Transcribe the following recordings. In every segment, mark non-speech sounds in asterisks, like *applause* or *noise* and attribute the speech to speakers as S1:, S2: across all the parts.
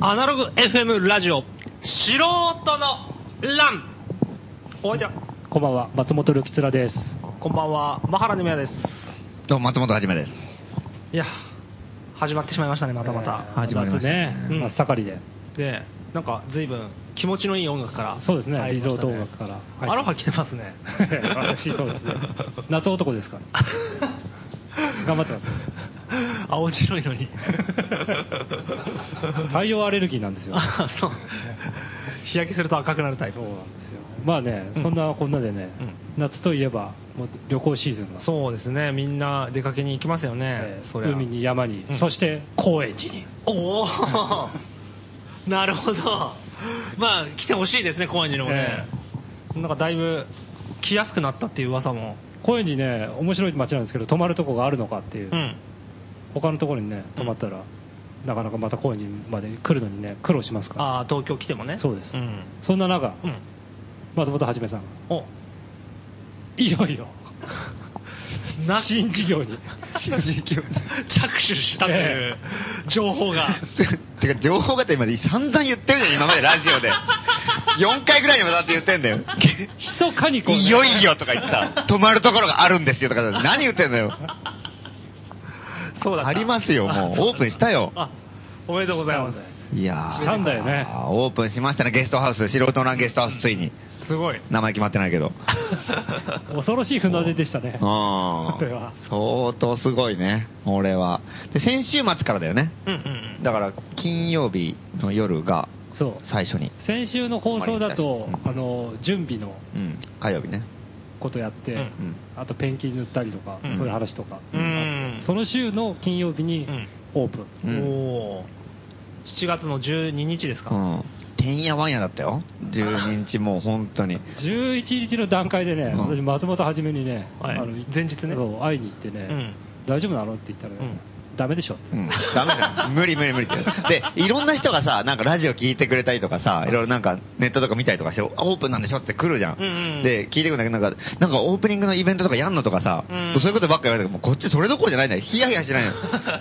S1: アナログ FM ラジオ、素人の欄。おいじゃ、
S2: こんばんは、松本力らです。
S1: こんばんは、マハラネムヤです。
S3: どうも、松本はじめです。
S1: いや、始まってしまいましたね、またま
S2: えー
S1: た。
S3: 始まりましたね
S2: 夏ね、真っ盛りで。
S1: で、なんか随分気持ちのいい音楽から、
S2: そうですね
S1: 入りました
S2: リゾート音楽からはい。
S1: アロハ来てますね
S2: *laughs* *laughs* 私、そうですね。
S1: *laughs*
S2: 夏男ですから。頑張ってますね
S1: 青白いの
S2: *laughs*
S1: に。
S2: 太陽アレルギーなんですよ。
S1: *laughs* あそう日焼けすると赤くなるタイプ
S2: そうなんですよ。まあね、
S1: うん
S2: そんなこんなでね、
S1: う
S2: 夏といえば、もう旅行シーズンが。
S1: そうですねみんな出かけに行きますよね
S2: え、ー
S1: そりゃ
S2: 海に山に、
S1: うん
S2: そして高円寺に。
S1: おお *laughs* なるほどまあ来てほしいですね高円寺のね、なんかだいぶ来やすくなったっていう噂も
S2: 高円寺ね、面白い街なんですけど、泊まるとこがあるのかっていう。
S1: うん
S2: 他のところにね、泊まったら、なかなかまた高円寺まで来るのにね、苦労しますから。
S1: ああ東京来てもね
S2: そうです
S1: ん、
S2: そんな中、
S1: うん、
S2: 松本はじめさんが、
S1: お
S2: いよいよ、
S1: な
S2: 新事業
S1: *laughs*
S2: に。
S1: 着手したという情報が、
S3: *laughs* てか、情報が今まで散々言ってるじゃん、今までラジ *laughs* オで。4回ぐらいにわたって言ってんだよ。
S2: 密かにこうね、
S3: いよいよとか言ってた。泊まるところがあるんですよとか、何言ってんだよ。
S1: *laughs* そうだった
S3: ありますよ、
S1: *laughs*
S3: もう。オープンしたよ。
S1: あおめでとうございます
S3: いやー
S2: したんだよね
S3: あーオープンしましたね、ゲストハウス。素人のゲストハウス、ついに。
S1: すご *laughs* い
S3: 名前決まってない
S2: *laughs*
S3: けど。
S2: 恐ろしい船出でしたね。
S3: あ
S2: これは
S3: 相当すごいね、俺は。で、先週末からだよね。
S1: うんうん
S3: だから、金曜日の夜が
S2: そう。
S3: 最初に。
S2: 先週の放送だと
S3: うん、
S2: あの、準備の
S3: うん、火曜日ね。
S2: ことやって、
S1: うん
S3: うん
S2: あとペンキ塗ったりとか、
S1: うん
S2: そういう話とか、
S1: うん
S2: その週の金曜日に
S1: うん
S2: オープン。
S3: うん
S1: おお7月の12日ですか、
S3: うん。てんやわんやだった *laughs* よ。12日もう本当に。
S2: 11日の段階でね、
S3: うん
S2: 私、松本はじめにね、
S1: はい
S2: あの
S1: 前日ね
S2: そう会いに行ってね、
S1: ん
S2: 大丈夫なのって言ったら、
S1: うん
S2: ダメでしょって、
S3: うん、ダメだよ。無理無理無理って。で、いろんな人がさ、なんかラジオ聞いてくれたりとかさ、いろいろなんかネットとか見たりとかして、あオープンなんでしょって来るじゃん。
S1: うんうんうん
S3: で、聞いてくるんだけど、なんか、なんかオープニングのイベントとかやんのとかさ、
S1: うん
S3: そういうことばっか言われてもうこっちそれどころじゃないんだよ。ヒヤヒヤしないの。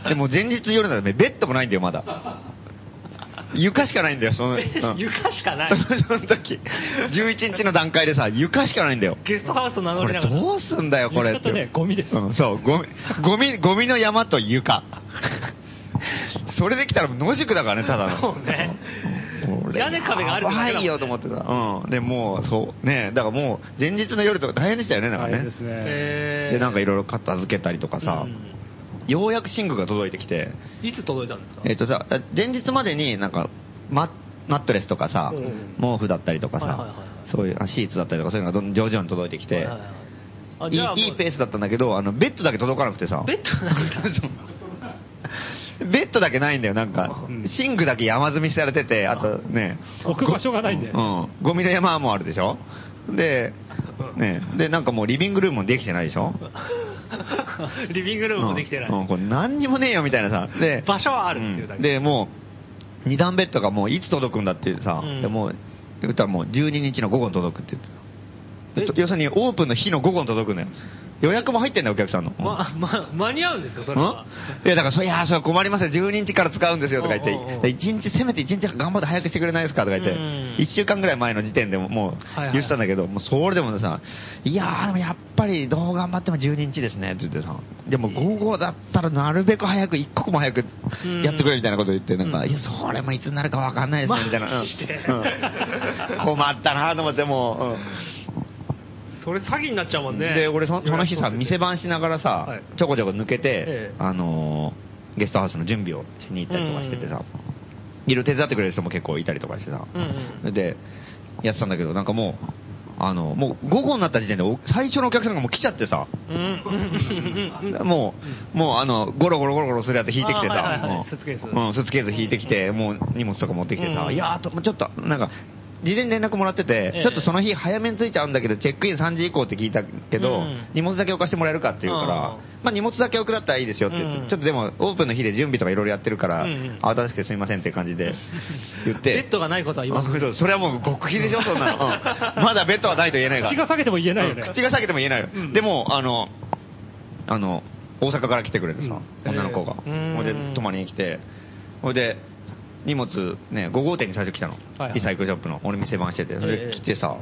S3: でも前日夜なんだよ。ベッドもないんだよ、まだ。床しかないんだよ、その、うん
S1: *laughs* *laughs* 床しかない
S3: *laughs* その時、11日の段階でさ、床しかないんだよ。
S1: ゲストハウスと名乗
S3: こ
S1: り
S3: れ
S1: ながら
S3: どうすんだよ、これ
S2: 床とねゴミです
S3: うん、そう、ゴミ、ゴミ、ゴミの山と床。 *laughs* それできたら野宿だからね、ただの。
S1: そうね
S3: これ
S1: 屋根壁があるだけだもんね
S3: やばいよと思ってた。うん。で、もう、そう、ねだからもう、前日の夜とか大変でしたよね、なんか
S2: 大変で
S3: ね
S2: す。ね、
S1: えー
S3: で、なんかいろいろ片付けたりとかさ
S1: う、ん
S3: ようやく寝具が届いてきて、
S1: いつ届いたんですか
S3: えっ、とさ、前日までになんか、ママットレスとかさ
S1: うん、
S3: 毛布だったりとか
S1: はいはいは
S3: さ
S1: いは、
S3: そういう、あシーツだったりとか、そういうのがどん徐々に届いてき
S1: はい
S3: て
S1: はい、はいあ
S3: い
S1: じゃあもう
S3: いいいペースだったんだけど、あの、ベッドだけ届かなくてさ。
S1: ベッドなんだ *laughs*
S3: ベッドだけないんだよ、なんか
S2: うん。
S3: 寝具だけ山積みされてて、あとね。
S2: 置く場所がないんで、
S3: うん。ゴミの山もあるでしょで、ね。で、なんかもうリビングルームもできてないでしょ
S1: リビングルームもできてない、
S3: うんうんこれ何にもねえよみたいなさ。で、
S1: 場所はあるっていうだけ
S3: んで、もう、二段ベッドがもういつ届くんだっていうさ、
S1: うん
S3: でもう、言ったらもう12日の午後に届くって言ってた
S1: え
S3: でと要するにオープンの日の午後に届くのよ。予約も入ってんだよ、お客さんの。
S1: ま、ま、間に合うんですかそれは
S3: んいや、だから、そいやー、それ困りますよ。12日から使うんですよとか言って
S1: おうおうおう、
S3: で1日、せめて1日頑張って早くしてくれないですかとか言って
S1: うん、
S3: 1週間ぐらい前の時点でもも
S1: はいはいう
S3: 言ってたんだけど、もうそれでもさ、いやー、でもやっぱりどう頑張っても12日ですねって言ってさ、でも午後だったらなるべく早く、一刻も早く
S1: うん
S3: やってくれみたいなこと言って、なん
S1: う
S3: か、
S1: ん
S3: いや、それもいつになるかわかんないですねみたいな。
S1: マジで
S3: うんうん困ったなーと思って、もう。
S1: それ詐欺になっちゃうもんね
S3: で、俺そ、その日さ、店
S1: 場
S3: 番しながらさ、
S1: はい
S3: ちょこちょこ抜けて、
S1: ええ
S3: あのーゲストハウスの準備をしに行ったりとかしてて
S1: うん
S3: さ、いろいろ手伝ってくれる人も結構いたりとかしてさ、
S1: うんうん
S3: で、やってたんだけど、なんかもう、あの、もう午後になった時点でお最初のお客さんがもう来ちゃってさ、
S1: うんうんうん
S3: もう、もうあの、ゴロゴロゴロゴロするやつ引いてきて
S1: あはいはいはい
S3: さ、うん
S1: スーツケース
S3: うん、スーツケース引いてきて、もう荷物とか持ってきて
S1: う
S3: さ、
S1: ん
S3: いやーと、もうちょっと、なんか、事前に連絡もらってて、
S1: ええ
S3: ちょっとその日早めに着いちゃうんだけど、チェックイン3時以降って聞いたけ
S1: う
S3: ど、
S1: ん
S3: 荷物だけ置かしてもらえるかって言うから
S1: あ、
S3: まあ荷物だけ置くだったらいいですよって言って、
S1: うん
S3: ちょっとでもオープンの日で準備とかいろいろやってるから、
S1: うんうん
S3: 慌ただしくてすみませんっていう感
S1: *laughs*
S3: じで言って。
S1: ベッドがないことは言わ
S3: あ
S1: ず
S3: *laughs* そうそれはもう極秘でしょ、そんなの。うんまだベッドはないと言えないから。
S2: 口が下げても言えないよね。
S3: うん口が裂けても言えないよ、
S2: うん
S3: でもあのあの大阪から来てくれてさ、
S2: うん
S3: 女の子が、
S1: えー
S3: ほいで
S1: うん
S3: 泊まりに来てほいで荷物、ね、5号店に最初来たの、
S1: はいはい
S3: リサイクルショップの、俺店番してて、そ
S1: え
S3: れ
S1: え
S3: 来てさ、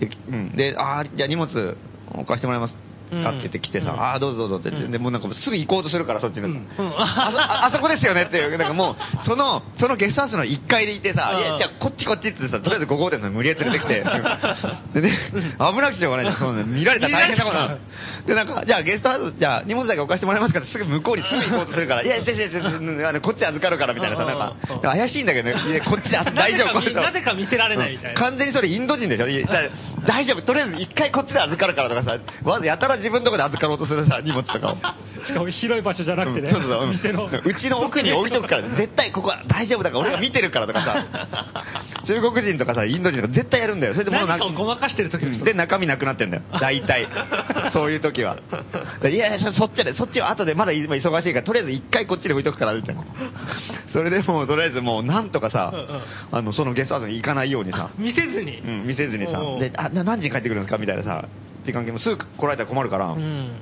S3: で、うん、であーじゃあ荷物置かしてもらいますか
S1: うん
S3: って言って来てさ、
S1: うん
S3: ああ、どうぞどうぞって言って、
S1: うん
S3: でもうなんかすぐ行こうとするから、そっちの、
S2: うん
S1: うん
S3: あそああそこですよねっていう、なんかもう、その、そのゲストハウスの1階でいてさ、
S1: うん
S3: いや、じゃあこっちこっちって言ってさ、とりあえず5号店の無理やり連れてきて、
S2: *laughs*
S3: でね、危なくてしょうがないじゃん、その見られたら大変なことなの
S1: 見られ
S3: で、なんか、じゃあゲストハウス、じゃあ荷物だけ置かせてもらえますかって、すぐ向こうにすぐ行こうとするから、いや、先生、先生、あのこっち預かるからみたいなさ、なんか
S1: うんうん、
S3: 怪しいんだけどね、いやこっちであ
S1: な
S3: 大
S1: ぜ
S3: 丈
S1: か
S3: 夫、こっちだ
S1: なぜか見せられないみたいな
S3: うん完全にそれインド人でしょ、いやだ大丈夫、とりあえず一回こっちで預かるからとかさ、わざやたら自分のとこで預かろうとするさ、荷物とかを。
S2: しかも広い場所じゃなくてね
S3: うんそうそうそう、
S2: 店の。
S3: うちの奥に置いとくから、絶対ここは大丈夫だから、俺が見てるからとかさ、中国人とかさ、インド人とか絶対やるんだよ。それでもうな
S1: 何かをごまかしてる時の人
S3: うんで、中身なくなってんだよ。大
S1: *laughs*
S3: 体。そういう時は。いやいや、そそっちで、そっちは後でまだ今忙しいから、とりあえず一回こっちで置いとくから、み
S1: *laughs*
S3: たいな。それでもう、とりあえずもう、なんとかさ
S1: うんうん、
S3: あの、そのゲストハウスに行かないようにさ、
S1: 見せずに
S3: う。ん見せずにさ
S1: おうお、う
S3: で、あ、な何時に帰ってくるんですかみたいなさ、時間決もすぐ来られたら困るから、
S1: うん。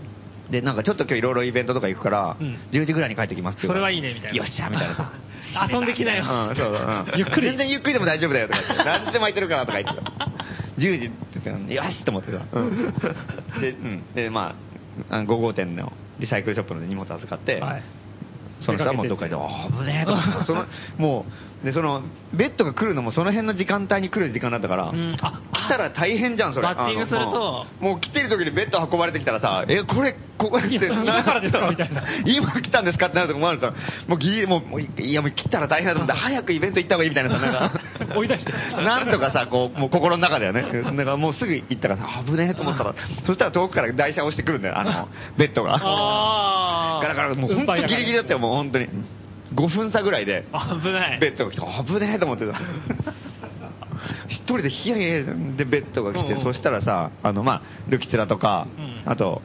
S3: で、なんかちょっと今日いろいろイベントとか行くから、
S1: うん
S3: 10時ぐらいに帰ってきますって言うから
S1: それはいいねみたいな
S3: よっしゃ、みたいな
S1: *laughs*
S3: さ。
S1: 遊んできなよ
S3: *laughs* うん、そうそう、うん
S2: ゆっくり
S3: 全然ゆっくりでも大丈夫だよとか言って、何時でも空いてるからとか言ってた。10時って言ってたよしと思ってさ。うんで、うん。で、まあ、あの5号店のリサイクルショップの荷物預かって、
S2: はい
S3: その人はもうどっかで、あ危ねえと思って、 *laughs* その、もう、で、その、ベッドが来るのもその辺の時間帯に来る時間だったから、
S1: うんあ
S3: 来たら大変じゃん、それ。
S1: バッティングすると
S3: あのもうもう来てる時にベッド運ばれてきたらさ、え、これ、ここって、
S2: 今今からですかみたいな
S3: *laughs* 今来たんですかってなると困るから、もうギリ、もう、もういや、もう来たら大変だと思って、早くイベント行った方がいいみたいなさ、なんか、
S2: 追い出して
S3: なんとかさ、こう、もう心の中だよね。だからもうすぐ行ったらさ、危ねえと思ったら、そしたら遠くから台車押してくるんだよ、あの、ベッドが。
S1: ああ。
S3: ガラガラ、もう本当ギリギリだったよ、もう本当に。5分差ぐらいで、
S1: 危ない。
S3: ベッドが来て、危ねえと思
S1: *laughs*
S3: ってた。一人でヒヤヒヤでベッドが来て、
S1: うんうん
S3: そしたらさ、あの、まあ、ルキテラとか、
S1: うん
S3: あと、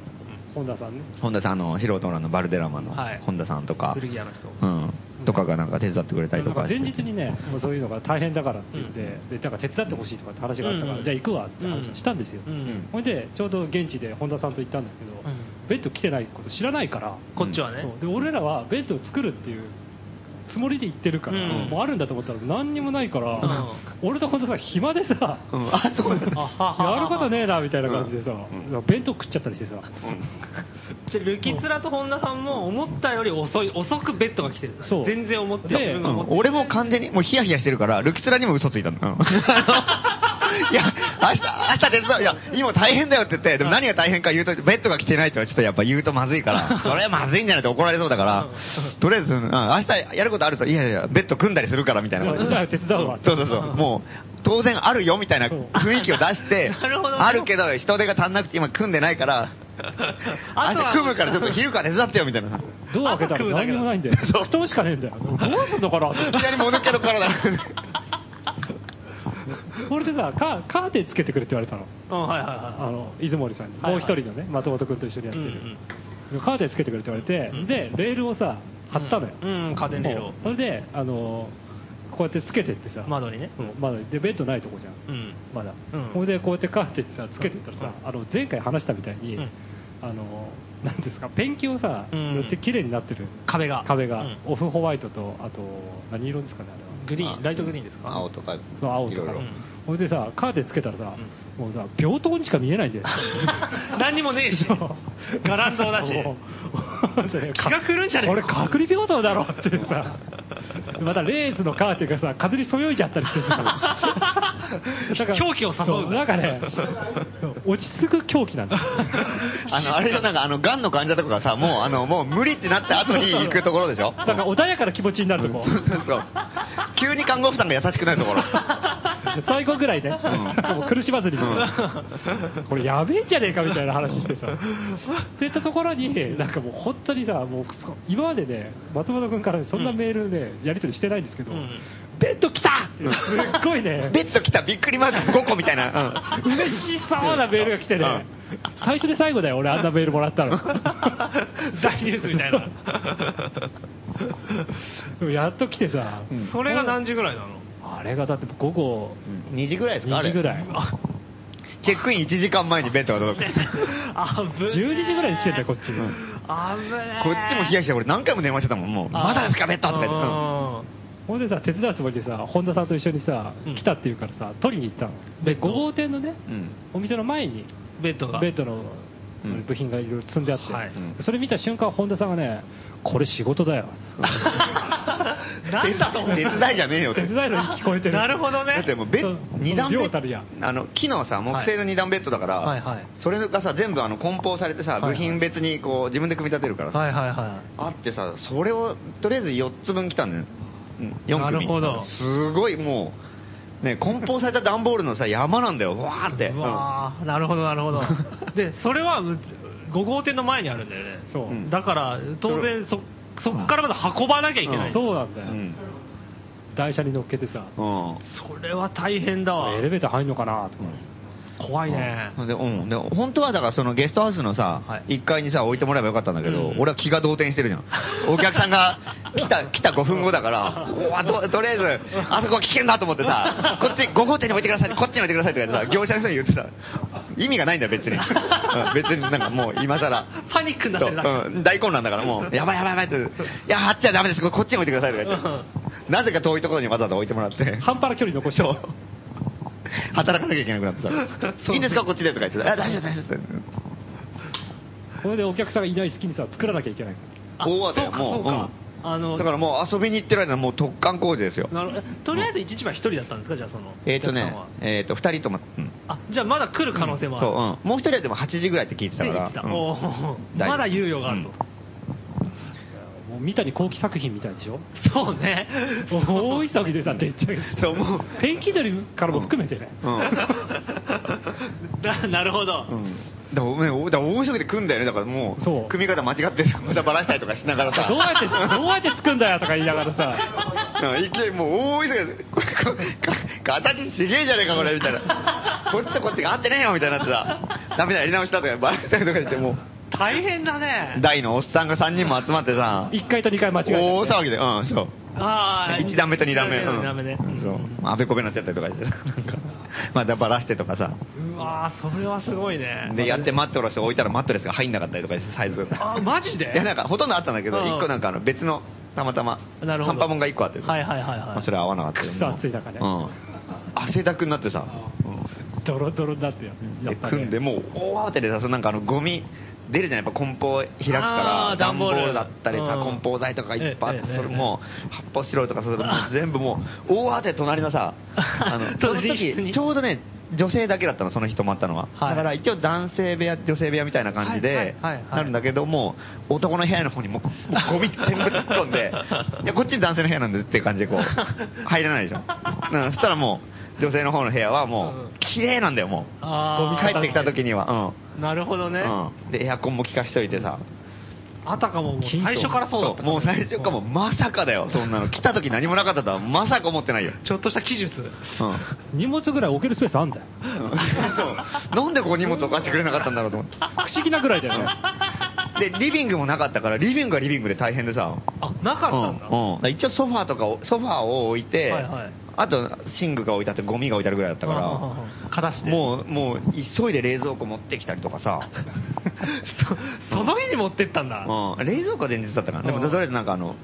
S2: 本田さんね。
S3: 本田さん、あの、素人らのバルデラマの
S1: はい
S3: 本田さんとか、
S1: 古着屋の人。
S3: うん、とかがなんか手伝ってくれた
S2: な
S3: りと
S2: んか
S3: かして
S2: 前日にね、もうそういうのが大変だからって言って、
S1: うん
S2: でなんか手伝ってほしいとかって話があったから、
S1: うん
S2: じゃあ行くわって話をしたんですよ、
S1: うんうん
S2: ほいで、ちょうど現地で本田さんと行ったんだけど、
S1: うん
S2: ベッド来てないこと知らないから、
S1: こっちはね。
S2: そうで俺らはベッドを作るっていうつもりで行ってるから、
S1: うん
S2: もうあるんだと思ったら、何にもないから、
S1: う
S2: 俺と本田さん、暇でさ、
S3: うん、あ、そうだね
S1: あはは
S2: *laughs* やることねえなみたいな感じでさ、
S3: うん
S2: なんか弁当食っちゃったりしてさ、
S1: じゃあルキツラと本田さんも思ったより遅い、遅くベッドが来てる。
S2: そう
S1: 全然思って
S2: で
S1: 自分
S3: う
S1: が思
S3: ん
S1: って
S3: 俺も完全に、もうヒヤヒヤしてるから、ルキツラにも嘘ついた
S1: *laughs*
S3: の。うん *laughs* いや、明日、明日手伝う。いや、今大変だよって言って、でも何が大変か言うと、ベッドが来てないってのはちょっとやっぱ言うとまずいから、それはまずいんじゃないと怒られそうだから、とりあえず、うん明日やることあると、いやいや、ベッド組んだりするからみたいな。
S2: じゃあ手伝うわって
S3: そうそうそう。もう、当然あるよみたいな雰囲気を出して、
S1: *laughs* なるほど
S3: あるけど人手が足んなくて今組んでないから、
S1: *laughs* あと
S3: 明
S1: は
S3: 日組むからちょっと昼から手伝ってよみたいなさ。
S2: ドア開けたら何にもない
S1: *laughs*
S2: んだよ、
S3: そう
S2: 布団しかねえんだよ、どうすんのかなって
S3: いきなりもぬけの体。
S2: これでさカーカーテンつけてくれって言われたの
S1: うん、はいはい
S2: あ
S1: は
S2: の出雲さんに、
S1: はいはい
S2: もう一人のね松本君と一緒にやってる、カーテンつけてくれって言われて、
S1: うん
S2: でレールをさ貼ったのよ、
S1: うんうんカーテンレールを
S2: もうそれであのこうやってつけてってさ
S1: い。窓にね。
S2: うん窓にでベッドないとこじゃん
S1: うん。 *laughs*
S2: まだ、
S1: うん
S2: ほんでこうやってカーテンさつけてったらさ、あの前回話したみたいに、
S1: うん
S2: あのなんですかペンキをさ、
S1: うん
S2: 塗って綺麗になってる
S1: 壁が。
S2: 壁が、
S1: うん
S2: オフホワイトとあと何色ですかねあれは
S1: グリーン、ライトグリーンですか
S3: 青とか。
S2: そう青とか
S3: いろいろ
S1: うん
S2: ほいでさカーテンつけたらさ、もうさ病棟にしか見
S1: *laughs*
S2: えないんだよ
S1: 何にもねえし、 *laughs* ガランドだし、
S2: もう
S1: 気が狂うんじゃねえ
S2: こ
S1: か
S2: れ隔離病棟だろっていうさまたレースのカーテンがさ風にそよいじゃったりして
S1: *laughs*
S2: る
S1: 狂気を誘う
S2: そなんかねそう落ち着く狂気なん
S1: *laughs*
S2: だよ
S3: *laughs* あの、あれじゃなんか、あの、癌の患者とかがさ、もう、あの、もう無理ってなった後に行くところでし
S1: *laughs*
S3: ょ
S2: だから穏やかな気持ちになるとこ
S3: *laughs* そうそう急に看護婦さんが優しくなるとこ
S1: *laughs*
S3: ろ。
S2: 最後ぐらいね、
S3: ん
S2: もう苦しまずに、これやべえんじゃねえかみたいな話してさ、っていったところに、なんかもう本当にさ、もうそ今までね、松本君からねそんなメールね、やり取りしてないんですけど、
S1: うん
S2: ベッド来たってすっごいね、
S3: ベッド来たびっくりマーク5個みたいな。うん
S2: 嬉しそうなメールが来てね、最初で最後だよ、俺、あんなメールもらったの。
S1: 大ニュースみたいな。
S2: でもやっと来てさ、
S3: うん
S1: それが何時ぐらいなの
S2: あれがだって午後
S3: 2時ぐらいですかあ
S2: 2
S3: れ
S2: 時ぐらい。
S3: チェックイン1時間前にベッド
S1: *laughs*
S3: が届く。
S1: あぶねえ
S2: 12時ぐらいに来てたよこっち
S1: あぶねえ
S3: こっちも冷やして、俺何回も電話してたもん、もう。まだですか、ベッドとか言って。うん
S1: うん
S2: ほんでさ、手伝うつもりでさ、本田さんと一緒にさ
S1: うん、
S2: 来たっていうからさ、取りに行ったの。で、
S1: ベッド
S2: 5号店のね
S3: うん、
S2: お店の前に、
S1: ベッドが。
S2: ベ
S1: *laughs*
S2: ッドの
S3: うん
S2: 部品がいろいろ積んであって、
S1: はい
S3: うん
S2: それ見た瞬間、本田さんがね、これ仕事だよ。
S1: なんだと思う
S3: 手伝いじゃねえよって
S2: *laughs* 手伝いのに聞こえてる。
S1: なるほどね。
S3: だってもうベ
S2: そ
S3: ッ
S2: う
S3: 二段ベ
S2: 量たるや
S3: ッドあの木のさ木製の二段ベッドだから、
S1: はいはい
S3: それがさ全部あの梱包されてさ
S1: はいはい
S3: 部品別にこう自分で組み立てるからさ、
S1: はいはいは
S3: あってさそれをとりあえず4つ分来たんだよ、うん、4組
S1: なるほど
S3: すごいもうね梱包された段ボールのさ山なんだよわーって
S1: い。うわー、なるほどなるほど。で、それは5号店の前にあるんだよね。
S2: そう
S3: うん
S1: だから、当然そ、そっからまだ運ばなきゃいけない。
S2: そうなんだ
S3: う
S2: よ、
S3: ん、
S2: 台車に乗っけてさ、
S3: うん
S1: それは大変だわ
S2: エ。レベーター入んのかなとか、
S1: 怖いね。
S3: でうん、で本当はだからそのゲストハウスのさ、
S1: は
S3: 1階にさ置いてもらえばよかったんだけど、
S1: うん
S3: 俺は気が動転してるじゃんお客さんが来た来た5分後だからうわととりあえずあそこは危険だと思ってさこっち5号店に置いてくださいこっちに置いてくださいとか言ってさ業者の人に言ってさ意味がないんだよ別にうん別になんかもう今更
S1: パニックになってるだけ
S3: そううん大混乱だからもうやばいやばいやばいっていやあっちはダメですこっちに置いてくださいとか言ってなぜか遠いところにわざわざ置いてもらって
S2: 半端な距離残して
S3: そう。働かなきゃいけなくなって
S1: そ
S3: た。
S1: う
S3: いいんですかこっちでとか言ってた。あ大丈夫大丈夫って。
S2: これでお客さんがいない隙にさ、作らなきゃいけない。
S1: あ
S3: 大技
S1: そう
S3: よ
S1: か
S3: も
S1: そううか。あ
S3: う
S1: の
S3: ん。だからもう遊びに行ってる間はもう突貫工事ですよ。
S1: なるえとりあえず一日は一人だったんですか、じゃあその。
S3: えっと
S1: お客
S3: ね
S1: さんは、
S3: えっと二人とも。うん
S1: あ、じゃあまだ来る可能性
S3: そ
S1: もあ
S3: う
S1: る。
S3: うん。もう一人はでも8時ぐらいって聞いてたか
S1: で
S3: ら
S1: 来た。
S3: うん
S1: おー
S3: 大丈夫
S1: まだ猶予があると。
S2: もう三谷幸喜作品みたいでしょ
S1: そうね。
S2: 大急ぎでさ、でっち上げて
S3: そうもう
S2: ペンキ取りからも含めてね。
S1: *laughs* ななるほど。
S3: うん。うんだからねおだから大急ぎで組んだよね。だからも
S2: そう
S3: う、組み方間違ってるまたバラしたりとかしながらさ。
S2: どうや
S3: *laughs*
S2: って、どうやって作んだよとか言いながらさ、
S3: うん勢いもう大急ぎで、これ、こか形ちげえじゃねえか、これ、みた
S1: *laughs*
S3: いな。こっちとこっちが合ってねえよ、みたいになってさ、ダメだ、やり直したとか、バラしたりとかして、もう、
S1: 大変だね。
S3: 大のおっさんが3人も集まってさ、
S2: 一回と二回間違えた
S3: 大
S2: りね
S3: 騒ぎで、うん、そう。
S1: ああ。
S3: 1段目と2段目。
S1: 二段目ね。
S3: うんそう。あべこべになっちゃったりとかして、なんか、またバラしてとかさ。
S1: うわーそれはすごいね。
S3: で、やってマットレス置いたらマットレスが入んなかったりとかして、サイズが。
S1: あ、マジで
S3: いや、なんか、ほとんどあったんだけど、
S1: うん
S3: 1個なんかあの別の、たまたま、
S1: なるほど
S3: 半端もんが1個あってさ
S1: はいはいはいはい
S3: まあそれは合わなかったよ
S2: くそ暑い中ね
S3: うん。汗だくになってさ、
S2: ドロドロになってや
S3: で
S2: やった
S3: 組ん
S2: ね
S3: で、もう大慌てでさ、そのなんかあのゴミ、出るじゃん、やっぱ梱包開くか
S1: あ
S3: ら、
S1: ー段
S3: 段
S1: ボ
S3: ボ
S1: ール
S3: ールだったりさ
S1: う、ん
S3: �ं包材とかがいっぱいあって、
S1: ええええ
S3: それも発泡スチロールとか、それも
S1: あー
S3: 全部もう、大慌てで隣のさ、
S1: *laughs*
S3: あのその
S1: 隣室に
S3: 時、ちょうどね、女性だけだったの、その日泊まったのは。
S1: はい
S3: だから一応男性部屋、女性部屋みたいな感じで、
S1: はいはいはいはい
S3: なるんだけども、男の部屋の方にもうもうゴミ全部突っ込
S1: *laughs*
S3: んで、いや、こっち男性の部屋なんでっていう感じでこう、入らないでしょ。うんそしたらもう、女性の方の部屋はも
S1: うん
S3: う、綺麗なんだよ、もう。
S1: あー
S3: 帰ってきた時には、
S1: なるほど
S3: うん。
S1: ね。
S3: うん。で、エアコンも効かしといてさ。
S1: あたかももう最初からそうだった。
S3: もう最初かも、まさかだよ、そんなの。来た時何もなかったとは、まさか思ってないよ。
S1: ちょっとした技術。
S3: う
S1: *laughs*
S3: ん。うん
S2: 荷物ぐらい置けるスペースあんだよ。
S3: そう。なんでこう荷物を貸してくれなかったんだろうと思って。
S2: 不思議なぐらいだよね。
S3: *laughs* で、リビングもなかったから、リビングはリビングで大変でさ。
S1: あ、なかったんだ。
S3: うんうんだから一応ソファーとかを、ソファーを置いて、
S1: はいはい
S3: あと寝具が置いてあってゴミが置いてあるぐらいだったから、
S1: うんうんうん片して
S3: もう、もう急いで冷蔵庫持ってきたりとか
S1: *laughs*
S3: さ、
S1: *laughs* そその日に持ってったんだ。
S3: うん、冷蔵庫は前日だったから、でも
S1: うん
S3: とりあえずなんかあの、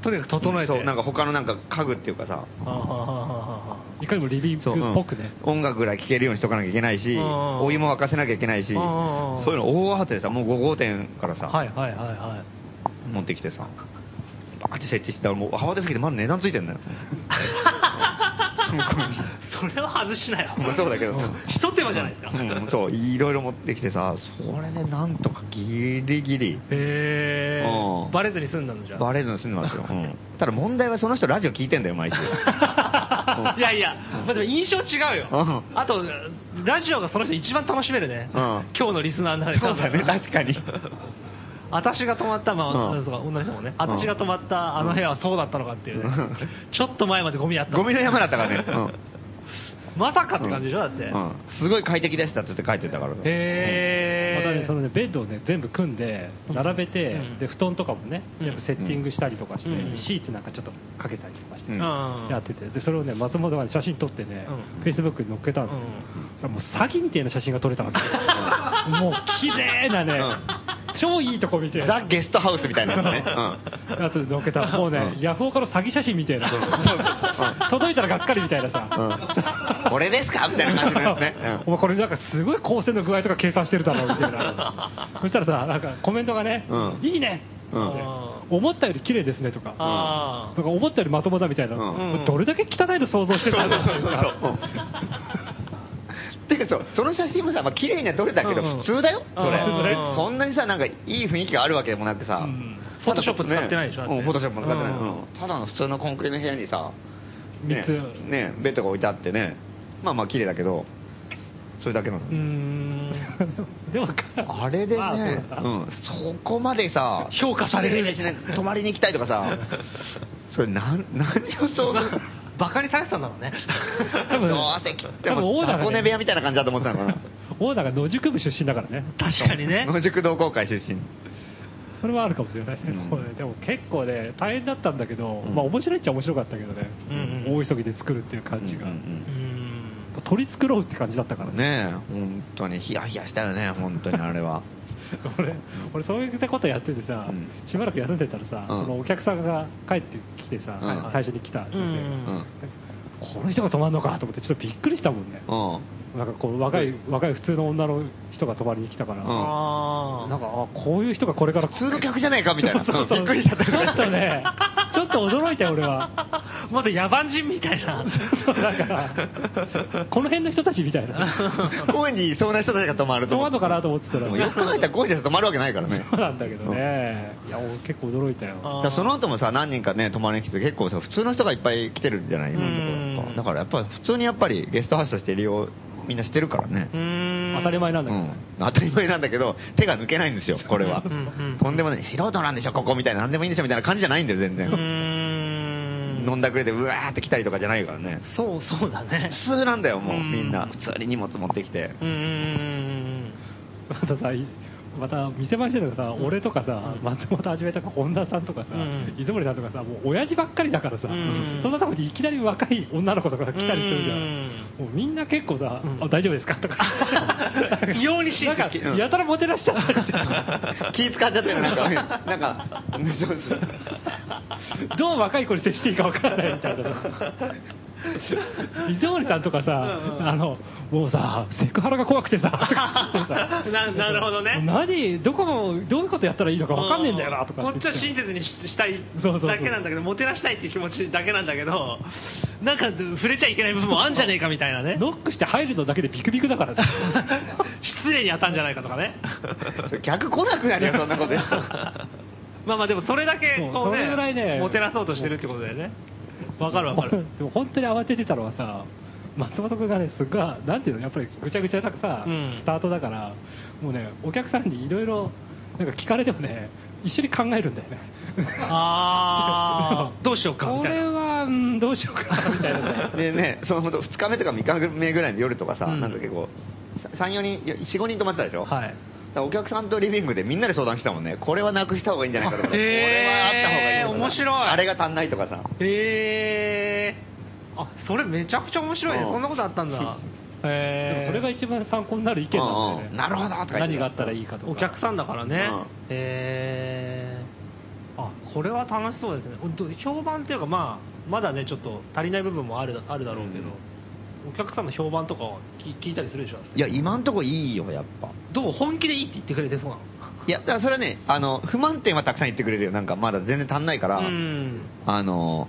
S1: とにかく整えて。
S3: そう、なんか他のなんか家具っていうかさ、
S1: あはははははい
S2: かにもリビング
S3: そううん
S2: っぽくね。
S3: 音楽ぐらい聴けるようにしとかなきゃいけないし、
S1: うん
S3: お湯も沸かせなきゃいけないし、
S1: うん
S3: そういうの大慌てでさ、もう5号店からさ、
S1: はいはいはいはい。
S3: 持ってきてさ、バーって設置したら、もう慌てすぎてまだ値段ついてんだよ。 *laughs*
S1: それは外しなよ。
S3: まあそうだけど
S1: んひと手間じゃないですか。
S3: うん、そう、いろいろ持ってきてさ、それでなんとかギリギリ、
S1: へ
S3: う
S1: ー。
S3: ん
S1: バレずに済んだのじゃあ。
S3: バレずに済んでますよ。うんただ問題はその人ラジオ聞いてんだよ、毎週。
S1: *laughs* いやいや、まあ、でも印象違うよ
S3: うん。
S1: あと、ラジオがその人一番楽しめるね。
S3: うん
S1: 今日のリスナーの中で。
S3: そうだね、確かに。
S1: 私が泊まった、まあ、
S3: うん
S1: そうか女の人もね。
S3: うん
S1: 私が泊まったあの部屋はそうだったのかっていうね
S3: うん。
S1: ちょっと前までゴミあった。
S3: ゴミの山だったからね。
S1: まさかって
S3: うん
S1: 感じでしょだって。
S3: うんすごい快適でしたって書いてたからさ。
S1: へ
S2: ま
S1: ー。
S2: たね、そのね、ベッドをね、全部組んで、並べて
S1: うん、
S2: で、布団とかもね、
S1: うん
S2: 全部セッティングしたりとかして
S1: うん、
S2: シーツなんかちょっとかけたりとかして
S3: う、ん
S1: うん
S2: やってて、で、それをね、松本がね写真撮ってね
S1: う、ん
S2: フェイスブックに載っけたんですよ
S1: うん。
S2: そしたらもう詐欺みたいな写真が撮れたわけ。もう綺麗なね、超いいとこ見て。
S3: ザ・ゲストハウスみたいなやつね。
S2: あとのけた。もうね
S3: う、ん
S2: ヤフオカの詐欺写真みたいな。届いたらがっかりみたいなさ *laughs*
S3: う。んこれですかみたいな感じのやつねうん
S2: お前これなんかすごい光線の具合とか計算してるだろ、みたいな。そしたらさ、なんかコメントがね
S3: うん、
S2: いいね
S3: うん
S2: って思ったより綺麗ですねとか。
S1: あ
S2: なんか思ったよりまともだみたいな、
S3: うん
S2: どれだけ汚いの想像してたんだっていうか *laughs*
S3: そうそうそうてかそうその写真もさ、まあ綺麗には撮れたけど、
S1: うんうん
S3: 普通だよ、それ
S1: あー。
S3: そんなにさ、なんかいい雰囲気があるわけでもなくてさ、
S1: うんフォトショップ使ってないでしょだって
S3: うんフォトショップも使ってない。
S1: うん
S3: うんただの普通のコンクリの部屋にさ、
S2: 三
S3: ね
S2: つ
S3: ね、ベッドが置いてあってね、まあまあ綺麗だけど、それだけなの。
S1: うーん。
S2: でも、
S3: あれでね、
S2: まあそうだ
S3: うん、そこまでさ、
S1: 評価される
S3: ですね、泊まりに行きたいとかさ、それなん、何を想像、
S1: バカにされてたんだろう
S2: *laughs*
S1: ね。
S2: 多分
S3: どうせ切って
S2: 多分
S3: も、
S2: オーナーがね
S3: 箱根部屋みたいな感じだと思ってたのかな。
S2: オーナーが野宿部出身だから *laughs* ね、
S1: 確かにね。
S3: 野宿同好会出身。
S2: それはあるかもしれない、
S3: うん
S2: これねでも結構ね、大変だったんだけど、
S3: ん
S2: まあ面白いっちゃ面白かったけどね、
S1: うんうん
S2: 大急ぎで作るっていう感じが、
S3: うん
S1: うーん。
S2: 取り繕うって感じだったから
S3: うん
S2: ね、
S3: ねえ、本当にヒヤヒヤしたよね、本当にあれは。
S2: 俺、俺、そういうことやっててさ、
S3: うん
S2: しばらく休んでたらさ、
S3: うん
S2: そのお客さんが帰ってきてさ、
S3: うん
S2: 最初に来た女性、
S3: う
S1: うん
S3: ん。
S2: この人が泊まるのかと思って、ちょっとびっくりしたもんね。
S3: うん。
S2: なんかこう若い若い普通の女の人が泊まりに来たから、
S3: うん
S1: あ
S2: なんかあこういう人がこれから
S3: 普通の客じゃないかみたいな。
S2: そうそう
S3: びっくりしちゃった
S2: ち
S3: よね
S2: ょっとね、ちょっと驚いたよ、俺は。
S1: あ。まだ野蛮人みたいな。
S2: そうだから、この辺の人たちみたいな。
S3: 公園にいそうな人たちが泊まると思って
S2: 泊まるのかなと思ってたら
S3: でもよく考えたら公園じゃ泊まるわけないからね。
S2: *laughs* そうなんだけどね。いや、俺結構驚いたよ。
S1: あー
S3: だからその後もさ、何人かね、泊まりに来て、結構さ、普通の人がいっぱい来てるんじゃない今のとこ
S1: うん
S3: ろ。だからやっぱり普通にやっぱりゲストハウスとして利用、みんなしてるからね
S1: う。ーん。
S2: 当たり前
S3: う
S2: なんだけど
S3: ん。当たり前なんだけど、手が抜けないんですよ、これは
S1: うんうん。
S3: とんでもない、素人なんでしょ、ここみたいな、なんでもいいんでしょみたいな感じじゃないんだよ、全
S1: うー
S3: 然。
S1: ん。
S3: 飲んだくれて、うわーって来たりとかじゃないからね。
S1: そうそうだね。
S3: 普通なんだよ、もう、
S1: うん
S3: みんな。普通に荷物持ってきて。
S1: うーん。
S2: またさ、いまた店番してるのがさ、俺とかさ、松本はじめとか本田さんとかさ
S1: うん、
S2: 出森さんとかさ、もう親父ばっかりだからさ
S1: うん、
S2: そんなとこにいきなり若い女の子とかが来たりするじゃん。もうみんな結構さ
S1: う、ん。
S2: あ大丈夫ですかとか
S1: 異様に親
S2: なん
S1: 切
S2: か、やたらもてなしちゃったりして。
S3: 気使っちゃってる、なんか、なんか、そうそう
S2: *laughs* どう若い子に接していいか分からないみたいな。伊豆森さんとかさ、あの、もうさ、セクハラが怖くてさ、とか
S1: *laughs* ななるほどね
S2: 何、どこも、どういうことやったらいいのか分かんねえんだよな、とか
S1: こ
S2: 言
S1: ってちは親切にししたい
S2: そうそうそう
S1: だけなんだけど、もてなしたいっていう気持ちだけなんだけど、なんか触れちゃいけない部分もあんじゃねえかみたいなね。
S2: ノックして入るのだけでビクビクだからね
S1: *laughs* 失礼に当たんじゃないかとかね。
S3: そう客来なくなるよ、そんなこと。
S1: *laughs* まあまあでもそれだけ
S2: そう
S1: こう
S2: それぐらいね
S1: ね、もてなそうとしてるってことだよね。わかるわかる。
S2: *laughs* でも本当に慌ててたのはさ、松本君がね、すっごい、なんていうの、やっぱりぐちゃぐちゃなさ、
S1: うん
S2: スタートだから、もうね、お客さんにいろいろ、なんか聞かれてもね、一緒に考えるんだよね。
S1: あ
S2: *laughs*
S1: ーどうしようかみ
S2: こ
S1: たいな
S2: れは、うん、どうしよう
S1: *laughs*
S2: か、みたいなね。
S3: でね、そのほんと2日目とか3日目ぐらいの夜とかさ、
S1: うん
S3: なんか結構、3、4人、4、5人泊まってたでしょ、
S1: はい。
S3: だからお客さんとリビングでみんなで相談してたもんね、これはなくした方がいいんじゃないかとか、
S1: あ
S3: これはあった方がいい
S1: えー
S3: とか
S1: 面白い
S3: あれが足んないとかさ、
S1: えー。あ、それめちゃくちゃ面白いね。
S3: うん
S1: そんなことあったんだ。
S2: でも
S1: え
S2: それが一番参考になる意見なんだよ
S3: うんう
S2: ね。
S3: んなるほどとか言って
S2: 何があったらいいかとか。
S1: お客さんだからね、
S3: うん
S1: えーあこれは楽しそうですね、ほんと評判っていうか、まあ、まだね、ちょっと足りない部分もあるあるだろうけど、お客さんの評判とかを聞聞いたりするでしょ、
S3: いや、今んとこいいよ、やっぱ。
S1: どう、本気でいいって言ってくれてそうなの
S3: いや、だからそれはね、あの不満点はたくさん言ってくれるよ、なんかまだ全然足んないから、
S1: うん
S3: あの、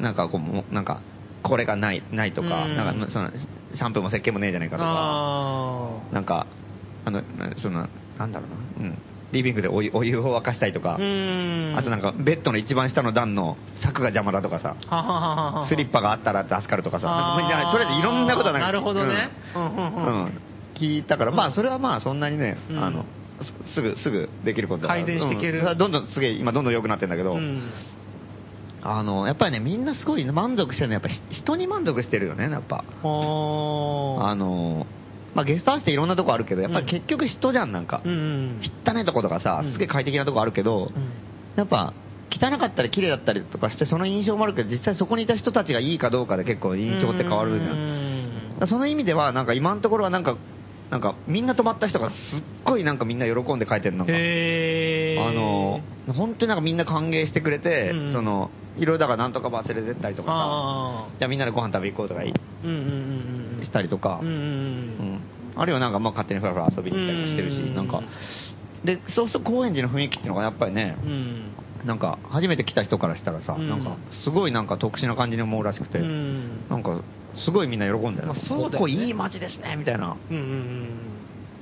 S3: なんかこうもう、なんか、これがない、ないとか、
S1: うん
S3: なんか、その、シャンプーも石鹸もねえじゃないかとか、
S1: あ
S3: なんか、あの、なその、なんだろうな、うん。リビングでお湯お湯を沸かしたいとか
S1: ー、うん
S3: あとなんか、ベッドの一番下の段の柵が邪魔だとかさ、
S1: ははははは
S3: スリッパがあったら助かるとかさ、
S1: あー
S3: なんかまあとりあえずいろんなことはなんか
S1: なるほどね
S3: うん
S1: うんうんうん
S3: うん聞いたから、まあそれはまあそんなにね、
S1: うん
S3: あの、すすぐ、すぐできることだから
S1: 改善していける
S3: うんだからどんどんすげえ、今どんどん良くなってんだけど、
S1: うん
S3: あの、やっぱりね、みんなすごい満足してるのは、やっぱひ人に満足してるよね、やっぱ。
S1: おー
S3: あの、まあゲストハウスっていろんなとこあるけど、やっぱり結局人じゃん、なんか
S1: う。ん
S3: 汚いとことかさ
S1: う、ん
S3: すげえ快適なとこあるけど、やっぱ、汚かったり綺麗だったりとかして、その印象もあるけど、実際そこにいた人たちがいいかどうかで結構印象って変わるじゃん。だからその意味では、なんか今のところはなんか、なんかみんな泊まった人がすっごいなんかみんな喜んで帰ってるのが
S1: へー
S3: あの本当になんかみんな歓迎してくれて、
S1: うん
S3: そのいろいろだからなんとかバス連れてったりとかさ
S1: あ
S3: じゃあみんなでご飯食べ行こうとかい
S1: ーうんうんうんうん
S3: したりとか、
S1: うんうん
S3: う
S1: うん
S3: んあるいはなんかまあ勝手にふらふら遊びに行ったりもしてるし、
S1: うん
S3: なんかでそうすると高円寺の雰囲気っていうのがやっぱりね、
S1: うん
S3: なんか初めて来た人からしたらさ、
S1: うん
S3: なんかすごいなんか特殊な感じに思うらしくて、
S1: うん
S3: なんかすごいみんな喜んでる、
S1: まあそうだよね
S3: ここいい街ですねみたいな、
S1: うんうんうん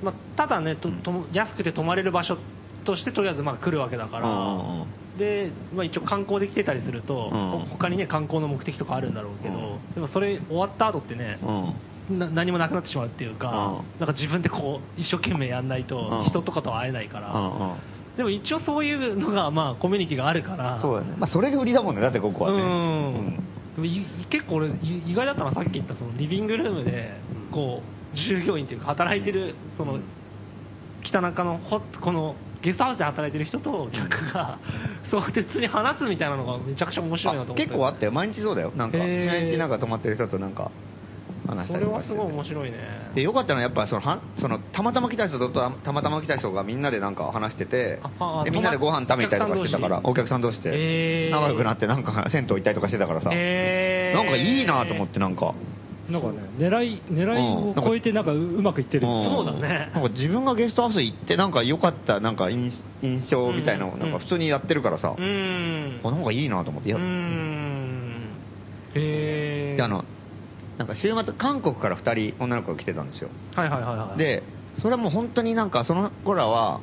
S1: まあ、ただねととも安くて泊まれる場所としてとりあえずまあ来るわけだから、
S3: うんうん
S1: で、まあ、一応観光で来てたりすると、
S3: うん
S1: ほ他にね観光の目的とかあるんだろうけど、
S3: う
S1: でもそれ終わった後ってね、
S3: うん
S1: な何もなくなってしまうっていうか、
S3: う
S1: なんか自分でこう一生懸命やんないと
S3: うん
S1: 人とかとは会えないから、
S3: うんうん
S1: でも一応そういうのがまあコミュニティがあるから
S3: そうだね、まあ、それが売りだもんねだってここはね
S1: うん
S3: うん
S1: でもい結構俺い意外だったのはさっき言ったそのリビングルームでこう従業員というか働いてるその北中のほこのゲストハウスで働いてる人と客がそうやって普通に話すみたいなのがめちゃくちゃ面白いなと思
S3: あ
S1: って
S3: 結構あったよ毎日そうだよなんか
S1: へー
S3: 毎日なんか泊まってる人となんか話し
S1: そ
S3: た
S1: れ
S3: りとか
S1: は
S3: し
S1: す
S3: てて
S1: ごい面白いね
S3: でよかったのはやっぱそのはそのたまたま来た人とたたまたま来た人がみんなでなんか話してて
S1: ああ
S3: でみんなでご飯食べたりとかしてたからお
S1: お
S3: 客さん同士
S1: へー
S3: で仲良くなってなんか *laughs* 銭湯行ったりとかしてたからさ、
S1: えー
S3: なんかいいなと思ってなんか、
S2: なんかね、狙い、狙いを超えて、なんかううまくいってる。
S3: ん
S1: そうだね
S3: なんか自分がゲストハウス行ってなんか良かったなんか印印象みたいなのを
S1: うん
S3: なんか普通にやってるからさ、
S1: うーん
S3: この方がいいなと思っていうや
S1: ーんへえ
S3: であのなんか週末韓国から2人女の子が来てたんですよ
S1: はいはいはいはい
S3: でそれはもう本当になんかその子らは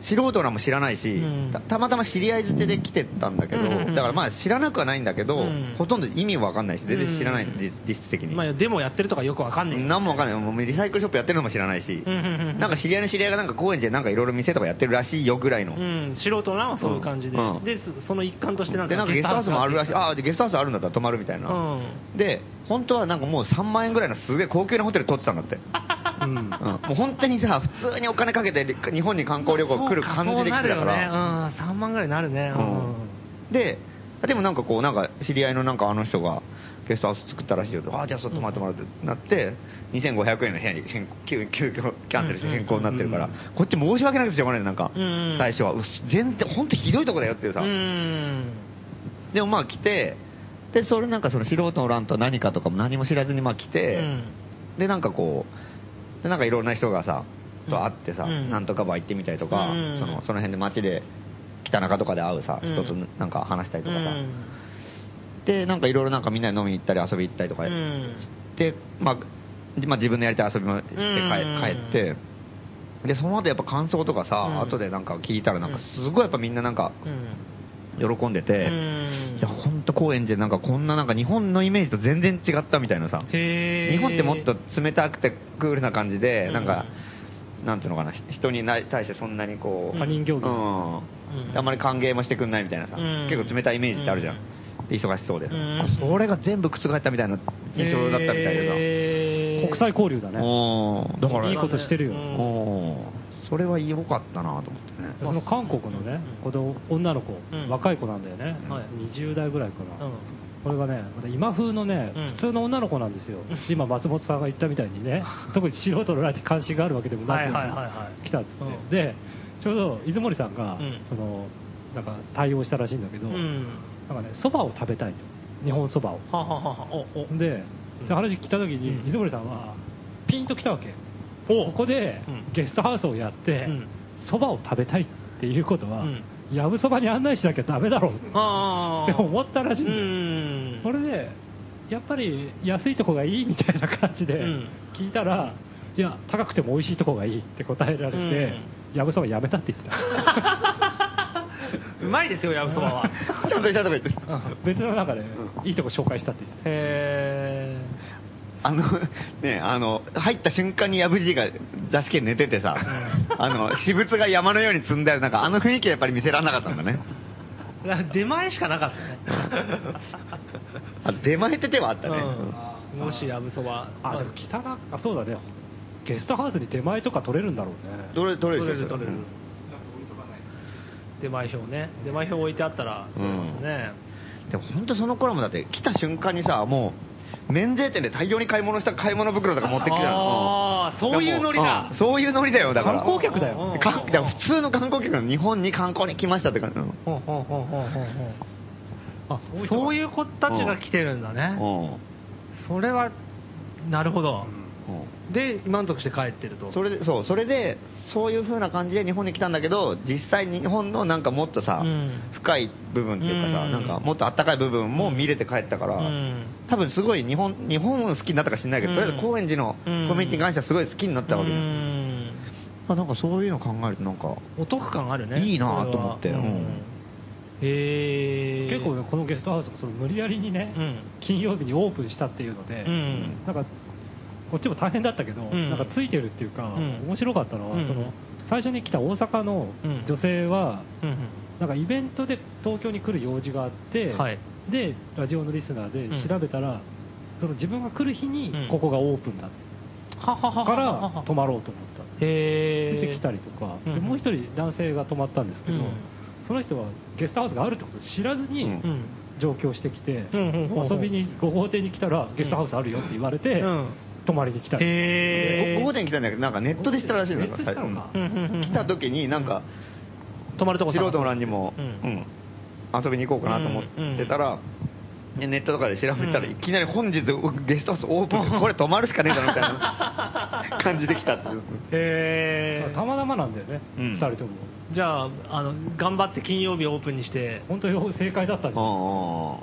S3: 素人らも知らないし、
S1: うん
S3: たたまたま知り合い捨てで来てたんだけど、
S1: うんうんうん
S3: だからまあ知らなくはないんだけど、
S1: うん
S3: ほとんど意味わかんないし全然知らない、
S1: うん
S3: 実実質的に、
S1: まあ、でもやってるとかよくわかんない
S3: 何もわかんないもうリサイクルショップやってるのも知らないし、
S1: な
S3: なんか知り合いの知り合いがなんか高円寺でなんかいろいろ店とかやってるらしいよぐらいの、
S1: うん、素人らはそういう感じで、
S3: うん
S1: でそその一環としてなんか
S3: でなんかゲストハウスもあるらしいああーでゲストハウスあるんだったら泊まるみたいな、
S1: うん
S3: で本当はなんかもう3万円ぐらいのすげえ高級なホテル取ってたんだって
S2: うん
S3: うんもう本当にさ、普通にお金かけて日本に観光旅行来る感じで来て
S1: そ
S3: た
S1: うな
S3: か
S1: るよね、
S3: ら、
S1: うん、3万ぐらいになるね、うん
S3: で、でもなんかこう、なんか知り合いのなんかあの人がゲストハウス作ったらしいよと、ああ、じゃあそう泊まってもらってなって、2500円の部屋に変更急急遽キャンセルして変更になってるから、こっち申し訳なくてしょうがないのなんか、
S1: うん
S3: 最初は、うっ全然、本当ひどいとこだよっていうさ、
S1: うん
S3: でもまあ来て、で、それなんかその素人の欄と何かとかも何も知らずにまあ来て、
S1: うん
S3: でなんかこうでなんかいろんな人がさ
S1: うん
S3: と会ってさ、
S1: うん
S3: なんとかバー行ってみたりとか、
S1: うん
S3: そのその辺で街で北中とかで会うさ、
S1: うん
S3: 人となんか話したりとかさ、
S1: うん
S3: でなんかいろいろなんかみんなで飲みに行ったり遊び行ったりとか
S1: う
S3: し
S1: ん
S3: て、まあでまあ自分のやりたい遊びもして帰,、
S1: うん
S3: 帰ってでその後やっぱ感想とかさ、
S1: うん
S3: 後でなんか聞いたらなんかすごいやっぱみんななんか
S1: うん
S3: 喜んでて、
S1: うん
S3: いや本当高円寺なんかこんななんか日本のイメージと全然違ったみたいなさ
S1: へー
S3: 日本ってもっと冷たくてクールな感じで、
S1: うん
S3: なんか、なんていうのかな、人にな対してそんなにこう、
S1: 他人
S2: 行儀
S3: うん
S1: うん
S3: あんまり歓迎もしてくんないみたいなさ、
S1: うん
S3: 結構冷たいイメージってあるじゃん、で忙しそうで、
S1: うん
S3: あそれが全部覆ったみたいな印象だったみたいで
S1: へー
S2: 国際交流だ
S3: さ、
S2: ね。
S3: うんだから、
S2: いいことしてるよ
S1: うん
S3: うんそれは良かったなと思ってね。
S2: その韓国のね、この女の子、
S1: うん
S2: 若い子なんだよね、
S1: はい
S2: 20代ぐらいかな、
S1: うん
S2: これがね、また今風のね、
S1: うん
S2: 普通の女の子なんですよ、今、松本さんが言ったみたいにね、特に素人のライって関心があるわけでもなく、
S1: はいはいはいはい
S2: 来たっつって、
S1: うん
S2: で、ちょうど出森さんが、
S1: うん
S2: そのなんか対応したらしいんだけど、
S1: うん
S2: なんかね、そばを食べたいと、日本そばを。
S1: ははははおお
S2: で、
S1: うん
S2: で話聞いたときに、
S1: うん
S2: 出森さんは、ピンときたわけ、ここで
S1: うん
S2: ゲストハウスをやって
S1: うん、
S2: そばを食べたいっていうことは
S1: うん、
S2: やぶそばに案内しなきゃだめだろう
S1: あ
S2: って思ったらしいんだよ
S1: うん
S2: それで、やっぱり安いとこがいいみたいな感じで
S1: うん
S2: 聞いたら、いや、高くても美味しいとこがいいって答えられて、やぶそばやめたって
S1: *laughs*
S2: 言ってた。
S1: *laughs* うまいですよ、やぶそばは。
S3: ちゃんとしたとこ言って。
S2: 別の中で、いいとこ紹介したって言ってた。
S1: へ
S3: あの、ね、あの、入った瞬間にやぶじいが座敷で寝ててさ、あの、私物が山のように積んである、なんかあの雰囲気はやっぱり見せられなかったんだね。
S1: ー出前しかなかったね。
S3: あ出前って手はあったね。
S1: うんもしやぶそば。
S2: あ、でも北が、あ、そうだね。ゲストハウスに出前とか取れるんだろうね。
S3: どれ、どれ
S1: 取れる
S3: ど
S1: 取れる。出前表ね。出前表置いてあったら、
S3: うん
S1: ね。
S3: でも本当その頃もだって来た瞬間にさ、もう、免税店で大量に買い物した買い物袋とか持ってきてたの。
S1: ああ、そういうノリだ
S3: うん。そういうノリだよ、だから。
S2: 観光客だよ
S1: うん
S3: 観だから普通の観光客なの日本に観光に来ましたって感じなの。
S1: ほうほうほうほうほうほうあそういう子たちが来てるんだね、それはなるほど、
S3: うんうん
S1: で満足して帰ってると
S3: それで、そう、それで、そういう風な感じで日本に来たんだけど、実際日本のなんかもっとさ、
S1: うん
S3: 深い部分っていうかさ、
S1: うん
S3: なんかもっとあったかい部分も見れて帰ったから、
S1: うん
S3: 多分すごい日本、日本を好きになったか知んないけど、
S1: うん
S3: とりあえず高円寺のコミュニティに関してはすごい好きになったわけ
S1: う
S3: です。
S1: ん
S3: まあなんかそういうの考えるとなんか、
S1: お得感あるね
S3: いいなぁと思って
S1: それは
S3: うん
S1: へえ
S2: 結構ねこのゲストハウスもその無理やりにね、
S1: うん
S2: 金曜日にオープンしたっていうので、
S1: うん
S2: なんかこっちも大変だったけど、
S1: ん
S2: なんかついてるっていうか、
S1: うん
S2: 面白かったのは、
S1: うん
S2: その最初に来た大阪の
S1: うん
S2: 女性は、
S1: うん
S2: なんかイベントで東京に来る用事があって、
S1: はい
S2: でラジオのリスナーで調べたら、その自分が来る日に
S1: うん
S2: ここがオープンだっ
S1: ははは
S2: た
S1: は
S2: から泊まろうと思った。
S1: へえ
S2: 出てきたりとか、
S1: うん
S2: でもう一人男性が泊まったんですけど、
S1: うん
S2: その人はゲストハウスがあるってことを知らずに、
S3: うん
S1: うん
S2: 上京してきて、
S1: うんうんうんうん
S2: 遊びにご法廷に来たらゲストハウスあるよって言われて、
S1: うん
S2: 泊まりに来たり、
S1: へえ
S3: 午後店来たんだけど、なんかネットで知ったらしいの
S2: ネットで知ったのか
S1: うんうんうん
S3: 来た時になんか、
S1: 泊まるとこ
S3: 素
S1: 探す
S3: 人の欄にも、
S1: う
S3: うんん、遊びに行こうかなと思ってたら、ねネットとかで調べたら、
S1: うん
S3: いきなり本日ゲストハウスオープンで、これ泊まるしかねえだろみたい
S1: *laughs*
S3: な感じで来たっていう。
S1: へ
S2: まあ
S1: え
S2: たまたまなんだよね、
S3: う
S2: 二
S3: ん
S2: 人とも
S1: じゃああの頑張って金曜日オープンにして
S2: 本当に正解だったんですよ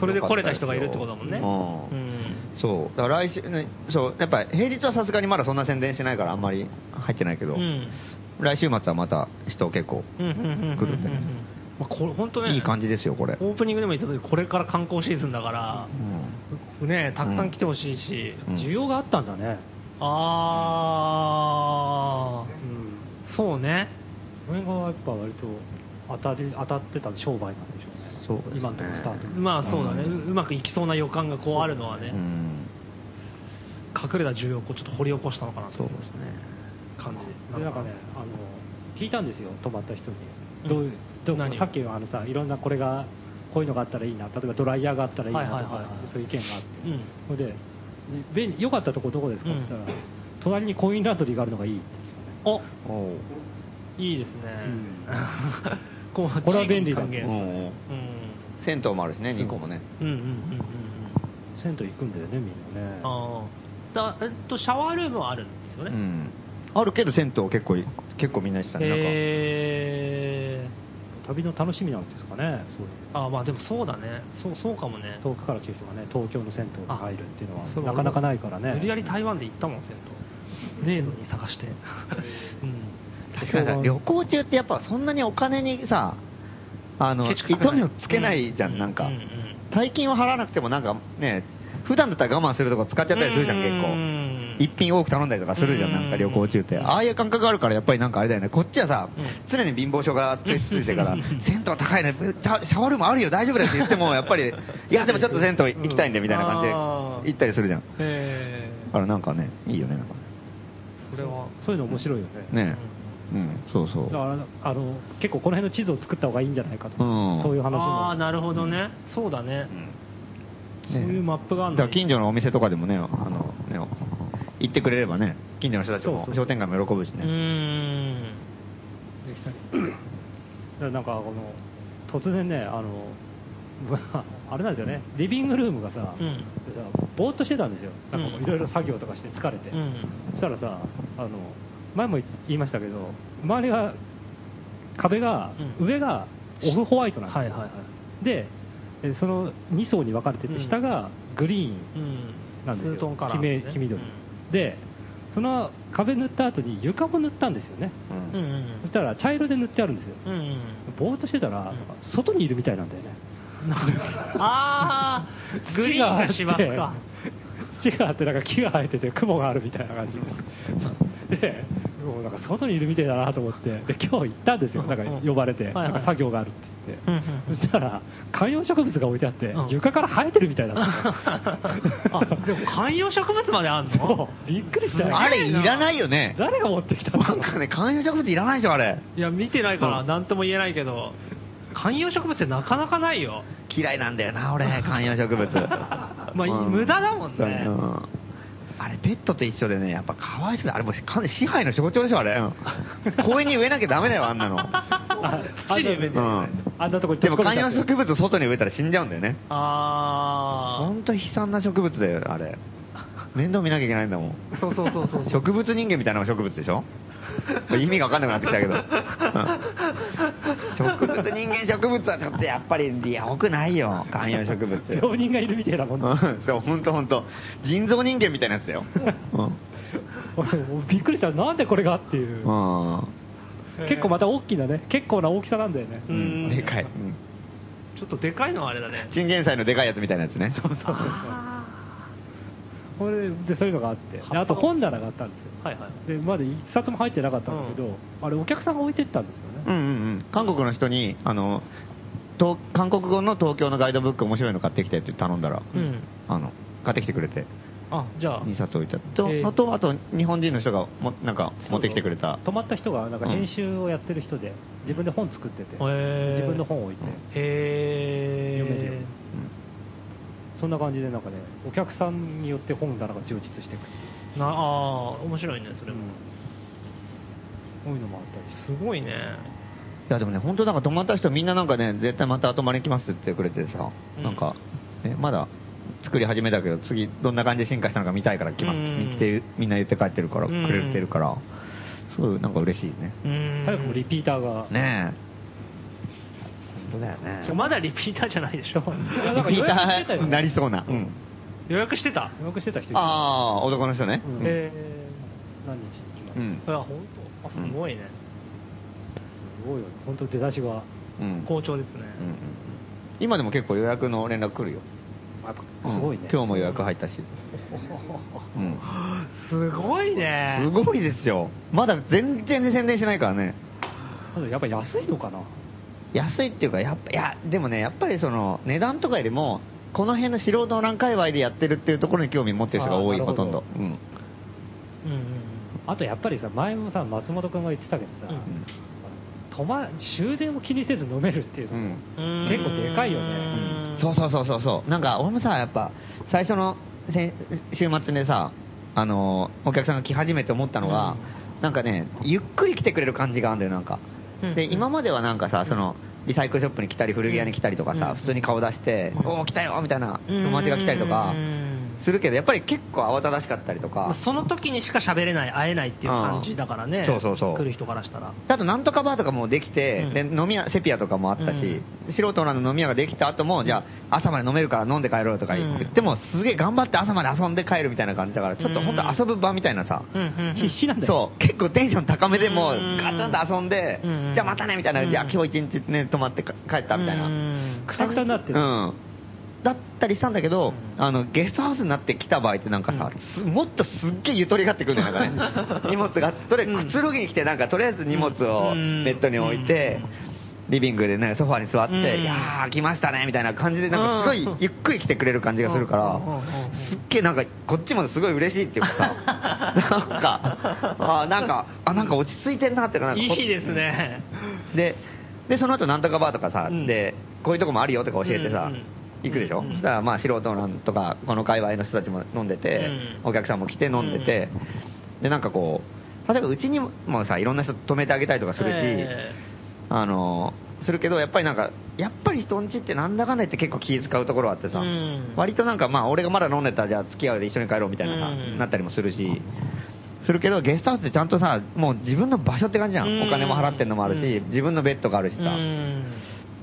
S1: それで来れた人がいるってことだもんね
S3: うん
S1: うん
S3: そう、だから来週、ね、そう、やっぱ平日はさすがにまだそんな宣伝してないからあんまり入ってないけど、
S1: うん
S3: 来週末はまた人結構
S1: うんうんうんうんうん
S3: 来るんでね
S1: まあこれ本当ね
S3: いい感じですよ、これ。
S1: オープニングでも言った通りこれから観光シーズンだから
S3: うん
S1: ねたくさん来てほしいし
S3: うん
S2: 需要があったんだね、
S1: あ
S2: う
S1: あ
S2: ん、
S1: そうね
S2: それがやっぱ割と当たり当たってた商売なんでしょうね
S3: そうですね
S2: 今のところスタート
S1: まあそうだねううまくいきそうな予感がこうあるのは
S3: う
S1: ね
S3: ん、
S1: 隠れた需要をこうちょっと掘り起こしたのかなと
S3: そ
S1: いう
S3: ですね。
S1: う感じ
S2: でなんかねあの聞いたんですよ泊まった人に、
S1: うん
S2: どういうどう
S1: 何を
S2: さっきのあのさいろんなこれがこういうのがあったらいいな例えばドライヤーがあったらいいなとか、
S1: はいはいはいはい
S2: そういう意見があって、
S1: うん
S2: それで便利良かったとこどこですかって言ったら、隣にコインランドリーがあるのがいいって言って
S1: お
S3: おう
S1: いいですね
S2: うん
S1: *laughs* こう
S2: これは便利だ
S1: 地域に還元
S3: うん銭湯もあるしね、2個もね。
S1: うんうんうんうんうん
S2: たね銭湯行くんだよねみんなね
S1: ああだえっとシャワールームはあるんですよ
S3: う
S1: ね、
S3: ん。あるけど銭湯結構い、結構みんなしたね。なんか、
S1: へえ
S2: 旅の楽しみなんですかねそういう
S1: あまあでもそうだねそうそうかもね
S2: 遠くから来る人がね東京の銭湯に入るっていうの
S1: あそれ
S2: はなかなかないからね
S1: 無理やり台湾で行ったもん銭湯ねえのに探
S2: *laughs*
S1: してうん
S3: 確かにさ、旅行中ってやっぱそんなにお金にさ、あの、
S1: ケチかか
S3: 糸目をつけないじゃ、
S1: うん
S3: なんか
S1: う。う
S3: 大金を払わなくてもなんかね、普段だったら我慢するとこ使っちゃったりするじゃん、結構。
S1: ん
S3: 一品多く頼んだりとかするじゃん、なんか旅行中って。ああいう感覚があるから、やっぱりなんかあれだよね。こっちはさ
S1: うん、
S3: 常に貧乏症がついついてから
S1: うん、
S3: *laughs* 銭湯高いね、シャシャワールームあるよ、大丈夫だよって言って
S1: *laughs*
S3: も、やっぱり、いや、でもちょっと銭湯行きたいんで、みたいな感じで
S1: うんあー
S3: 行ったりするじゃん。だ
S1: え
S3: からなんかね、いいよね、なんか。
S1: それは
S2: そういうの面白いよね
S3: ねうん、そうそ
S2: だか
S3: う。
S2: らあの結構この辺の地図を作った方がいいんじゃないかとか、
S3: うん
S2: そういう話も
S1: ああなるほどねそうだねそういうマップがある
S3: だ
S1: の
S3: から近所のお店とかでもね、あの、ね、行ってくれればね、近所の人たちも
S2: そうそう
S3: 商店街も喜ぶし
S1: う
S3: ね。
S1: ーん
S2: だからなんかこの突然ねあの *laughs* あれなんですよねリビングルームがさ、
S1: うん
S2: ぼーっとしてたんですよなんかこ
S1: う
S2: うんいろいろ作業とかして疲れて、
S1: うん
S2: そしたらさあの前も言いましたけど周りが壁が、
S1: うん
S2: 上がオフホワイトなんですよ
S1: はいはいは
S2: でえその2層に分かれてて、
S1: うん
S2: 下がグリーン
S1: うん
S2: なんです
S1: ツ
S2: よ
S1: ートンカラー
S2: 黄
S1: ね
S2: め黄緑、
S1: う
S2: でその壁塗った後に床も塗ったんですよね、
S1: んうん
S2: そしたら茶色で塗ってあるんですよ、
S1: うんうん
S2: ぼーっとしてたら、なんか外にいるみたいなんだよね。
S1: *laughs* ああグリーンが芝生か
S2: 土があって、なんか木が生えてて、雲があるみたいな感じで。で、もうなんか外にいるみたいだなと思って、で、今日行ったんですよ、なんか呼ばれて、
S1: うんはいはい
S2: なんか作業があるって言って。
S1: うんうん
S2: そしたら、観葉植物が置いてあって、
S1: うん
S2: 床から生えてるみたいだったんですよ
S1: *laughs* あでも観葉植物まであん
S2: そ
S1: の
S2: うびっくりしたよ
S3: あれいらないよね。
S2: 誰が持ってきたんだ
S3: な
S2: ろうん
S3: かね、観葉植物いらないでしょ、あれ。
S1: いや見てないから何とも言えないけど観葉植物ってなかなかないよ
S2: *laughs*
S3: 嫌いなんだよな、俺、観葉植物。
S1: まあ
S3: うん
S1: 無駄だもんね
S3: うんあれ、ペットと一緒でね、やっぱかわいそうだ。あれもう完全に支配の象徴でしょ、あれ。公園に植えなきゃダメだよ、あ
S2: *laughs*
S3: んなの。
S1: 土に埋めてる
S3: うん
S2: あんなとこに
S3: で
S2: 閉
S3: も
S2: じ込め
S3: 観
S2: ちゃ
S3: 葉
S2: って
S3: 植物を外に植えたら死んじゃうんだよね。ほ
S1: あ
S3: んと悲惨な植物だよ、あれ。面倒見なきゃいけないんだもん。
S1: あそうそうそうそう
S3: 植物人間みたいなのが植物でしょ意味が分かんなくなってきたけど、うん植物人間植物はちょっとやっぱりいや良くないよ観葉
S1: *laughs*
S3: 植物
S2: *laughs* 病人がいるみたいなもんだ
S3: うんそう本当本当人造人間みたいなやつだよ、
S2: 俺もうびっくりしたなんでこれがっていううん
S1: へえ
S2: 結構また大きなね結構な大きさなんだよね
S1: う
S3: うんん、でかい、
S1: ちょっとでかいのはあれだね
S3: チンゲンサイのでかいやつみたいなやつね
S1: あ
S2: これでそういうのがあってであと本棚があったんですよ
S1: ーはいはい
S2: でまだ一冊も入ってなかったんですけど、
S1: う
S2: あれお客さんが置いてったんですよね、
S3: うんうんうん韓国の人にあのと韓国語の東京のガイドブック面白いの買ってきてって頼んだら、
S1: うん
S3: あの買ってきてくれて
S1: あじゃあ
S3: 2冊置いてあったと、
S1: えー
S3: あとあと日本人の人がもなんか持ってきてくれた
S2: 泊まった人がなんか編集をやってる人で、自分で本作ってて、
S1: へえ
S2: 自分の本を置いて、
S1: へえ
S2: 読めるよそんな感じでなんかねお客さんによって本棚が充実していくっていう
S1: なあー面白いねそれも、
S2: こういうのもあったりして
S1: すごいね
S3: いやでもね、本当なんか泊まった人みんななんかね、絶対また泊まりに来ますって言ってくれてさ、
S1: うん
S3: なんか、ね、まだ作り始めたけど、次どんな感じで進化したのか見たいから来ますって
S1: うん
S3: 言って、みんな言って帰ってるから、
S1: う
S3: く
S1: ん
S3: れてるから、すごいなんか嬉しいね。
S1: うん
S2: 早くもリピーターが、
S3: ねえ。本当だよね。
S1: まだリピーターじゃないでしょ *laughs*
S2: なんか
S3: リピ
S2: 予
S3: ー
S2: 約して
S3: タ
S2: たよ
S3: ー
S2: ね
S3: になりそうな。
S1: 予約してた
S2: 予約してた人いる
S3: ああ、男の人ね。
S2: うん
S1: へ
S2: 何日行きまし
S3: う
S2: た、
S3: ん
S1: え。あ本当あすごいね、
S2: すごいよね本当出だしが
S3: うん
S1: 好調ですね、
S3: うん今でも結構予約の連絡来るよ。
S2: やっぱ
S3: うん
S2: すごいね、
S3: 今日も予約入ったし。うん
S1: すごいね
S3: すごいですよ。まだ全然宣伝してないからね。
S2: ただやっぱ安いのかな
S3: 安いっていうか、やっぱ、いや、でもね、やっぱりその、値段とかよりも、この辺の素人欄界隈でやってるっていうところに興味持ってる人が多い、
S2: あーな
S3: ほ
S2: るほど
S3: とんど。うん。
S1: うんうん
S2: あとやっぱりさ前もさ松本君が言ってたけどさ、
S1: うん
S2: 止ま終電を気にせず飲めるっていう
S3: う
S2: の、
S3: ん。
S1: うん
S2: 結構でかいよね
S1: うん
S3: そうそうそうそうそう。なんか、俺もさ、やっぱ、最初の先週末でさ、あのー、お客さんが来始めて思ったのが、なんかね、ゆっくり来てくれる感じがあるんだよ、なんか。
S1: うん
S3: で、今まではなんかさ、その、リサイクルショップに来たり、古着屋に来たりとか
S1: う
S3: さ、
S1: ん
S3: 普通に顔出して、おー、来たよみたいな、
S1: うん
S3: 友達が来たりとか
S1: うん、
S3: するけど、やっぱり結構慌ただしかったりと
S1: ま
S3: か
S1: あ、その時にしか喋れない会えないっていう感じだからね
S3: うんそうそうそう
S1: 来る人からしたら
S3: あと、なんとかバーとかもできて、
S1: うん
S3: で飲み屋、セピアとかもあったし、素人らの飲み屋ができた後も、じゃあ、朝まで飲めるから飲んで帰ろうとか言って、
S1: うん
S3: でも、すげえ頑張って朝まで遊んで帰るみたいな感じだから、ちょっと
S1: うん
S3: 本当遊ぶ場みたいなさ、
S1: うんうん
S2: 必死なんだよ
S3: そう、結構テンション高めでも
S1: うん、
S3: ガツンと遊んで
S1: うん、
S3: じゃあまたねみたいな、
S1: うん
S3: じゃあ今日一日ね、泊まってか帰ったみたいな。
S1: うん
S2: くたくたになってる、
S3: うん。だったりしたんだけど、あの、ゲストハウスになって来た場合ってなんかさ、すもっとすっげえゆとりがってくるんだよ、なん
S1: *laughs*
S3: かね。荷物が、とりあえ
S1: うん
S3: ずくつろぎに来て、なんかとりあえず荷物を
S1: うん
S3: ベッドに置いて、リビングでね、ソファーに座って、
S1: うん
S3: いやー、来ましたね、みたいな感じで、なんかす
S1: うん
S3: ごいゆっくり来てくれる感じがするから
S1: うんうんうんうん、
S3: すっげえなんか、こっちもすごい嬉しいってい
S1: *laughs*
S3: うかさ、なんか、あーなんか、あ、なんか落ち着いてんなってか、なんかこっち
S1: いいですね
S3: で、で、その後なんとかバーとかさ、
S1: うん
S3: で、こういうとこもあるよとか教えてさ、
S1: うんうん
S3: 行くでしょ、
S1: うんうん
S3: そしたらまあ素人なんとか、この界隈の人たちも飲んでて、
S1: うん
S3: お客さんも来て飲んでて、で、なんかこう、例えばうちにもさ、いろんな人泊めてあげたりとかするし、
S1: え
S3: あの、するけど、やっぱりなんか、やっぱり人んちってなんだかんだ言って結構気使うところあってさ、
S1: うん
S3: 割となんかまあ俺がまだ飲んでたらじゃあ付き合うで一緒に帰ろうみたいなさ、
S1: うん
S3: なったりもするし、するけどゲストハウスってちゃんとさ、もう自分の場所って感じじゃん。
S1: うん
S3: お金も払ってんのもあるし、
S1: うん
S3: 自分のベッドがあるし
S1: え
S3: さ。
S1: うん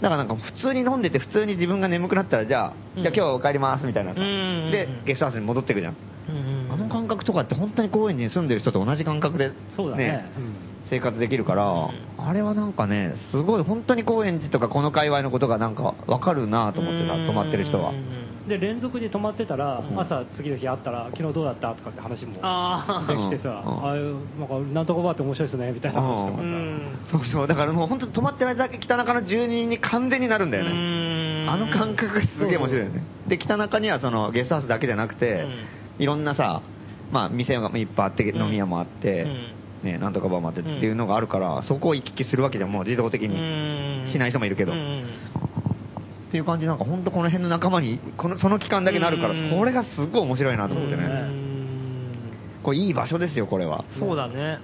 S3: だからなんか普通に飲んでて普通に自分が眠くなったらじゃあ、
S1: うん
S3: じゃあ今日は帰りますみたいなさ、
S1: うん
S3: でゲストハウスに戻ってくじゃん、
S1: うんうん
S3: あの感覚とかって本当に高円寺に住んでる人と同じ感覚で
S2: そうだねうん
S3: 生活できるから、
S1: ん
S3: あれはなんかねすごい本当に高円寺とかこの界隈のことがなんか分かるなと思ってさ
S1: うん
S3: 泊まってる人は
S2: で連続で泊まってたら、
S3: ん
S2: 朝次の日会ったら昨日どうだったとかって話もで
S1: あ
S3: ー
S2: きてさ、
S3: うん
S2: ああいうなんかなんとかバーって面白いですねみたいな話とか
S1: あ
S2: さ、
S1: うん
S3: そうそうだからもう本当に泊まってる間だけ北中の住人に完全になるんだよね、
S1: うん
S3: あの感覚がすげえ面白いよね。で、北中にはそのゲストハウスだけじゃなくて、いろんなさ、まあ店がいっぱいあって、
S1: うん
S3: 飲み屋もあって、ね、なんとかバーもあってっていうのがあるから、そこを行き来するわけじゃんもう自動的
S1: う
S3: に。
S1: ん
S3: しない人もいるけど
S1: うん
S3: っていう感じでなんか本当この辺の仲間にこのその期間だけなるから
S1: うん
S3: これがすごい面白いなと思って
S1: うー
S3: ね
S1: ん
S3: これいい場所ですよこれは
S1: そうだね。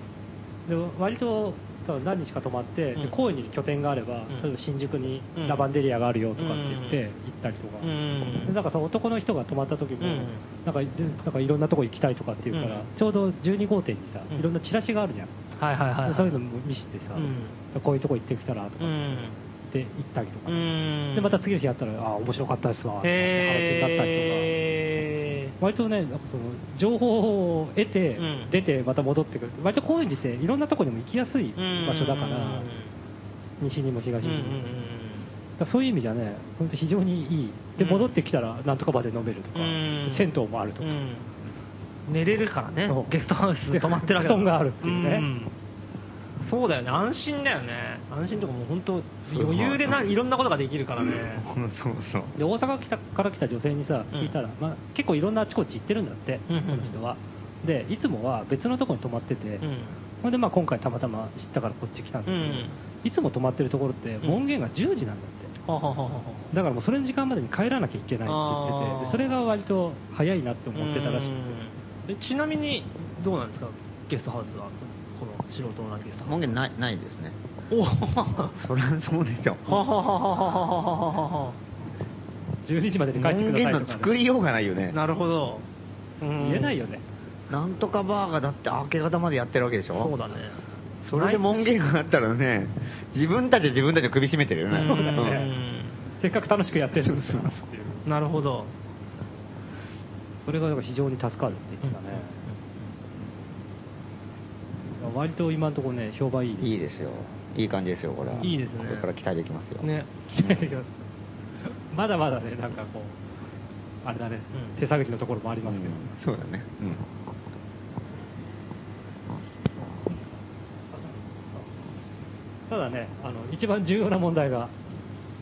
S2: で割と多分何日か泊まって、
S1: うん
S2: で高円寺に拠点があれば、
S1: ん
S2: 例えば新宿に
S1: うん
S2: ラバンデリアがあるよとかって言って
S1: うん
S2: 行ったりとか、
S1: うん
S2: でなんかその男の人が泊まった時も、
S1: うん
S2: なんかでなんかいろんなとこ行きたいとかっていうから、
S1: うん
S2: ちょうど12号店にさ、
S1: うん
S2: いろんなチラシがあるじゃん、
S1: はいはいはいはい。
S2: でそういうのも見せてさ、
S1: う
S2: こういうとこ行ってきたらとか
S1: う
S2: っ
S1: ん。
S2: て行ったりとか、
S1: うん。
S2: でまた次の日やったらああ面白かったですわって話になったりとか。
S1: へー。
S2: 割とね、なんかその情報を得て、
S1: うん
S2: 出て、また戻ってくる、割と高円寺っていろんなとこにも行きやすい場所だから、西にも東
S1: うん
S2: に
S1: う
S2: も、
S1: ん
S2: だからそういう意味じゃね、本当非常にいい、で
S1: うん
S2: 戻ってきたらなんとかまで飲めるとか、
S1: うん
S2: 銭湯もあると
S1: うんう
S2: か、
S1: ん。寝れるからね
S2: そう、
S1: ゲストハウスで泊まってるわけ
S2: 布団があるっていうね
S1: んそうだよね、安心だよね。安心とかもう本当、余裕でないろんなことができるからね。
S3: うんそうそう
S2: で大阪来たから来た女性にさ、
S1: うん
S2: 聞いたら、まあ、結構いろんなあちこち行ってるんだって、
S1: うんうん
S2: その人は。で、いつもは別のとこに泊まってて、
S1: うん。
S2: ほんでまあ今回たまたま知ったからこっち来たんだけ
S1: う
S2: ど、
S1: ん。
S2: いつも泊まってるところって門限が10時なんだって。
S1: ははははは。
S2: だからもうそれの時間までに帰らなきゃいけないって言って
S1: あー
S2: てでそれが割と早いなって思ってたらしく
S1: くて。ちなみに、どうなんですか、ゲストハウスは。この素人のゲストハウ
S3: 門限ないないですね
S1: ス。おは
S3: それはそうですよ
S1: はははははは。
S2: て12時までに帰って
S3: 門
S2: くだ
S3: 限
S2: さい
S3: の
S2: とか
S3: 作
S2: ね
S3: りようがないよね
S1: なるほど。
S2: 言えないよね
S3: なんとかバーがだって明け方までやってるわけでしょ
S1: そうだね。
S3: それで門限があったらね自分たちで自分たちで首絞めてるよね
S2: そうだよね
S1: う
S2: せっかく楽しくやってるんですから
S1: んなるほど。
S2: それがだから非常に助かるって言ってたね割と今のところね評判いい
S3: いいですよいい感じですよこれはい
S1: いですね
S3: これから期待できますよ
S1: ね。
S2: まだまだねなんかこうあれだね
S1: うん
S2: 手探りのところもあり
S3: う
S2: ますけど
S3: んそうだねうん
S2: ただねあの一番重要な問題が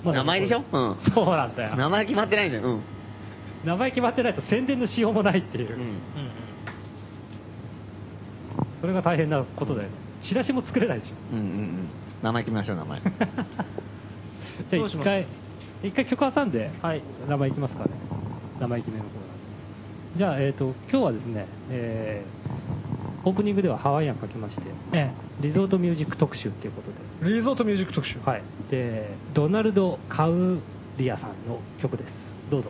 S2: まだ
S3: 名前でしょうん
S2: そうなんだよ
S3: 名前決まってないんだようん
S2: 名前決まってないと宣伝のしようもないっていうう、
S3: ん
S1: うん
S2: それが大変なことだよねチラシも作れないでしょ
S1: *laughs*
S3: うんうん名前決めましょう名前
S2: じゃ
S1: ど
S2: あ
S1: うし
S2: 一
S1: ます
S2: 回一回曲挟んで、
S1: はい
S2: 名前いきますかね名前決めのコーナーじゃあ、えー、と今日はですね、えーオープニングではハワイアンかけまして
S1: うんえ
S2: リゾートミュージック特集っていうことで
S1: え。リゾートミュージック特集。
S2: はい、でドナルド・カウリアさんの曲ですどうぞ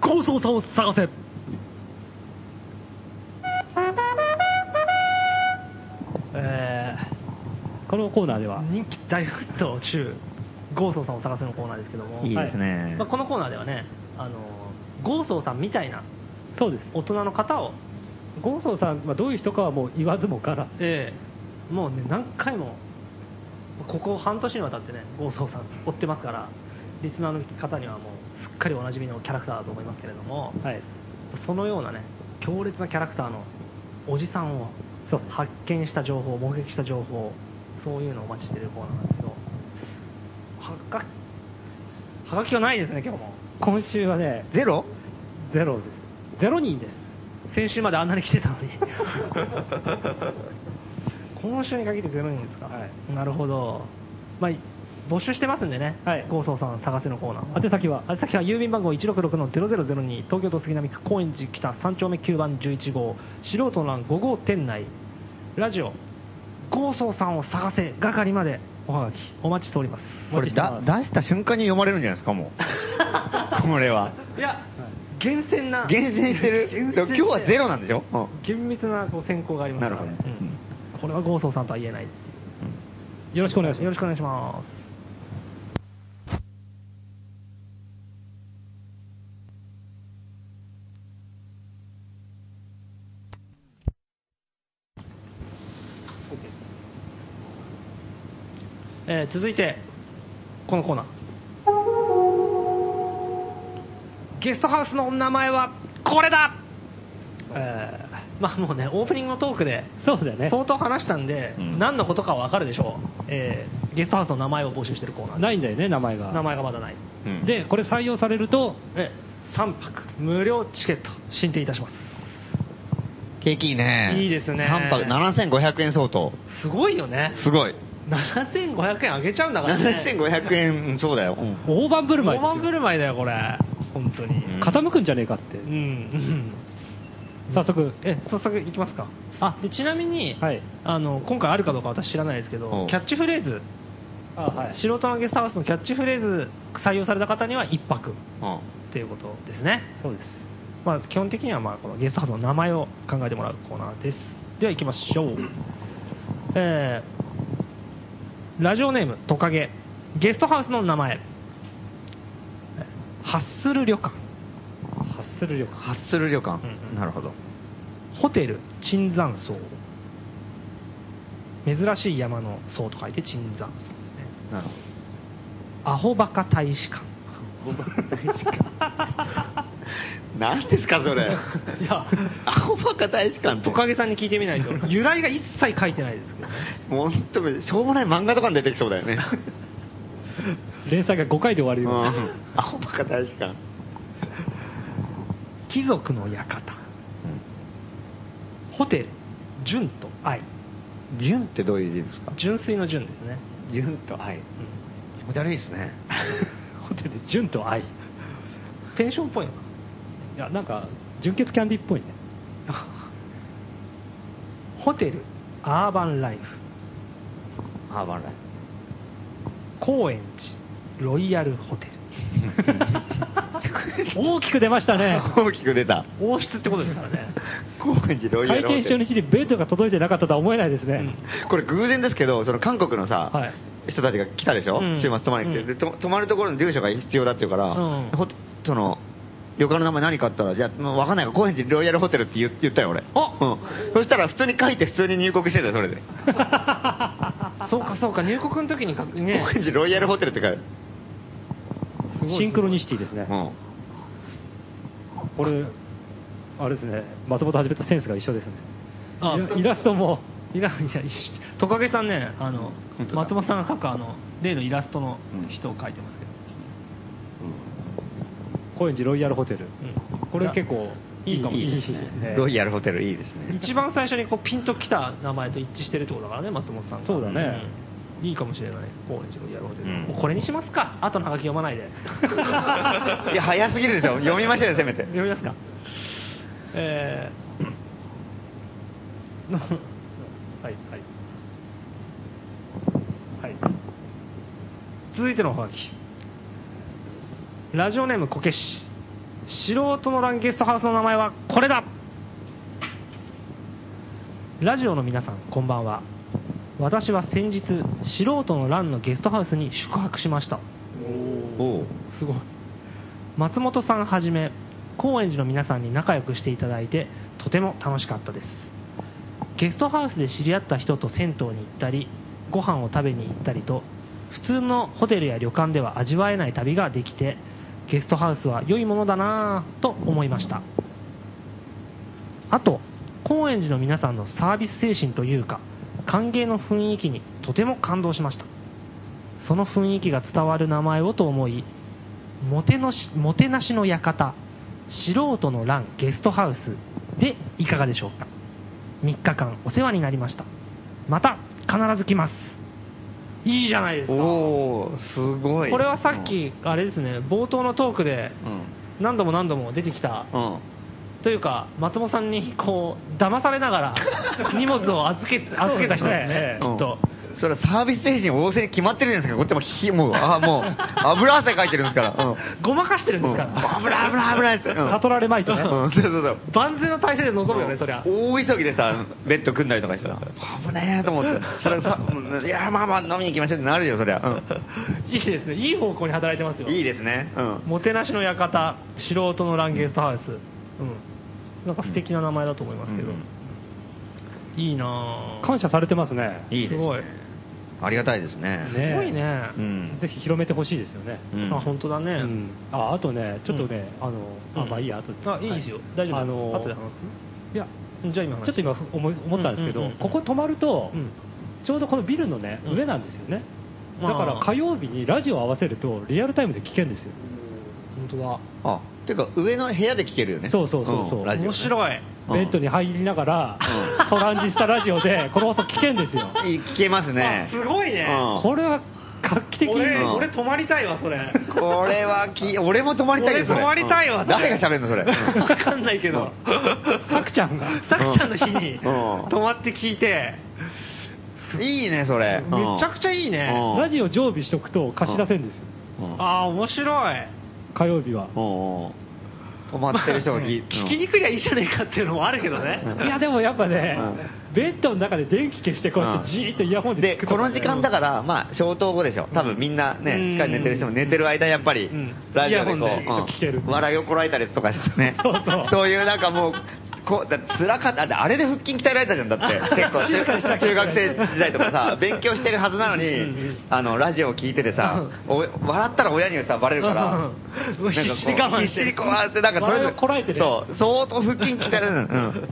S1: 高層さを探せ。え
S2: このコーナーでは
S1: ー、人気大沸騰中、ゴーソーさんを探せのコーナーですけども。
S3: いいですね
S1: まあ、このコーナーではね、あの、ゴーソーさんみたいな
S2: そうです
S1: 大人の方を、
S2: ゴンソーさんはどういう人かはもう言わずもから
S1: ええもうね、何回も、ここ半年にわたってね、ゴーソーさん追ってますから、リスナーの方にはもう、すっかりおなじみのキャラクターだと思いますけれども、
S2: はい
S1: そのようなね、強烈なキャラクターのおじさんを
S2: そう
S1: 発見した情報、目撃した情報、そういうのをお待ちしているコーナーなんですけど、はが、はがきはないですね、今日も。
S2: 今週はね
S3: ゼロ
S2: ゼロですゼロ人です *laughs*
S1: 先週まであんなに来てたのに。今週に限って0人ですか、
S2: はい
S1: なるほど、まあ、募集してますんでね、
S2: はい
S1: ゴーソーさん探せのコーナー
S2: 宛先は
S1: 宛先は郵便番号166-0002東京都杉並区高円寺北3丁目9番11号素人の欄5号店内ラジオゴーソーさんを探せ係までおはがきお待ちしております
S3: これだ出した瞬間に読まれるんじゃないですか、もう。これは。
S1: いや厳選 *laughs* な
S3: 厳選してる。
S1: 厳選し
S3: でも今日はゼロなんでしょうん
S1: 厳密なこう選考がありますから
S3: なるほど
S1: うんこれはゴーソーさんとは言えない
S2: よろしくお願いします
S1: よろしくお願いしますえー続いてこのコーナーゲストハウスの名前はこれだ、えーまあもうねオープニングのトークで
S2: そうだよね
S1: 相当話したんで、
S3: うん
S1: 何のことかは分かるでしょう、えーゲストハウスの名前を募集してるコーナーで
S2: ないんだよね名前が
S1: 名前がまだない、
S3: うん
S2: でこれ採用されると
S1: え3泊無料チケット進呈いたします
S3: 景気いいね。
S1: いいですね
S3: 3泊7500円相当。
S1: すごいよね
S3: すごい。
S1: 7500円あげちゃうんだからね
S3: 7500円、うんそうだよ。うん
S2: 大盤振る舞い
S1: 大
S2: ですよ
S1: 盤振る舞いだよこれ本当に
S3: うん
S2: 傾くんじゃねえかって
S1: うん、うん
S2: 早速
S1: え早速いきますかあでちなみに、
S2: はい
S1: あの今回あるかどうか私知らないですけ
S3: お
S1: ど
S3: う
S1: キャッチフレーズ
S2: あは
S1: 素人のゲストハウスのキャッチフレーズ採用された方には1泊
S3: うん
S1: っていうことですね
S2: そうです
S1: まあ、基本的にはまあこのゲストハウスの名前を考えてもらうコーナーですでは行きましょう、えーラジオネームトカゲゲストハウスの名前ハッスル旅館
S2: 発する力
S3: ハッスル旅館
S1: うんうん。
S3: なるほど。
S1: ホテル椿山荘珍しい山の荘と書いて椿山荘ね
S3: なる
S1: アホバカ大使館 *laughs*
S3: ほど。なんですか、そ *laughs* れ。
S1: いや
S3: アホバカ大使館っ
S1: *laughs*
S3: て
S1: ト。カゲさんに聞いてみない
S2: *laughs*
S1: と由来が一切書いてないですけどね
S3: もう本当にしょうもない漫画とかに出てきそうだよね。
S2: 連載が5回で終わる
S3: う
S2: ようなん
S3: アホバカ大使館。
S1: 貴族の館ホテル純と愛
S3: 純ってどういう字ですか
S1: 純粋の純ですね、
S3: 純と愛。気持ち悪いですね。
S2: ホテルで純と愛い
S1: ペンションっぽいのか
S2: やなんか純血キャンディーっぽいね
S1: な *laughs* ホテルアーバンライフ
S3: アーバンライ
S1: 高円寺ロイヤルホテル
S2: *laughs* 大きく出ましたね
S3: フ。 *laughs* 大きく出た。
S1: *laughs* 王室ってことですからね、
S3: 高円寺ロイヤ
S2: 開
S3: ルホテ
S2: 店
S3: ル
S2: 初日にベッドが届いてなかったとは思えないですね、
S3: *laughs* これ偶然ですけど、その韓国のさ、
S1: はい
S3: 人たちが来たでしょ、
S1: うん
S3: 週末泊まりに来て、
S1: うん
S3: でと泊まるところの住所が必要だって言うから、
S1: うん
S3: ほその旅館の名前何かあったら、じゃあ、もう分かんないから、高円寺ロイヤルホテルって言言ったよ、俺。
S1: あ
S3: うんそしたら、普通に書いて、普通に入国してたよ、それで。
S1: *laughs* そうかそうか入国の時にかね
S3: 高円寺ロイヤルホテルって書いて
S2: シンクロニシティですね、
S3: ある。うん
S2: これ、あれですね、松本はじめとセンスが一緒ですね、
S1: あ
S2: イライラストも、
S1: いやいや一緒トカゲさんねあの
S3: 本当だ
S1: 松本さんが描くあの例のイラストの人を描いてますけど、
S2: 高円寺ロイヤルホテル、
S1: うん
S2: これ結構いいかもしれないですね、
S3: ロイヤルホテルいいですね。
S1: 一番最初にこうピンときた名前と一致してるってことだからね松本さんが
S2: そうだね
S1: うんいいかもしれない高円寺のやろうで、
S3: うん
S1: もうこれにしますか後のハガキ読まないで
S3: いや、早すぎるでしょ。読みましょうよ、せめて。
S1: 読みますかえーはいはいはい続いてのおはがきラジオネームこけし素人のランゲストハウスの名前はこれだラジオの皆さんこんばんは私は先日素人のランのゲストハウスに宿泊しました
S3: おう
S1: すごい松本さんはじめ高円寺の皆さんに仲良くしていただいてとても楽しかったですゲストハウスで知り合った人と銭湯に行ったりご飯を食べに行ったりと普通のホテルや旅館では味わえない旅ができてゲストハウスは良いものだなぁと思いましたあと高円寺の皆さんのサービス精神というか歓迎の雰囲気にとても感動しましたその雰囲気が伝わる名前をと思いもてのしもてなしの館素人の欄ゲストハウスでいかがでしょうか3日間お世話になりましたまた必ず来ます。いいじゃないですか。こ
S3: おー、すごい。
S1: れはさっき、あれですね、冒頭のトークで
S3: う
S1: 何度も何度も出てきた、
S3: ん。うん。
S1: というか、松本さんにこう、騙されなが
S3: *laughs*
S1: ら荷物を預け預けた人ですね、き
S3: うん
S1: っと。
S3: それはサービス精神旺盛に決まってるじゃないですか。こっちも火、もう、ああ、もう、油汗かいてるんですから。うん。
S1: ごまかしてるんですか
S3: うん
S1: ら。
S3: 油、油、油って。うん
S2: 悟られまいとね
S3: うん、そうそうそう。
S1: 万全の体制で臨むよね、そりゃ。
S3: 大急ぎでさ、ベッド組んだりとかしてさ、危ねえと思って、それさ、うんいや、まあまあ飲みに行きましょうってなるよ、そりゃ。
S1: いいですね。いい方向に働いてます
S3: う
S1: よ。
S3: んいいですね。うん。
S1: もてなしの館、素人のランゲストハウス。うん。なんか素敵な名前だと思いますけど。
S3: うん
S1: いいなぁ。
S2: 感謝されてますね。
S3: いいです
S1: すごい。
S3: ね。ありがたいです
S1: す
S3: ね。
S2: ね
S1: ごいね。
S3: うん。
S2: ぜひ広めてほしいですよね。
S3: うん
S1: あ、本当だね。
S2: うんああとね、ちょっとね、あの、あ
S1: うん
S2: まあいいや、あと
S1: あ、いいですよ。大丈夫。
S2: あの
S1: 後で話
S2: いや、
S1: す。じゃあ今話
S2: ちょっと今ふ思い思ったんですけ
S1: うんう
S2: ど
S1: んうん、
S2: ここ泊まると、
S1: うん
S2: ちょうどこのビルのね、
S1: うん
S2: 上なんですよね。だ
S1: まあ
S2: から火曜日にラジオを合わせると、リアルタイムで聞けるんですよ。
S1: 本当だ。
S3: あ、てか上の部屋で聞けるよね。
S2: そうそうそうそうん
S3: ラジオ
S1: 面
S3: ね
S1: 白い。
S3: うん
S2: ベッドに入りながら
S3: う、
S2: トランジスタラジオで、この放送聞けるんですよ。
S3: い聞けますね
S1: あ。すごいね。
S3: うん
S2: これは画期的に。
S1: 俺、
S3: うん
S1: 俺泊まりたいわ、それ。
S3: これはき、俺も泊まりたいです、それ
S1: 俺泊まりたいわ
S3: うん
S1: それ
S3: 誰が喋るの、それ。う
S1: *laughs*
S3: ん
S1: わかんないけど。
S2: さくちゃんが。
S1: さくちゃんの日に
S3: うん
S1: 泊まって聞いて、
S3: いいね、それ。
S1: めちゃくちゃいいね。
S3: うん
S2: ラジオ常備しとくと貸し出せるんですよ。
S3: うん
S1: ああ、面白い。
S2: 火曜日は。
S3: うんうん泊まってる人が聞
S1: 聞きにくりゃいいじゃねえかっていうのもあるけどね。
S2: いやでもやっぱね、ベッドの中で電気消してこうやっ
S3: う
S2: て
S3: ん
S2: じーっとイヤホンで
S3: で、
S2: 聞く
S3: こと
S2: か
S3: の時間だから、まあ、消灯後でしょ。多分みんなね、
S1: うん
S3: しっかり寝てる人も寝てる間、やっぱり
S1: うん、
S3: ラジオで
S1: イ
S3: こ
S1: ヤホンで
S2: ずっと聞ける
S3: ううん、笑いをこらえたりとかしてね
S2: *laughs* そうそう。
S3: そういうなんかもう、こう、だって辛かった。だってあれで腹筋鍛えられたじゃん、だって。結構、
S2: *laughs* 中学生
S3: 中学生時代とかさ、勉強してるはずなのに、あの、ラジオを聞いててさ、お笑ったら親にさ、バレるから、
S1: うん
S2: *laughs*
S3: なんかこう
S1: 必死に我慢してる
S3: 必死にこうやって、なんかとりあえ
S2: 笑
S3: ず
S2: いをこらえてね
S3: そう、相当腹筋鍛えられるのうん。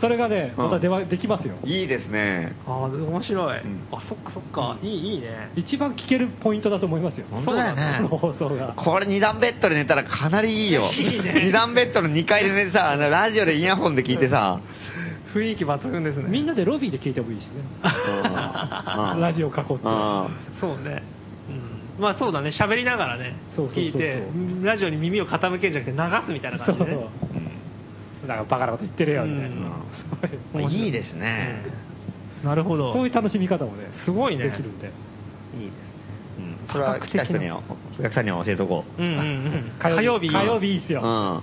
S2: それがね、また出はできますよ。
S3: いいですね。
S1: ああ、面白い。
S3: うん
S1: あ、そっかそっか。いい、いいね。
S2: 一番聞けるポイントだと思いますよ。
S3: 本当だよね
S2: そうこの放送が。
S3: これ二段ベッドで寝たらかなりいいよ。
S1: いいね
S3: 二段ベッドの2階で寝てさ、あのラジオでイヤホンで聞いてさ、
S1: 雰囲気抜群ですね。
S2: みんなでロビーで聞いてもいいしね。
S3: うん
S2: ラジオ囲って。
S3: うん
S1: そうね。うんまあそうだね、喋りながらね、
S2: そうそうそうそう
S1: 聞いて、ラジオに耳を傾けるんじゃなくて流すみたいな
S2: そ
S1: 感
S2: う
S1: じで、ね。
S2: そう。なんかバカなこと言ってるよみたいな
S1: うん
S3: まあいいですね。
S1: なるほど。
S2: そういう楽しみ方もね、
S1: すごいね
S2: できるんで。
S3: いいですね。うんそれは来た人には、お客さんには教えとこう。
S1: うんうんうん。火曜日。
S2: 火曜日いいっす
S3: うん。
S2: よ。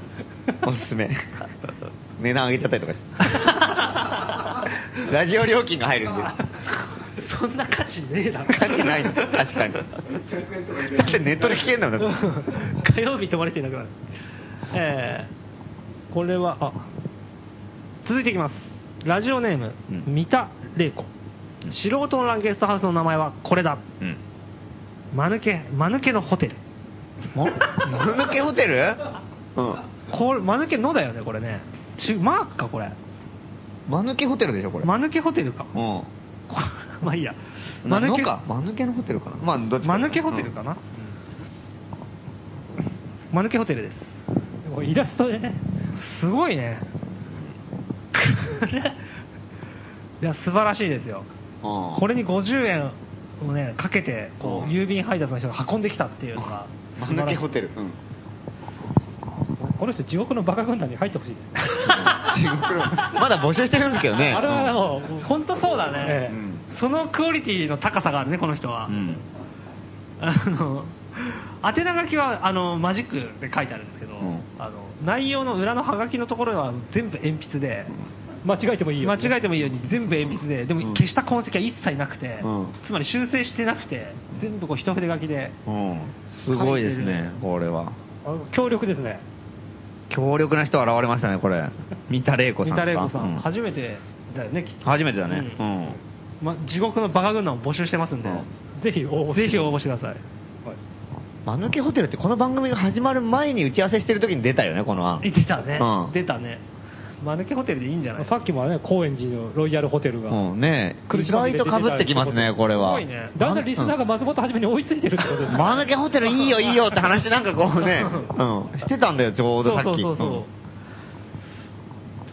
S3: おすすめ。値段上げちゃったりとかして。ラジオ料金が入るんで。
S1: そんな価値ねえだろ。
S3: 関係ないの、確かに。だってネットで聞けんだもんだって。
S1: 火曜日泊まれていなくなる。えー、これは、あ、続いていきます。ラジオネーム、
S3: うん
S1: 三田玲子。
S3: うん
S1: 素人のランゲストハウスの名前はこれだ。
S3: うん。
S1: 間抜け、間抜けのホテル。
S3: もぬ抜けホテルうん。
S1: これ、間抜けのだよね、これね。ちマークか、これ。
S3: 間抜けホテルでしょ、これ。
S1: 間抜けホテルか。
S3: う
S1: こ
S3: ん。
S1: *laughs* まあいいや。
S3: 間抜けか。間抜けのホテルかな。まあ、どっち
S1: 間抜けホテルかな。間抜けホテルです。
S2: もうイラストでね。
S1: すごい
S2: *laughs*
S1: ね。これいや、素晴らしいですよ。
S3: うん。
S1: これに50円をね、かけて、こ
S3: う
S1: う、
S3: ん
S1: 郵便配達の人が運んできたっていうのが。
S3: 間抜けホテル。うん。
S2: この人、地獄のバカ軍団に入ってほしいで
S3: *laughs*
S2: す。
S3: 地獄のまだ募集してるんですけ
S1: *laughs*
S3: どね。
S2: あれはもう、
S1: 本当そうだね
S2: え、
S1: そのクオリティの高さがあるね、この人は。
S3: うん。
S1: あの、宛名書きは、あの、マジックで書いてあるんですけど、
S3: うん
S1: あの、内容の裏のハガキのところは全部鉛筆で、
S2: 間違えてもいいよ。
S1: 間違えてもいいように全部鉛筆で、で
S3: う
S1: も
S3: ん
S1: 消した痕跡は一切なくて、
S3: うん
S1: つまり修正してなくて、全部こう一筆書きで、
S3: うん。うん。すごいですね、これは。
S2: あの強力ですね。
S3: 強力な人現れましたね、これ。三田玲子さ
S1: 三
S3: ん
S1: 田
S3: ですか。
S1: 玲子さん、
S3: う
S1: 初めてだよね、きっと
S3: 初めてだね。
S1: う
S3: うんん。
S1: ま、地獄のバカ軍団を募集してますんで、
S3: うん
S2: ぜひ応募
S1: ぜひ応募してくだ *laughs* さい。
S3: 間抜けホテルってこの番組が始まる前に打ち合わせしてる時に出たよね、この案。
S1: 出たね、
S3: うん
S1: 出たね。間抜けホテルでいいんじゃない
S2: さっきもね、高円寺のロイヤルホテルが、
S3: うん、ね
S2: 苦
S3: え。
S2: し
S3: 意
S2: 紛れ
S3: 外
S2: て
S3: と被ってきますね、これは。
S1: すごいね
S2: だんだんリスナーが松本はじめに追いついてるってことですね。
S3: マヌケホテルいいよいいよって
S1: *laughs*
S3: 話なんかこうね、うん、してたんだよちょうどさっき
S1: そうそうそうそう、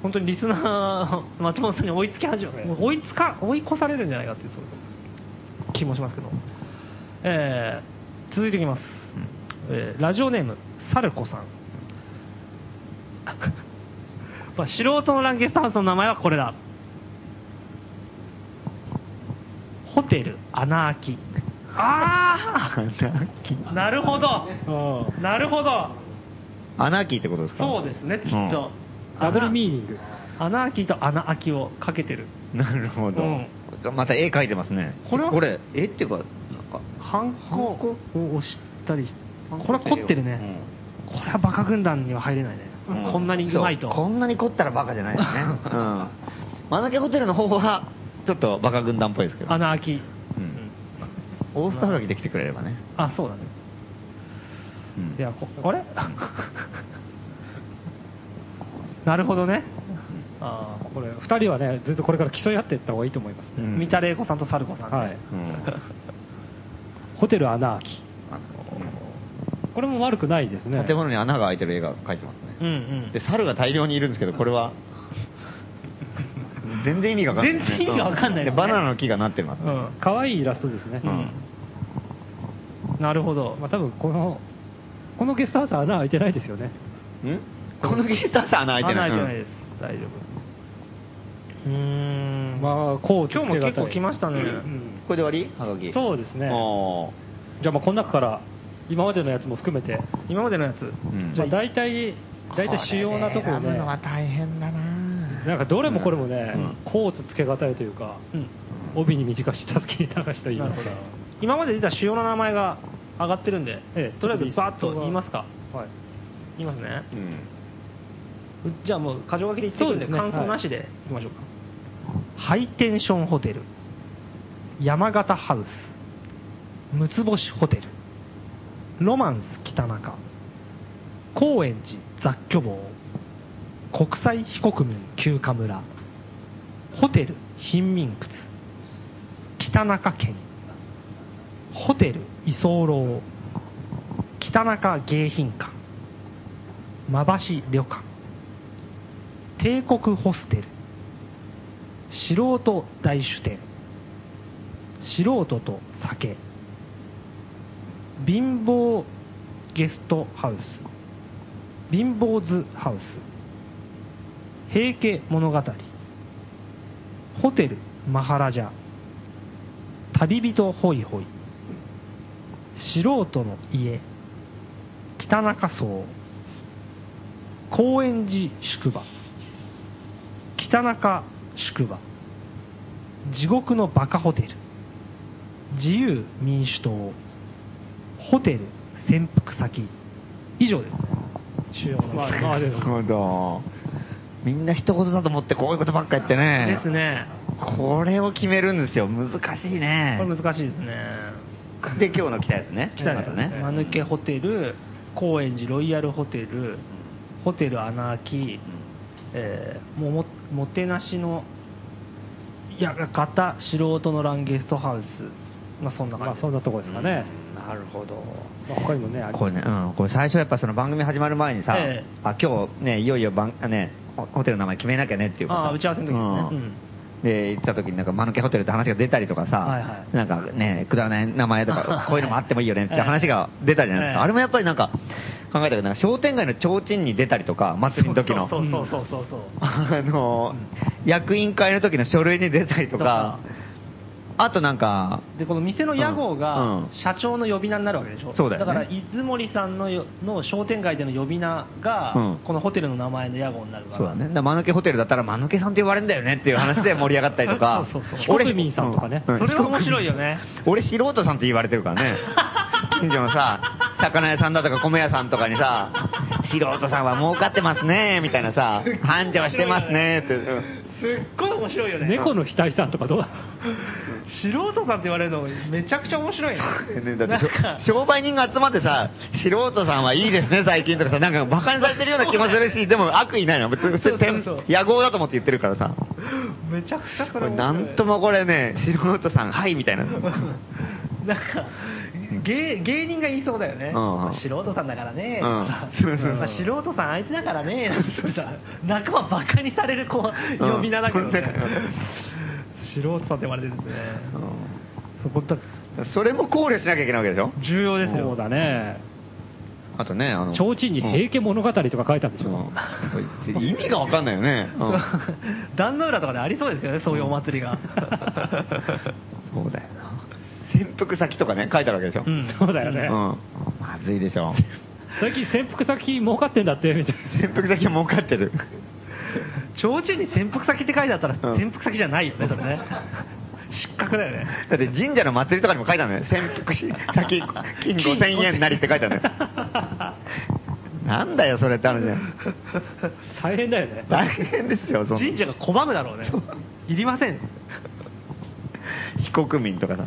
S1: 本当にリスナー、松本さんに追いつき始め、もう追いつか、追い越されるんじゃないかっていうそう気もしますけど。えー、続いていきます。えーラジオネーム、サルコさん。 *laughs* まあ、素人のランゲストハウスの名前はこれだ。ホテル、穴あき。あ
S3: アナーキー
S1: あ *laughs* なるほど
S2: あ
S1: なるほど
S3: アナーキーってことですか
S1: そうですね、きっ
S3: うん
S1: と。
S2: あダブルミーニング。
S1: アナーキーとアナアキをかけてる。
S3: なるほど、また絵描いてますね
S1: これは
S3: これ絵っていうかなんか
S1: ハンコを押したりし
S3: ハンコ
S1: これは凝ってるね。これはバカ軍団には入れないね。
S3: うん
S1: こんなにうまいと
S3: そ。こんなに凝ったらバカじゃないですねうんマヌケホテルの方法はちょっとバカ軍団っぽいですけど
S1: アナアキ。
S3: うん大ふはがきできてくれればね、
S1: あ、そうだね。
S3: うん
S1: いや、こあれ *laughs* なるほどね。あー
S2: これ、二人はね、ずっとこれから競い合っていった方がいいと思いますね。
S3: うん
S1: 三田玲子さんとサルコさんで。
S2: はい
S3: うん
S2: ホテルアナーキ。
S3: あの
S2: これも悪くないですね。
S3: 建物に穴が開いてる絵が描いてますね
S1: うんうん
S3: で。猿が大量にいるんですけどこれは全然意味がわかんない
S1: 全然意味がわかんないです
S3: で
S1: ね
S3: バナナの木がなってますね
S1: うん
S2: 可愛いイラストですね。
S3: うん
S1: なるほど。
S2: まあ多分この、このゲストハウスは穴開いてないですよね。
S3: んこのゲーターさん穴開いてない
S1: 穴開いてないです。大丈夫。うーん。
S2: まあ、こう、
S1: 今日も結構来ましたね。
S2: うん
S3: これで終わりはがき
S2: そうですね。
S3: おー
S2: じゃあまあこの中から、今までのやつも含めて、
S1: 今までのやつ。
S3: ん
S1: じ
S2: ま
S1: ゃ
S2: あ
S1: あ
S2: 大体、大体主要なところ
S3: 選ぶ
S2: で、
S3: のは
S2: な
S3: 大変だなん
S2: かどれもこれもね
S3: うん、
S2: コーツ付けがたいというか、
S1: うん
S2: 帯に短し、助けに流した言い
S1: なる
S2: ます
S1: ほど
S2: か。
S1: 今まで出た主要な名前が上がってるんで、
S2: ええ
S1: とりあえずバーッと言いますか。
S2: はい。
S1: 言いますね。
S3: うん
S1: じゃあもう箇条書きで言っていくんで
S2: そうですね
S1: 感想なしでいきましょうか、ハイテンションホテル山形ハウス六つ星ホテルロマンス北中高円寺雑居房国際非国民休暇村ホテル貧民窟北中県ホテル居候北中迎賓館まばし旅館帝国ホステル素人大酒店素人と酒貧乏ゲストハウス貧乏図ハウス平家物語ホテルマハラジャ旅人ホイホイ素人の家北中荘高円寺宿場北中宿場地獄のバカホテル自由民主党ホテル潜伏先以上ですね主要
S2: ま
S1: な
S2: あ今までの
S3: なるほどみんな一言だと思ってこういうことばっか言ってね
S1: ですね
S3: これを決めるんですよ難しいね
S1: これ難しいですね
S3: で今日の来たやつね
S1: 来たやつね
S3: うん
S1: 間抜けホテル高円寺ロイヤルホテルホテルアナーキーえーもうももてなしの館素人のランゲストハウス、まあ、そんな
S2: ま
S1: 感
S2: あ
S1: じ、
S2: そんなとこですかね。
S1: なるほど
S2: まあ他にもね、あり
S3: これね、うん、これ最初やっぱその番組始まる前にさ、
S1: ええ
S3: あ今日ね、いよいよ番あねホホテルの名前決めなきゃねっていう
S1: ああ打ち合わせの時ですね
S3: うんで行った時になんか間抜けホテルって話が出たりとかさ、
S1: はいはい
S3: なんかねくだらない名前と
S1: は
S3: か
S1: *laughs* い
S3: こういうのもあってもいいよねって話が出たじゃないですか、
S1: ええ
S3: あれもやっぱりなんか考えたけどなんか商店街の提灯に出たりとか祭りの時の
S1: そうそうそうそうそう、
S3: あの、役員会の時の書類に出たりと
S1: と
S3: か
S1: か
S3: あとなんか
S1: でこの店の屋号
S3: うんう
S1: が
S3: ん
S1: 社長の呼び名になるわけでしょ、
S3: そうだよね
S1: から出森さんのよの商店街での呼び名が、
S3: うん
S1: このホテルの名前の屋号になるから。
S3: そうだね。だから間抜けホテルだったら、間抜けさんって言われるんだよねっていう話で盛り上がったりとか
S1: そうそう
S2: そう非国民さんとかね
S1: それは面白いよ。
S3: うん
S1: ね
S3: 俺、素人さんって言われてるか
S1: *laughs*
S3: らね。近所のさ、魚屋さんだとか米屋さんとかにさ、素人さんは儲かってますね、みたいなさ、繁盛してますね、って。うん
S1: すっごい面白いよね
S2: 猫の額さんとかどうだ
S1: 素人さんって言われるのめちゃくちゃ面白いね
S3: ねだってしょ
S1: なんか
S3: 商売人が集まってさ、素人さんはいいですね、最近とかさ、なんか馬鹿にされてるような気もするし、でも悪意ないの。別に普通に天
S1: そうそうそう
S3: 野望だと思って言ってるからさ。
S1: めちゃくちゃそ
S3: こ
S1: れ
S3: れ
S1: 面
S3: な
S1: 白い
S3: んともこれね、素人さん、はいみたいな。
S1: なんか、 *laughs* 芸芸人が言いそうだよね、
S3: ん
S1: まあ素人さんだからね、
S3: うん
S1: *laughs* まあ、素人さん相手だからね *laughs* なんてさ仲間バカにされるこう呼び名だけどね、素人さんって言われてるんですねそこだ
S3: それも考慮しなきゃいけないわけでしょ
S1: 重要です
S2: そう
S1: よ
S2: だね。
S3: あとね、あの。
S2: 提灯に平家物語とか書いたんでしょ。
S3: うん意味がわかんないよね。うん
S1: *laughs* 壇の浦とかでありそうですよねそういうお祭りが
S3: そうだよな。潜伏先とかね、書いてあるわけでしょ。
S1: う
S3: うん
S1: ん
S2: そうだよね。
S3: まずいでしょ。
S2: 最近潜伏先儲かってんだって、みたい
S3: 潜伏先は儲かってる。
S1: 提灯に潜伏先って書いてあったら
S3: うん
S1: 潜伏先じゃないよねそれね失格だよね
S3: だって神社の祭りとかにも書いてあるのよ。潜伏先、金5000円なりって書いてあるのよ。なんだよ、それって話だよ。
S2: な。大変だよね。
S3: 大変ですよ、その。
S1: 神社が拒むだろうねいりません
S3: 非国民とかさ。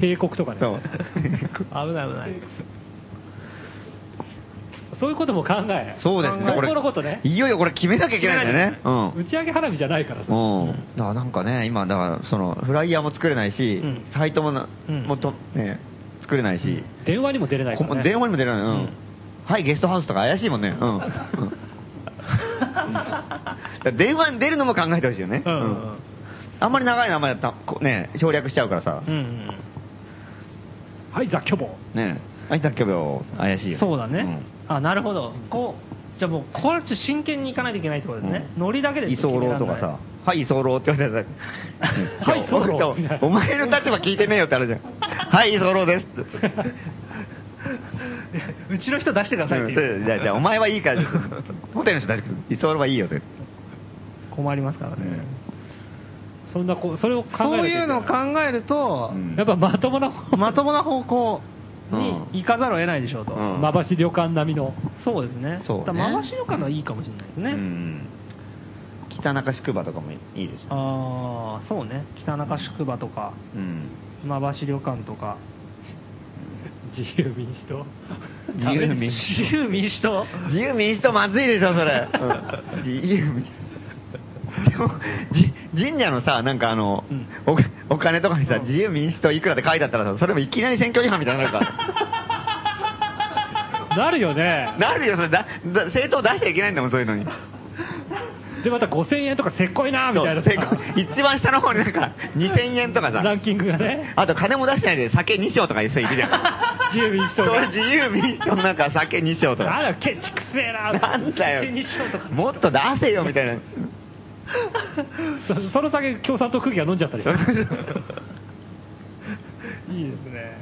S2: 帝国とかね。
S3: そう。
S1: 危ない危ない
S2: そういうことも考え。
S3: そうですね、
S2: 今後のことね。
S3: いよいよこれ決めなきゃいけないんだよね。うん。
S2: 打ち上げ花火じゃないからさ。
S3: うん、だからなんかね、今、だからそのフライヤーも作れないし、
S1: うん
S3: サイトもな、
S1: うん
S3: もっと、ね、作れないし、
S2: 電話にも出れないか
S3: こ
S2: ら、ね。
S3: 電話にも出れない、うん
S1: うん
S3: はい、ゲストハウスとか怪しいもんね、う
S1: *laughs*
S3: んうんだから電話に出るのも考えてほしいよね、
S1: うんうんうん
S3: あんまり長い名前だったらこうね、省略しちゃうからさ、
S1: うん
S2: はい、雑居房。
S3: ね、あいつだけど、怪しい
S1: うん
S3: よ、
S1: そうだねあなるほどこうじゃあもうこれちょっと真剣にいかないといけないってことですね
S3: うん
S1: ノリだけで
S3: 居候とか *laughs* さ、はい、居候って言われ
S1: *laughs*
S3: たら、
S2: はい居候
S3: いやお前の立場聞いてねえよってあるじゃん、はい、居候ですって。
S1: うちの人出してくださいっていう
S3: *laughs* うんそうじゃあじゃあお前はいいから、ホテルの人大丈夫、居候はいいよって。
S1: 困りますからね
S2: そんなこ、それを考えなき
S1: そ
S2: ゃ
S1: う
S2: けな
S1: いうのを考えると
S3: うん
S2: やっぱまともな方、
S1: まともな方向に行かざるを得ないでしょうと
S3: うん
S2: まばし旅館並みの。
S1: そうですね
S3: そうね
S1: だから回し旅館のはいいかもしれないですね、
S3: うん北中宿場とかもいいですよ。
S1: ああそうね北中宿場とか
S3: うん。
S1: 馬橋旅館とか
S2: 自由民主党。
S3: 自由民主
S1: 自由民主党
S3: 自由民主党まずいでしょ、それ。自由民でも、じ神社のさ、なんかあの、
S1: うん
S3: おお金とかにさ、自由民主党いくらって書いてあったらさ、それもいきなり選挙違反みたいになる *laughs* から。
S2: なるよね。
S3: なるよ、それだ、だ政党出しちゃいけないんだもん、そういう *laughs* のに。
S2: で、また5000円とかせっこいな、みたいなさ。
S3: そう政党一番下の方になんか、2000円とかさ。
S2: ランキングがね。
S3: あと金も出してないで酒2升とかいう人いるじゃん。
S2: 自由民主
S3: そ
S2: 党
S3: れ
S2: が。
S3: 自由民主党なんか酒2升と
S2: あ
S3: か。
S2: ら、ケチくせえな。
S3: なんだ
S1: 手
S3: よ
S1: にしようとか。
S3: もっと出せよみたいな。
S2: そその先共産党空気が飲んじゃったりして
S1: いいですね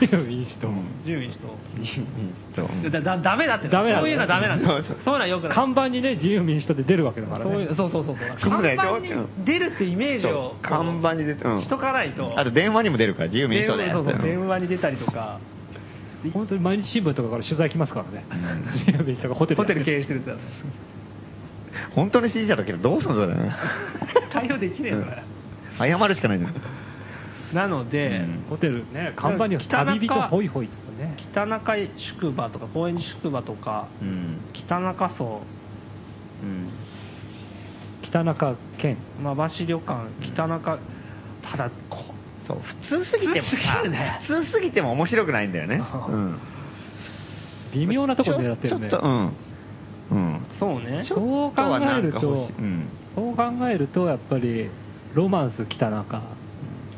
S2: 自由民主党。
S1: 自由民主
S3: *laughs* そう
S1: 党だだダメだって
S2: ダメだ
S1: そういうのはダメなんだ
S3: そうそう
S1: そういうのはよくない
S2: 看板にね、自由民主党で出るわけだから
S1: そうい
S2: ね
S1: う。そうそうそうそう
S3: そうだよ
S1: 看板に出るってイメージを
S3: そう看板に出てうん
S1: しとかないと
S3: あと電話にも出るから自由民主党だ
S1: 電話そ
S3: よ
S1: う
S3: っ
S1: そう
S3: て。
S1: 電話に出たりとか
S2: 本当に毎日新聞とかから取材来ますからね *laughs*
S3: ん。
S2: 自由民主党がホテル
S1: ホテル経営してるってや
S3: 本当に支持者だけどどうすんのそれね。
S1: つ対応できねえから
S3: 謝るしかないじゃん。
S1: なので、
S3: うん
S2: ホテルね、看板には
S1: 北中
S2: 旅人ホイホイとかね。
S1: 北中井宿場とか高円寺宿場とか
S3: うん。
S1: 北中荘
S3: うん。
S2: 北中健。
S1: 馬橋旅館北中ただこ
S3: そう、普通すぎても
S1: 普通
S3: さ
S1: すぎるね
S3: 普通すぎても面白くないんだよね。うん。
S2: 微妙なところ狙ってるね。
S3: ちょっと、うん。うん。
S1: そうね
S2: ちょそう考えると
S3: ちょっはなんか欲しいうん。
S2: そう考えると、やっぱり、ロマンス北中、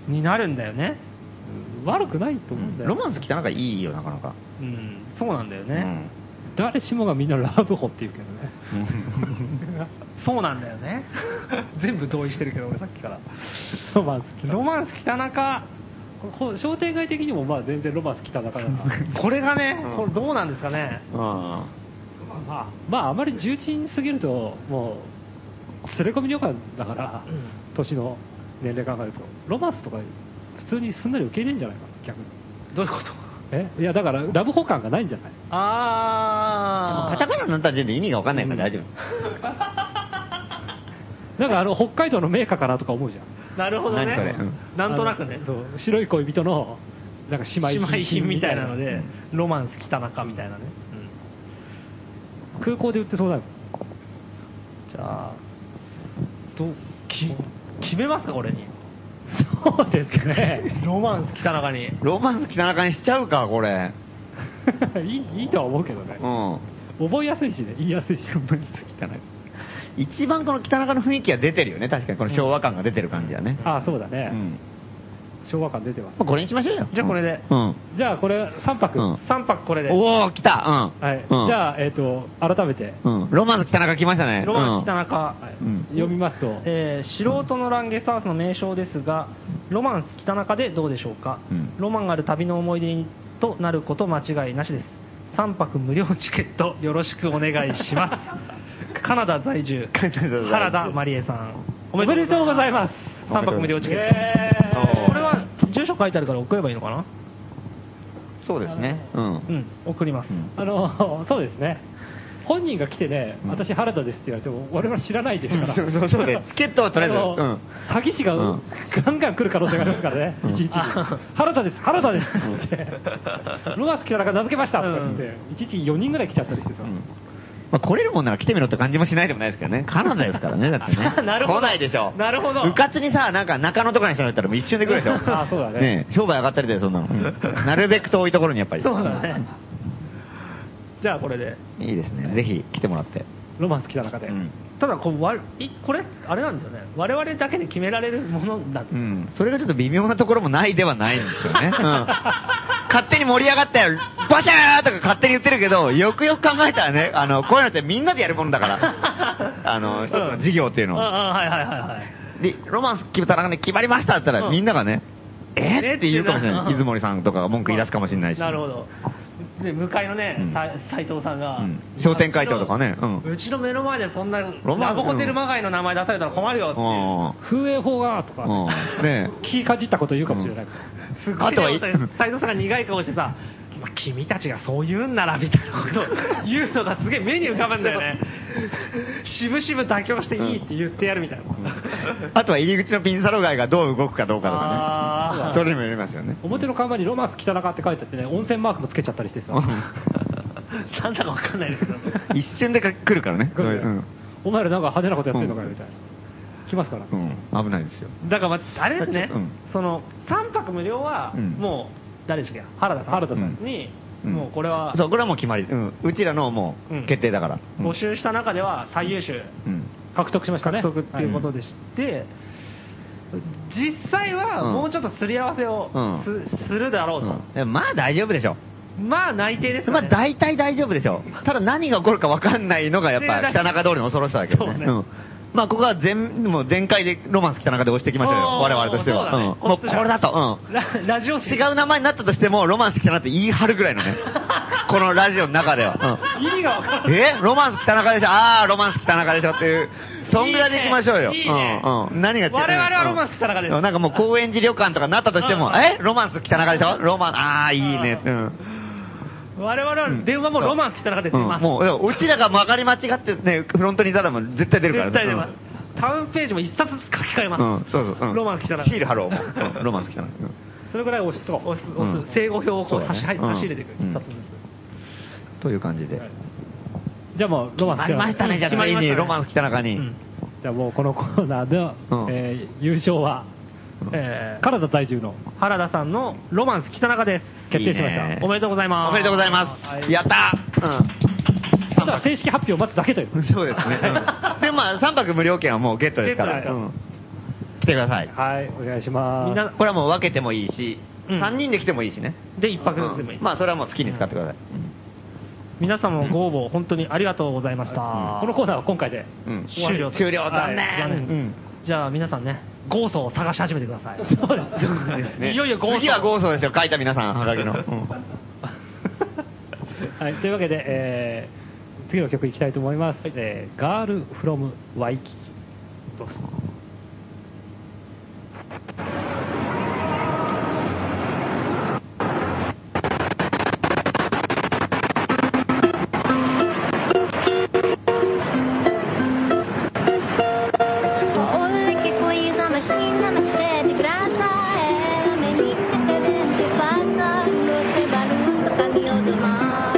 S1: になるんだよね
S2: 悪くないと思うんだよ。
S3: ロマンス北なんかいいよ、なかなか。
S1: うんそうなんだよね、
S2: 誰しもがみんなラブホって言うけどね。 *laughs*
S3: うん。
S1: そうなんだよね全部同意してるけど俺さっきから
S2: ロマンス北
S1: ロマンス北中
S2: こう商店街的にもまあ全然ロマンス北中だから。
S1: これがね、
S3: うん
S1: これどうなんですかね
S3: あ
S2: まあ、まあ、あまり重鎮すぎると、もう、連れ込み旅館だから、
S1: うん
S2: 年の年齢考えると、ロマンスとか普通にすんなり受け入れるんじゃないかな、逆に。
S1: どういうこと
S2: えいや、だから、ラブホ感がないんじゃない
S1: ああ
S3: あ。カタ *laughs* カナになった時点で意味がわかんないから大丈夫。
S2: なんか、あの、北海道の名家かなとか思うじゃん。
S1: なるほど
S3: 何それ
S1: ね
S3: うん
S1: なんとなくね
S2: あのそう、白い恋人の、なんか姉妹
S1: 姉妹品みたいなの
S2: みたい
S1: で
S2: な、
S1: ロマンス北中みたいなね、
S2: 空港で売ってそうだよ。
S1: じゃあどうき決めますかこれに
S2: そうですね。
S1: *laughs* ロマンス北中に。
S3: ロマンス北中にしちゃうか、これ。
S2: *laughs* いいいいとは思うけどね。
S3: うん。
S2: 覚えやすいしね、言いやすいし。
S3: 北中。一番この北中の雰囲気が出てるよね。確かにこの昭和感が出てる感じだね。
S2: ああ、そうだ
S3: う
S2: ね、
S3: ん。
S2: 昭和感出てます。
S3: まあこれにしましょうよ。
S1: じゃあこれで
S3: うん。
S2: じゃあ、これ3泊。
S3: うん
S1: 3泊これで。
S3: おお来たうん。
S2: はい。
S3: うん
S2: じゃあ、えっ、と、改めて
S3: うん。ロマンス北中来ましたね。
S1: ロマンス北
S3: うん
S1: 中。はい
S3: うん
S2: 読みますと、
S1: えー素人のランゲスハウスの名称ですが、ロマンス北中でどうでしょうか、
S3: うん
S1: ロマンある旅の思い出にとなること間違いなしです。3泊無料チケットよろしくお願いし
S2: *laughs*
S1: ます。カナダ在住、
S3: カナダ在住
S1: 原田まりえさん。
S2: おめでとうございます
S1: 3泊無料チケッ
S2: イ
S1: ト
S3: エー。イ
S1: これは住所書いてあるから送ればいいのかな
S3: そうですね。うん。
S1: うん、送ります。
S3: うん
S2: あの、 *laughs* そうですね。本人が来てね、
S3: うん
S2: 私原田ですって言われても、我々知らないですから。
S3: そうそ
S2: *laughs*
S3: うそうですチケットはとりあえず
S2: あの
S3: うん
S2: 詐欺師が
S3: うん
S2: ガンガン来る可能性がありますからね、
S3: うん
S2: 一日に。
S1: あ
S2: 原田です、原田ですって言って、ロマンス来たら名付けましたとか言っ
S1: う。
S2: て、一日に4人ぐらい来ちゃったりしてさ
S3: う。んまあ、来れるもんなら来てみろって感じもしないでもないですけどね。カナダですからね、だってね
S1: *laughs* なるほど
S3: 来ないでしょ。
S1: なるほど
S3: うかつにさ、なんか中野とかに人だったらもう一瞬で来
S1: *laughs*
S3: るでしょ。
S2: あそうだね
S3: え商売上がったりだよ、そんなの。なるべく遠いところにやっぱり。
S1: そうだね。じゃあこれで。
S3: いいですね。ぜひ来てもらって。
S2: ロマンス来た中で。
S3: うん。
S1: ただこうわいこれあれなんですよね我々だけで決められるものだ
S3: うん。それがちょっと微妙なところもないではないんで
S1: *laughs*
S3: すよね。うん。勝手に盛り上がったよ。バシャーとか勝手に言ってるけど、よくよく考えたらね、あの、こういうのってみんなでやるものだ
S1: *laughs*
S3: から。あの、一つの事業っていうの
S1: うんうん
S3: は。
S1: はいはいはいはい
S3: で、ロマンス決めたらね、決まりましたって言ったら、
S1: うん
S3: みんながね、え
S1: え
S3: ーって言うかもしれ
S1: っ
S3: な
S1: て
S3: い。
S1: な
S3: 出森さんとかが文句言い出すかもしれないし。
S1: なるほどで向かいのね
S3: うん
S1: 斎、斉藤さんが、
S3: うん商店会長とかねうん
S1: うちの目の前でそんな
S3: ロマン
S1: ラブホテルまがいの名前出されたら困るよっていう
S2: 風営法がとか、
S3: うんね
S2: 聞きかじったこと言うかもしれないから。
S1: すっご
S3: あとはい
S1: *laughs* 斎藤さんが苦い顔してさまあ君たちがそう言うんならみたいなことを言うのがすげえ目に浮かぶんだよ
S3: *laughs*
S1: ね *laughs* 渋々妥協していいって言ってやるみたいな、
S3: うんあとは入り口のピンサロ街がどう動くかどうかとか
S1: あ
S3: ね。
S1: ー
S3: それにもよりますよね。
S2: 表の看板にロマンス来た中って書いてあってね、温泉マークもつけちゃったりしてさ。
S1: なんだかわかんないですけど
S3: 一瞬でか来るからね。うん
S2: お前らなんか派手なことやってんのかよみたいな。来ますから。
S3: うん。危ないですよ。
S1: だから、まあ、あれですね、
S3: うん
S1: その3泊無料は、
S3: うん
S1: もう、誰でしたっけ、原田さん
S2: 原田さん
S1: に、
S3: うん
S1: もうこれは、
S3: そう、これはもう決まり。うん。うちらのも
S1: う
S3: うん決定だから。うん
S1: 募集した中では最優秀
S3: うん。
S2: 獲得しましたね。
S1: 獲得っていうことでして、実際は
S3: うん
S1: もうちょっとすり合わせをす,、
S3: う
S1: るだろう
S3: うん
S1: と、
S3: でもまあ大丈夫でしょ。
S1: まあ内定です
S3: *laughs* ま
S1: か
S3: あ
S1: ね、
S3: 大体大丈夫でしょう。ただ何が起こるか分かんないのがやっぱ北中通りの恐ろしさだけどね。
S1: そうね
S3: んまあここは全、もう全開でロマンス北中で押していきましょうよ。
S1: おー
S3: 我々としては。う
S1: そ
S3: ん
S1: うだね
S3: もうこれだと。うん
S1: ララジオ
S3: 違う名前になったとしても、ロマンス北中って言い張るぐらい
S1: *laughs*
S3: のね。このラジオの中では。
S1: 意味がわか
S3: うんん
S1: ない。
S3: えロマンス北中でしょああ、ロマンス北中でしょっていう。そんぐらいでいきましょうよ。
S1: いいね
S3: うんうん。何が違う
S1: 我々はロマンス北中です
S3: うんなんかもう高円寺旅館とかになったとしても
S1: う、ん
S3: えロマンス北中でしょロマン、ああ、いいね。うん。
S1: 我々は電話もロマンス北中で出
S3: うん
S1: ます。
S3: もう、でもうちらが曲がり間違ってね、フロントにいたらもう絶対出るからね
S1: 絶対出ます。タウンページも一冊ずつ書き換え
S3: う
S1: ま
S3: ん
S1: す。
S3: うん、そうそう。うん
S1: ロマンス北中
S3: シール貼ろう、もう。
S1: *laughs*
S3: うんロマンス来たな。うん
S2: それぐらい押しそう。
S1: 押す、
S3: う
S1: 押
S3: ん
S1: す、正語表をこう
S3: そうだ
S1: 差
S3: ね
S1: し,、差し入れていく、
S3: うん
S1: 一冊ずつ。
S3: という感じで。
S2: じゃあもう、ロマンス
S3: ありましたね、じゃあ
S1: 決まり
S3: つい
S1: ましたね
S3: にロマンス来た中に。
S1: うん
S2: じゃあもうこのコーナーで、
S3: うん
S2: えー優勝は、
S1: えー
S2: カナダ在住の。
S1: 原田さんのロマンス北中です。
S2: 決定しました
S3: いいね
S1: おめでとうございます。
S3: おめでとうございます。やっ
S2: あ
S3: た
S2: とは正式発表を待つだけという
S3: ーう。ん。そうですね。
S1: *laughs*
S3: うんで、まあ、3泊無料券はもうゲットですか
S1: ゲッ
S3: ら。
S1: ト
S3: うん来てください。
S2: *laughs* はい、お願いします。
S1: みんな
S3: これはもう分けてもいいし、
S1: うん
S3: 3人で来てもいいしね。
S1: で、一泊ずつでもいい。
S3: うんまあ、それはもう好きに使ってください。
S1: 皆様のご応募、本当にありがとうございました。
S2: このコーナーは今回で。
S3: うん
S1: 終わりです
S3: 終了、
S1: は
S3: 残
S1: い
S3: 念。うん
S1: じゃあ、皆さんね、ゴーソを探し始めてください。そうです
S3: ね
S1: いよいよゴーソ。
S3: 次は
S1: *laughs*
S3: ゴーソですよ、書いた皆さん、はがきの。
S1: *laughs*
S2: はい、というわけで、えー次の曲いきたいと思います。えー、ガールフロムワイキキ。どうぞ
S4: 大きく恋覚ましになましてください雨に照れてバサッと手ばると髪をどま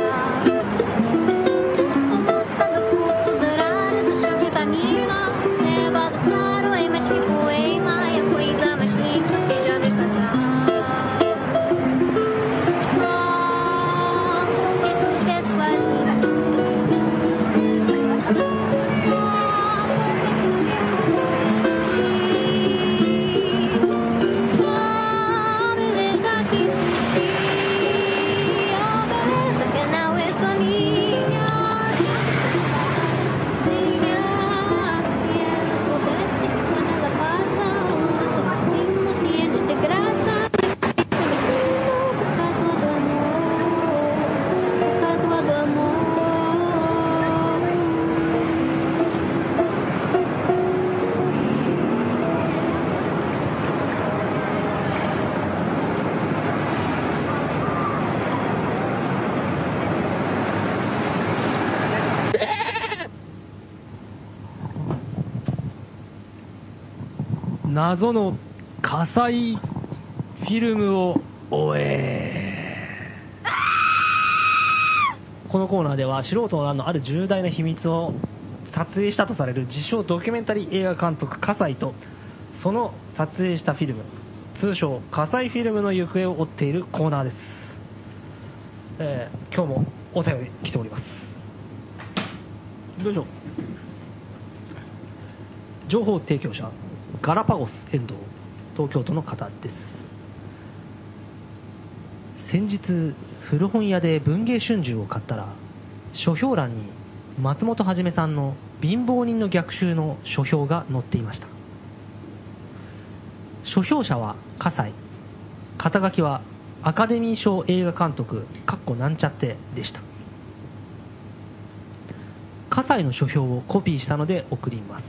S4: 思ったのくつづられた職場にはネバーダサル
S1: 謎の火災フィルムを終え *laughs* このコーナーでは素人の欄のある重大な秘密を撮影したとされる自称ドキュメンタリー映画監督葛西とその撮影したフィルム通称葛西フィルムの行方を追っているコーナーです、えー今日もお便り来ておりますよいしょ情報提供者ガラパゴス遠藤東京都の方です先日古本屋で文芸春秋を買ったら書評欄に松本はじめさんの「貧乏人の逆襲」の書評が載っていました書評者は葛西肩書きはアカデミー賞映画監督かっこなんちゃってでした葛西の書評をコピーしたので送ります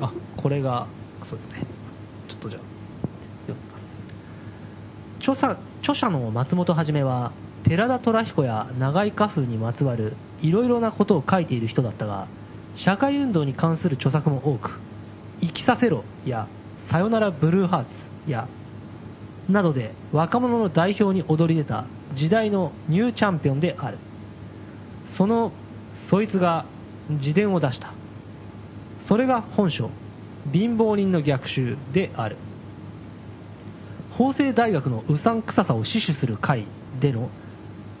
S1: あこれがそうですねちょっとじゃあ読みます著者著者の松本はじめは寺田虎彦や長井家風にまつわるいろいろなことを書いている人だったが社会運動に関する著作も多く「生きさせろ」や「さよならブルーハーツ」やなどで若者の代表に躍り出た時代のニューチャンピオンであるそのそいつが自伝を出したそれが本書「貧乏人の逆襲」である法政大学のうさんくささを死守する会での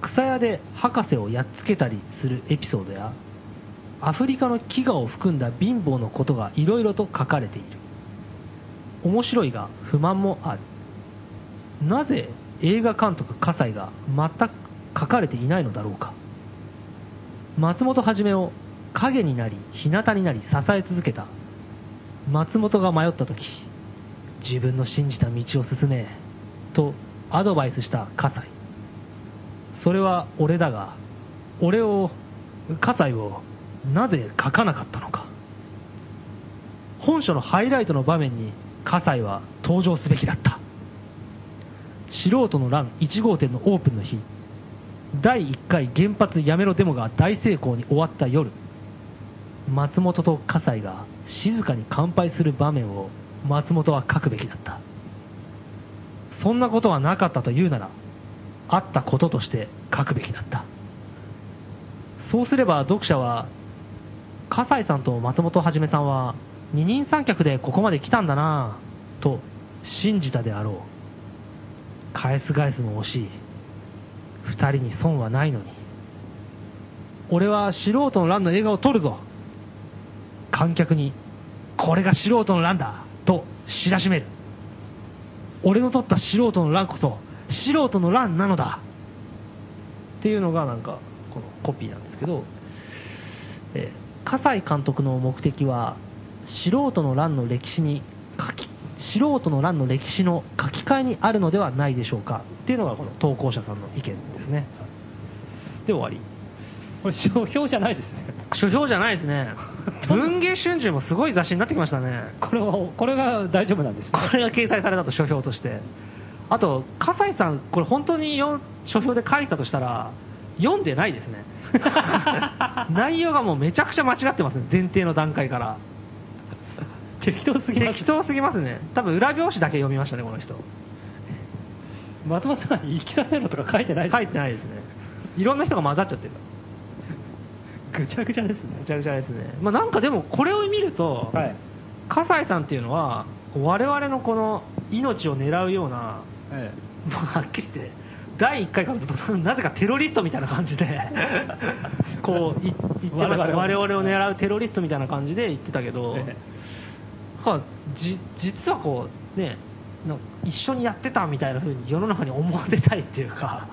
S1: 草屋で博士をやっつけたりするエピソードやアフリカの飢餓を含んだ貧乏のことがいろいろと書かれている面白いが不満もあるなぜ映画監督葛西が全く書かれていないのだろうか松本はじめを影になり日向になり支え続けた松本が迷った時自分の信じた道を進めとアドバイスした葛西それは俺だが俺を葛西をなぜ書かなかったのか本書のハイライトの場面に葛西は登場すべきだった素人の欄1号店のオープンの日第1回原発やめろデモが大成功に終わった夜松本と葛西が静かに乾杯する場面を松本は書くべきだったそんなことはなかったと言うならあったこととして書くべきだったそうすれば読者は葛西さんと松本はじめさんは二人三脚でここまで来たんだなぁと信じたであろう返す返すも惜しい二人に損はないのに俺は素人の乱の映画を撮るぞ観客にこれが素人の乱だと知らしめる俺の撮った素人の乱こそ素人の乱なのだっていうのがなんかこのコピーなんですけど、えー葛西監督の目的は素人の乱の歴史に書き素人の乱の歴史の書き換えにあるのではないでしょうかっていうのがこの投稿者さんの意見ですねで終わり
S2: これ書評じゃないですね
S1: 書評じゃないですね *laughs* 文芸春秋もすごい雑誌になってきましたね
S2: これはこれが大丈夫なんです
S1: これが掲載されたと書評としてあと笠井さんこれ本当によ書評で書いたとしたら読んでないですね
S2: *laughs*
S1: 内容がもうめちゃくちゃ間違ってますね前提の段階から
S2: 適当すぎます
S1: 適当すぎますね多分裏表紙だけ読みましたねこの人
S2: 松本さんに生きさせろとか書いてない
S1: 書いてないですねいろんな人が混ざっちゃってる
S2: ぐちゃぐちゃですね
S1: めちゃくちゃですね、まあ、なんかでもこれを見ると、
S2: はい
S1: 笠井さんっていうのは我々のこの命を狙うような
S2: え
S1: もうはっきり言って第1回からずっとなぜかテロリストみたいな感じ
S2: *laughs*
S1: でこうい言ってました
S2: 我々を
S1: 我々を狙うテロリストみたいな感じで言ってたけど、
S2: え
S1: はじ実はこうねなんか一緒にやってたみたいな風に世の中に思われたいっていうか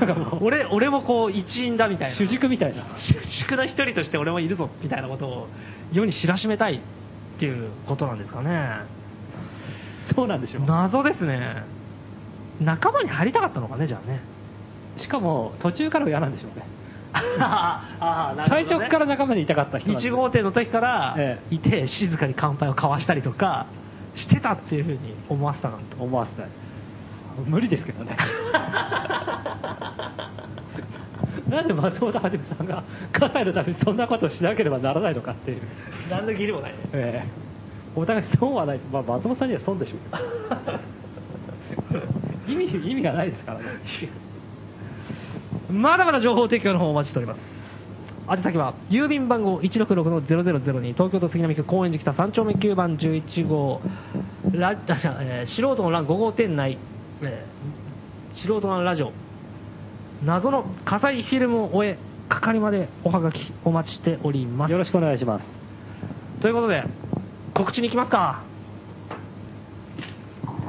S1: なんか俺俺もこう一員だみたい
S2: え
S1: な
S2: 主軸みたいな
S1: 宿の一人として俺もいるぞみたいなことを世に知らしめたいっていうことなんですかね
S2: そうなんでしょう
S1: 謎ですね仲間に入りたかったのかねじゃあ
S2: *laughs*
S1: ね
S2: しかも途中からは嫌なんでしょ
S1: *laughs*
S2: うね
S1: ああなる
S2: 最
S1: ほどね
S2: 初から仲間にいたかった人なんで
S1: 1号店の時から
S2: ええ
S1: いて静かに乾杯を交わしたりとかしてたっていうふうに思わせたなんて
S2: 思わせたい無理ですけ
S1: *laughs*
S2: どねなんで松本はじめさんが葛西のためにそんなことしなければならないのかっていう
S1: 何の義理もないね
S2: ええお互い損はない、まあ、松本さんには損でしょ
S1: *laughs*
S2: うけど意味意味がないですからね
S1: まだまだ情報提供の方お待ちしております。宛先は、郵便番号166-0002、東京都杉並区高円寺北3丁目9番11号、ラえー素人の欄5号店内、えー素人のラジオ、謎の火災フィルムを終え、係までおはがきお待ちしております。
S2: よろしくお願いします
S1: ということで、告知に行きますか。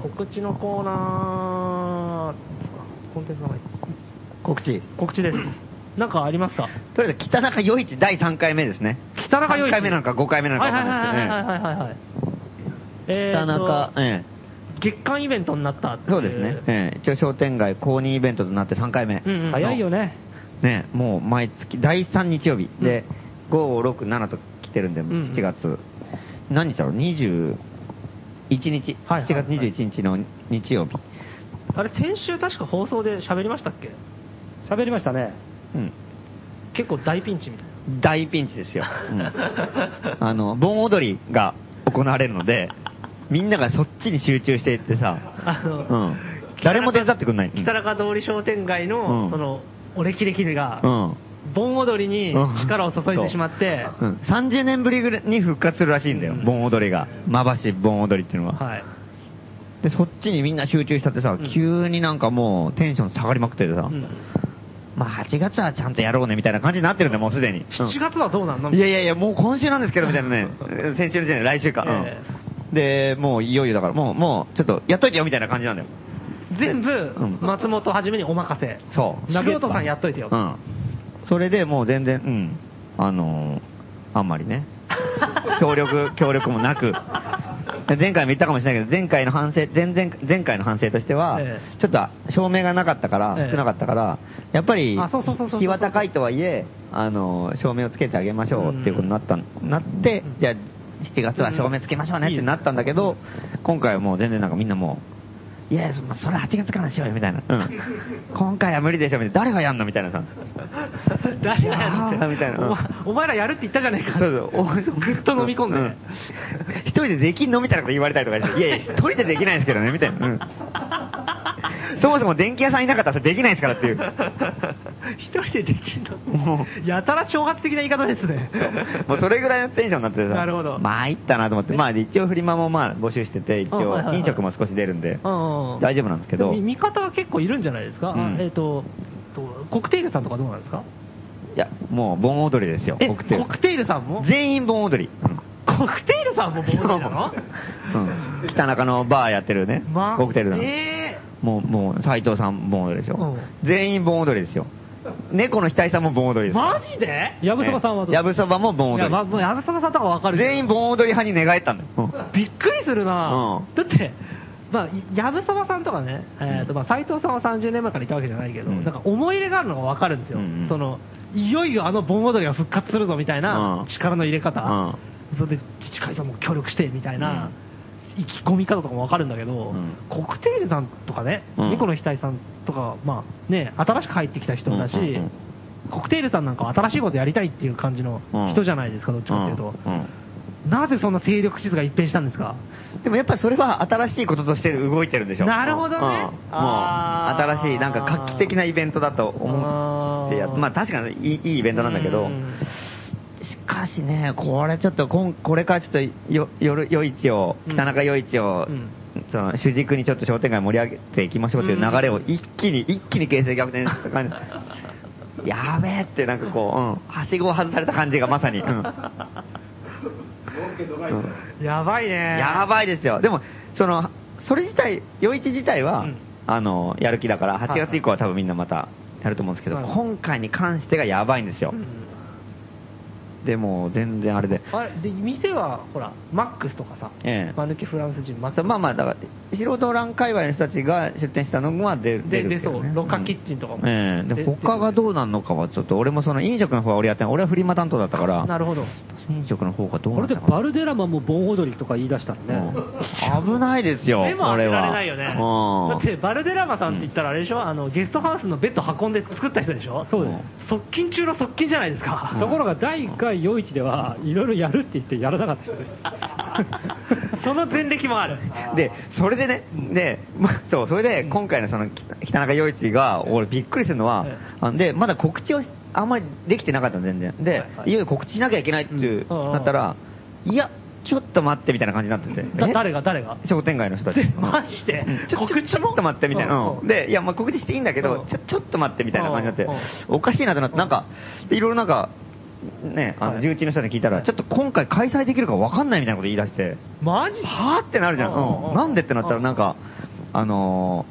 S1: 告知のコーナー、コンテンツがない。
S3: 告知。
S1: 告知です。 *laughs* なんかありますか
S3: とりあえず、北中余市第3回目ですね。
S1: 北中陽一
S3: 3回目なのか5回目なのか分かんないですけどね
S1: はいはいはいはいはいはいはいえ
S3: 北中、
S1: ー
S3: ええ。
S1: と月間イベントになったってい
S3: そうですね。ええ。一応商店街公認イベントとなって3回目。
S1: うんうん
S2: 早いよね
S3: ね、もう毎月、第3日曜日で、5、6、7と来てるんで、
S1: んうん
S3: 7月。何日だろう ?21 日。
S1: はいはいはい
S3: 7月21日の日曜日。
S1: あれ先週確か放送で喋りましたっけ
S2: 喋りましたね
S3: うん。
S1: 結構大ピンチみたいな
S3: 大ピンチですよ。
S1: *laughs*
S3: うん、あの、盆踊りが行われるので、みんながそっちに集中していってさ、
S1: あ
S3: う
S1: の
S3: ん。誰も手伝ってくんない。うん
S1: 北中通り商店街の、
S3: うん
S1: そのお歴々が、
S3: うん。
S1: 盆踊りに
S3: うん
S1: 力を注いでしまって、
S3: うん、30年ぶりぐらいに復活するらしいんだよ、盆踊りが。まばし盆踊りっていうのは。
S1: はい
S3: で、そっちにみんな集中したってさ、
S1: ん
S3: 急になんかもうテンション下がりまくっててさ、
S1: うん
S3: まあ8月はちゃんとやろうねみたいな感じになってるんだよ、もうすでに。
S1: 7月はどうなんの
S3: いやいやいや、もう今週なんですけど、みたい
S1: *laughs*
S3: なね。先週の時点で来週か。うん
S1: え
S3: で、もういよいよだから、もう、もう、ちょっと、やっといてよ、みたいな感じなんだよ。
S1: 全部、
S3: ん
S1: 松本はじめにお任せ
S3: そう。
S1: 素人さんやっといてよ、
S3: うん。それでもう全然、うん。あのーあんまり
S1: *laughs*
S3: ね。協力、協力もなく。前回も言ったかもしれないけど、前回の反省、前々前回の反省としては、
S1: え
S3: ちょっと証明がなかったから、
S1: ええ
S3: 少なかったから、やっぱり
S1: あそうそうそうそう、
S3: 日は高いとはいえ、あのー、照明をつけてあげましょうっていうことになった、なって、じゃあ、7月は照明つけましょうねってなったんだけど、今回はもう全然なんかみんなもう、いやいや、そそれ8月からにしようよみたいな、うん *laughs* 今回は無理でしょみたいな、誰がやんのみたいなさ、
S1: 誰がやるって
S3: あーみたいな
S1: お前お前らやるって言ったじゃねえか
S3: そうそう、
S1: ぐっと飲み込んで、
S3: う一人でできんのみたいなこと言われたりとかして、いやいや、一人でできないんですけどね、みたいな。うん *laughs* そもそも電気屋さんいなかったらそれできないですからっていう。
S1: 一人でできんの
S3: も
S1: やたら挑発的な言い方ですね。
S3: もうそれぐらいのテンションになってさ。
S1: なるほど
S3: まあ、いったなと思って。まあ、で一応フリマもまあ募集してて、一
S1: あはいはい
S3: 応
S1: はい
S3: 飲食も少し出るんで、
S1: うんうん
S3: 大丈夫なんですけど、
S1: み
S3: い
S1: 見方は結構いるんじゃないですか、
S3: うん
S1: あえっ、と、とコクテイルさんとかどうなんですか
S3: や、もう盆踊りですよ、
S1: え
S3: コクテル
S1: コクテイルさんも
S3: 全員盆踊り。うん
S1: コクテイルさんもボールなの
S3: うん北中のバーやってるね、
S1: ま
S3: コクテルなの。
S1: え
S3: もう、もう、斎藤さん盆踊りでしょ。
S1: う
S3: 全員盆踊りですよ。猫の額さんも盆
S1: ー、
S3: 踊りですよ。
S1: マジで
S2: やぶそばさんはどう
S3: やぶそばも盆
S1: い
S3: 踊
S1: や、
S3: り。
S1: ま、もう矢沢さんとかわかるけど
S3: 全員盆踊り派に寝返ったんだよ。
S1: びっくりするな、
S3: う
S1: だって、まあ、やぶそばさんとかね、えーとまあ、斉藤さんは30年前からいたわけじゃないけど、
S3: うん
S1: なんか思い入れがあるのがわかるんですよ、
S3: うんうん
S1: そのいよいよあの盆踊りが復活するぞみたいな
S3: うん
S1: 力の入れ方、
S3: うん
S1: それで自治会とも協力してみたいな、意気込み方とかもわかるんだけど、
S3: うん
S1: コクテールさんとかね、
S3: うん
S1: 猫の額さんとか、まあね、新しく入ってきた人だし、
S3: うんうんうん
S1: コクテールさんなんかは新しいことやりたいっていう感じの人じゃないですか、どっちかっていうと。
S3: うんうん
S1: なぜそんな勢力地図が一変したんですか
S3: でもやっぱりそれは新しいこととして動いてるんでしょ
S1: なるほどね
S3: うんもう
S1: あー
S3: 新しいなんか画期的なイベントだと思ってや
S1: あー
S3: まあ確かにいいいいイベントなんだけ
S1: う
S3: ど
S1: ん
S3: しかしねこれちょっとこんこれからちょっとよ夜夜市を
S1: うん
S3: 北中夜市を、
S1: うん
S3: その主軸にちょっと商店街盛り上げていきましょうっていう流れを一気に、一気に形勢逆転した感
S1: *laughs*
S3: じやべえってなんかこう、うん、はしごを外された感じがまさに、うんうん
S1: やばいね
S3: やばいですよ。でも、その、それ自体、余市自体は、
S1: うん
S3: あの、やる気だから、
S1: いは
S3: 8
S1: い
S3: 月以降は多分みんなまたやると思うんですけど、
S1: はい
S3: 今回に関してがやばいんですよ。
S1: うん
S3: でも、全然あれで。
S1: あれで店はほらマックスとかさ、
S3: ええ
S1: 間抜けフランス人マック
S3: そ
S1: ス
S3: うまあまあ、だから、素人欄界隈の人たちが出店したのは出る。
S1: で
S3: 出るけどね
S1: 出そうロカキッチンとかも
S3: うんええで
S1: で
S3: 他がどうなんのかは、ちょっと俺もその飲食の方は俺やってん俺はフリマ担当だったから、
S1: なるほど
S3: そ転職の方がどう
S2: こ
S3: な
S2: れで
S3: んだ
S2: バ
S3: ろ
S2: ルデラマも盆踊りとか言い出したら
S3: う
S2: ね、
S3: うん危ないですよ、
S1: 目も
S3: こ
S1: 当て
S3: れ
S1: ら
S3: は。
S1: れないよね。だっ
S3: う
S1: て、バルデラマさんって言ったら、あれでしょあの、ゲストハウスのベッド運んで作った人でしょ。
S2: そうです
S1: 側近中の側近じゃないですか。
S2: ところが第1回夜市ではいろいろやるって言ってやらなかったそうです
S3: *laughs*
S1: その前歴もある。
S3: んで、それでね、で、ま、そう、それで、今回のその、き北中陽一が、俺びっくりするのは
S1: ええ、
S3: あで、まだ告知をしあんまりできてなかったの、全然。で、
S1: はい
S3: い
S1: はい
S3: よいよ告知しなきゃいけないっていう、
S1: うんうんうん
S3: なったら、いや、ちょっと待ってみたいな感じになってて。
S1: だ
S3: え
S1: 誰が誰が
S3: 商店街の人たち。
S1: *laughs* マジで
S3: うんちょ
S1: 告知
S3: ちょ
S1: も
S3: ちょっと待ってみたいな、
S1: うん
S3: うんでいやまあ告知していいんだけど、
S1: うん
S3: ちょちょっと待ってみたいな感じになって、
S1: う
S3: おかしいなとなって、なんかでいろいろなんかねあ
S1: は
S3: の
S1: い
S3: 重鎮の人に聞いたら、ちょっと今回開催できるかわかんないみたいなこと言い出して
S1: マジ
S3: はーってなるじゃん、
S1: う
S3: うん
S1: うん
S3: ん
S1: うん
S3: なんでってなった
S1: う
S3: ら
S1: ん
S3: なんかあの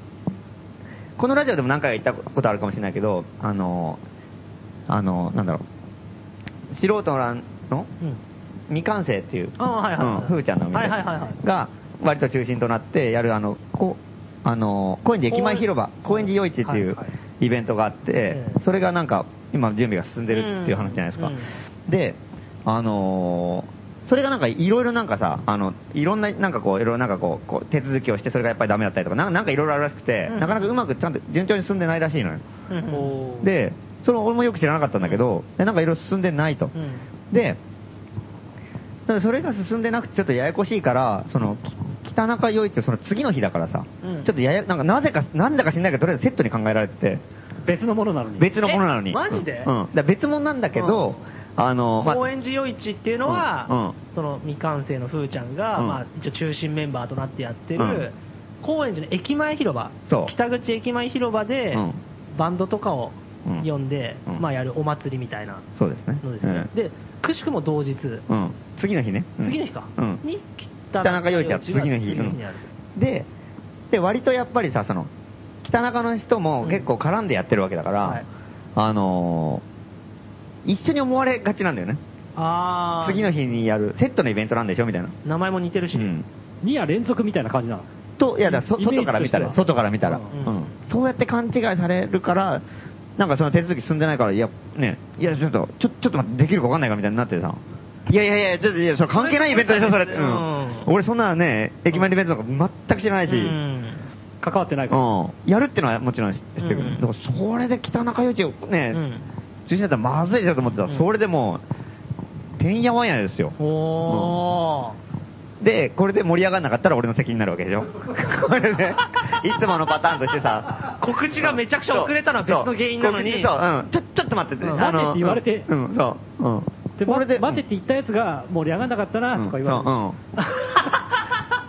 S3: ーこのラジオでも何回か言ったことあるかもしれないけどあのーあのーなんだろう素人らの
S1: うん。
S3: 未完成っていう、
S1: あはいはいはい
S3: うんふーちゃんのみたいな
S1: はいはいはいはい
S3: が、割と中心となってやる、あの、こあの、高円寺駅前広場、
S1: 高
S3: 高
S1: 円
S3: 円寺夜市ってい
S1: はいうはい
S3: イベントがあって
S1: ええ、
S3: それがなんか、今準備が進んでるっていう話じゃないです
S1: う
S3: か
S1: ん。
S3: で、あのーそれがなんかいろいろなんかさ、あの、いろんな、なんかこう、いろいろなんかこう、こう手続きをして、それがやっぱりダメだったりとか、なんなんかいろいろあるらしくて、
S1: うん
S3: なかなかうまくちゃんと順調に進んでないらしいのよ。
S1: おー、
S3: で、それ俺もよく知らなかったんだけど、でなんかいろいろ進んでないと。
S1: うん。
S3: で、ただそれが進んでなくてちょっとややこしいから、その、き北中陽一ってその次の日だからさ、
S1: うん
S3: ちょっとやや、なんかなぜか、なんだか知んないけど、とりあえずセットに考えられてて、
S2: 別のものなのに
S3: 別のものなのに。
S1: えマジで
S3: うん。うんだから別物なんだけど、あの、まあ
S1: 高円寺夜市っていうのは、
S3: うんうん
S1: その未完成のふーちゃんが、
S3: うん
S1: まあ、一応中心メンバーとなってやってる、
S3: うん
S1: 高円寺の駅前広場
S3: そう
S1: 北口駅前広場で、
S3: うん
S1: バンドとかを
S3: うん
S1: 呼んで、
S3: うん
S1: まあ、やるお祭りみたいな
S3: そうですね。
S1: のですね、
S3: うん
S1: でくしくも同日、
S3: うん。次の日ね。うん
S1: 次の日か、
S3: うん。
S1: に
S3: 北中陽一は次の日。
S1: 次の日にある、
S3: うんで、で、割とやっぱりさ、その、北中の人も結構絡んでやってるわけだから、
S1: はい
S3: あのー一緒に思われがちなんだよね。
S1: あー
S3: 次の日にやる、セットのイベントなんでしょみたいな。
S1: 名前も似てるし、
S3: うん。
S2: 2夜連続みたいな感じなの
S3: と、いや、だからそ
S2: イメージ
S3: 外から見
S2: と
S3: た
S2: し
S3: ら、
S2: ては
S3: 外から見たら、
S2: う
S3: うんん
S1: うん
S3: そうやって勘違いされるから、なんかその手続き進んでないから、いや、ね、いや、ちょっと、ちょちょっと待って、できるかわかんないからみたいになってさ。いやいやいや、ちょっと、いや、それ関係ないイベントでしょ、それ。う
S1: うん
S3: ん。俺そんなね、駅前のイベントとか全く知らないし、
S1: うん
S2: 関わってないから、
S3: うん。やるってのはもちろん知ってるけど、
S1: うん
S3: だからそれで北中余地をね、
S1: うん
S3: 中止になったらまずいじゃんと思ってた、
S1: うん
S3: それでもう、てんやわんやですよ。
S1: おー、
S3: で、これで盛り上がんなかったら俺の責任になるわけでしょ。 *laughs* これで、いつものパターンとしてさ。
S1: 告知がめちゃくちゃ遅れたのは別の原因なのに
S3: そう、そううん。ちょ、ちょっと待ってて。
S2: うん
S3: あ
S2: 待て
S3: の
S2: って言われて
S3: うん、そう。うん。
S2: で
S3: こ
S2: ま
S3: れで
S2: 待てって言ったやつが盛り上がんなかったなとか言われる、
S3: うんそう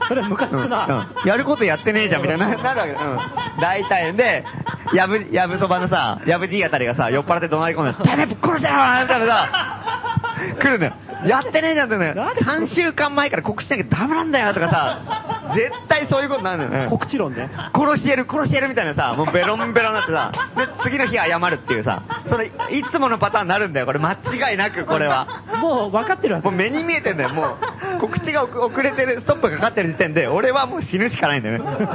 S2: それはムカつ
S3: うんう
S2: く
S3: ん
S2: な、
S3: うんやることやってねえじゃんみたいな、なるわけだ。うん。大体。で、やぶ、やぶそばのさ、やぶじいあたりがさ、酔っ払って怒鳴り込んで、てめえぶっ殺せよみたいなさ、来るんだよ。やってねえじゃんってね
S2: なんで、
S3: 3週間前から告知しなきゃダメなんだよとかさ、絶対そういうことになるんだよね。
S2: 告知論ね、
S3: *laughs* 殺してやる、殺してやるみたいなさ、もうベロンベロンになってさ、で、次の日謝るっていうさ、それ、いつものパターンになるんだよ、これ、間違いなく、これは。
S2: もう分かってるわけ
S3: もう目に見えてんだよ、もう。
S2: *laughs*
S3: 告知が遅遅れてる、ストップがかかってる時点で、俺はもう死ぬしかないんだよね。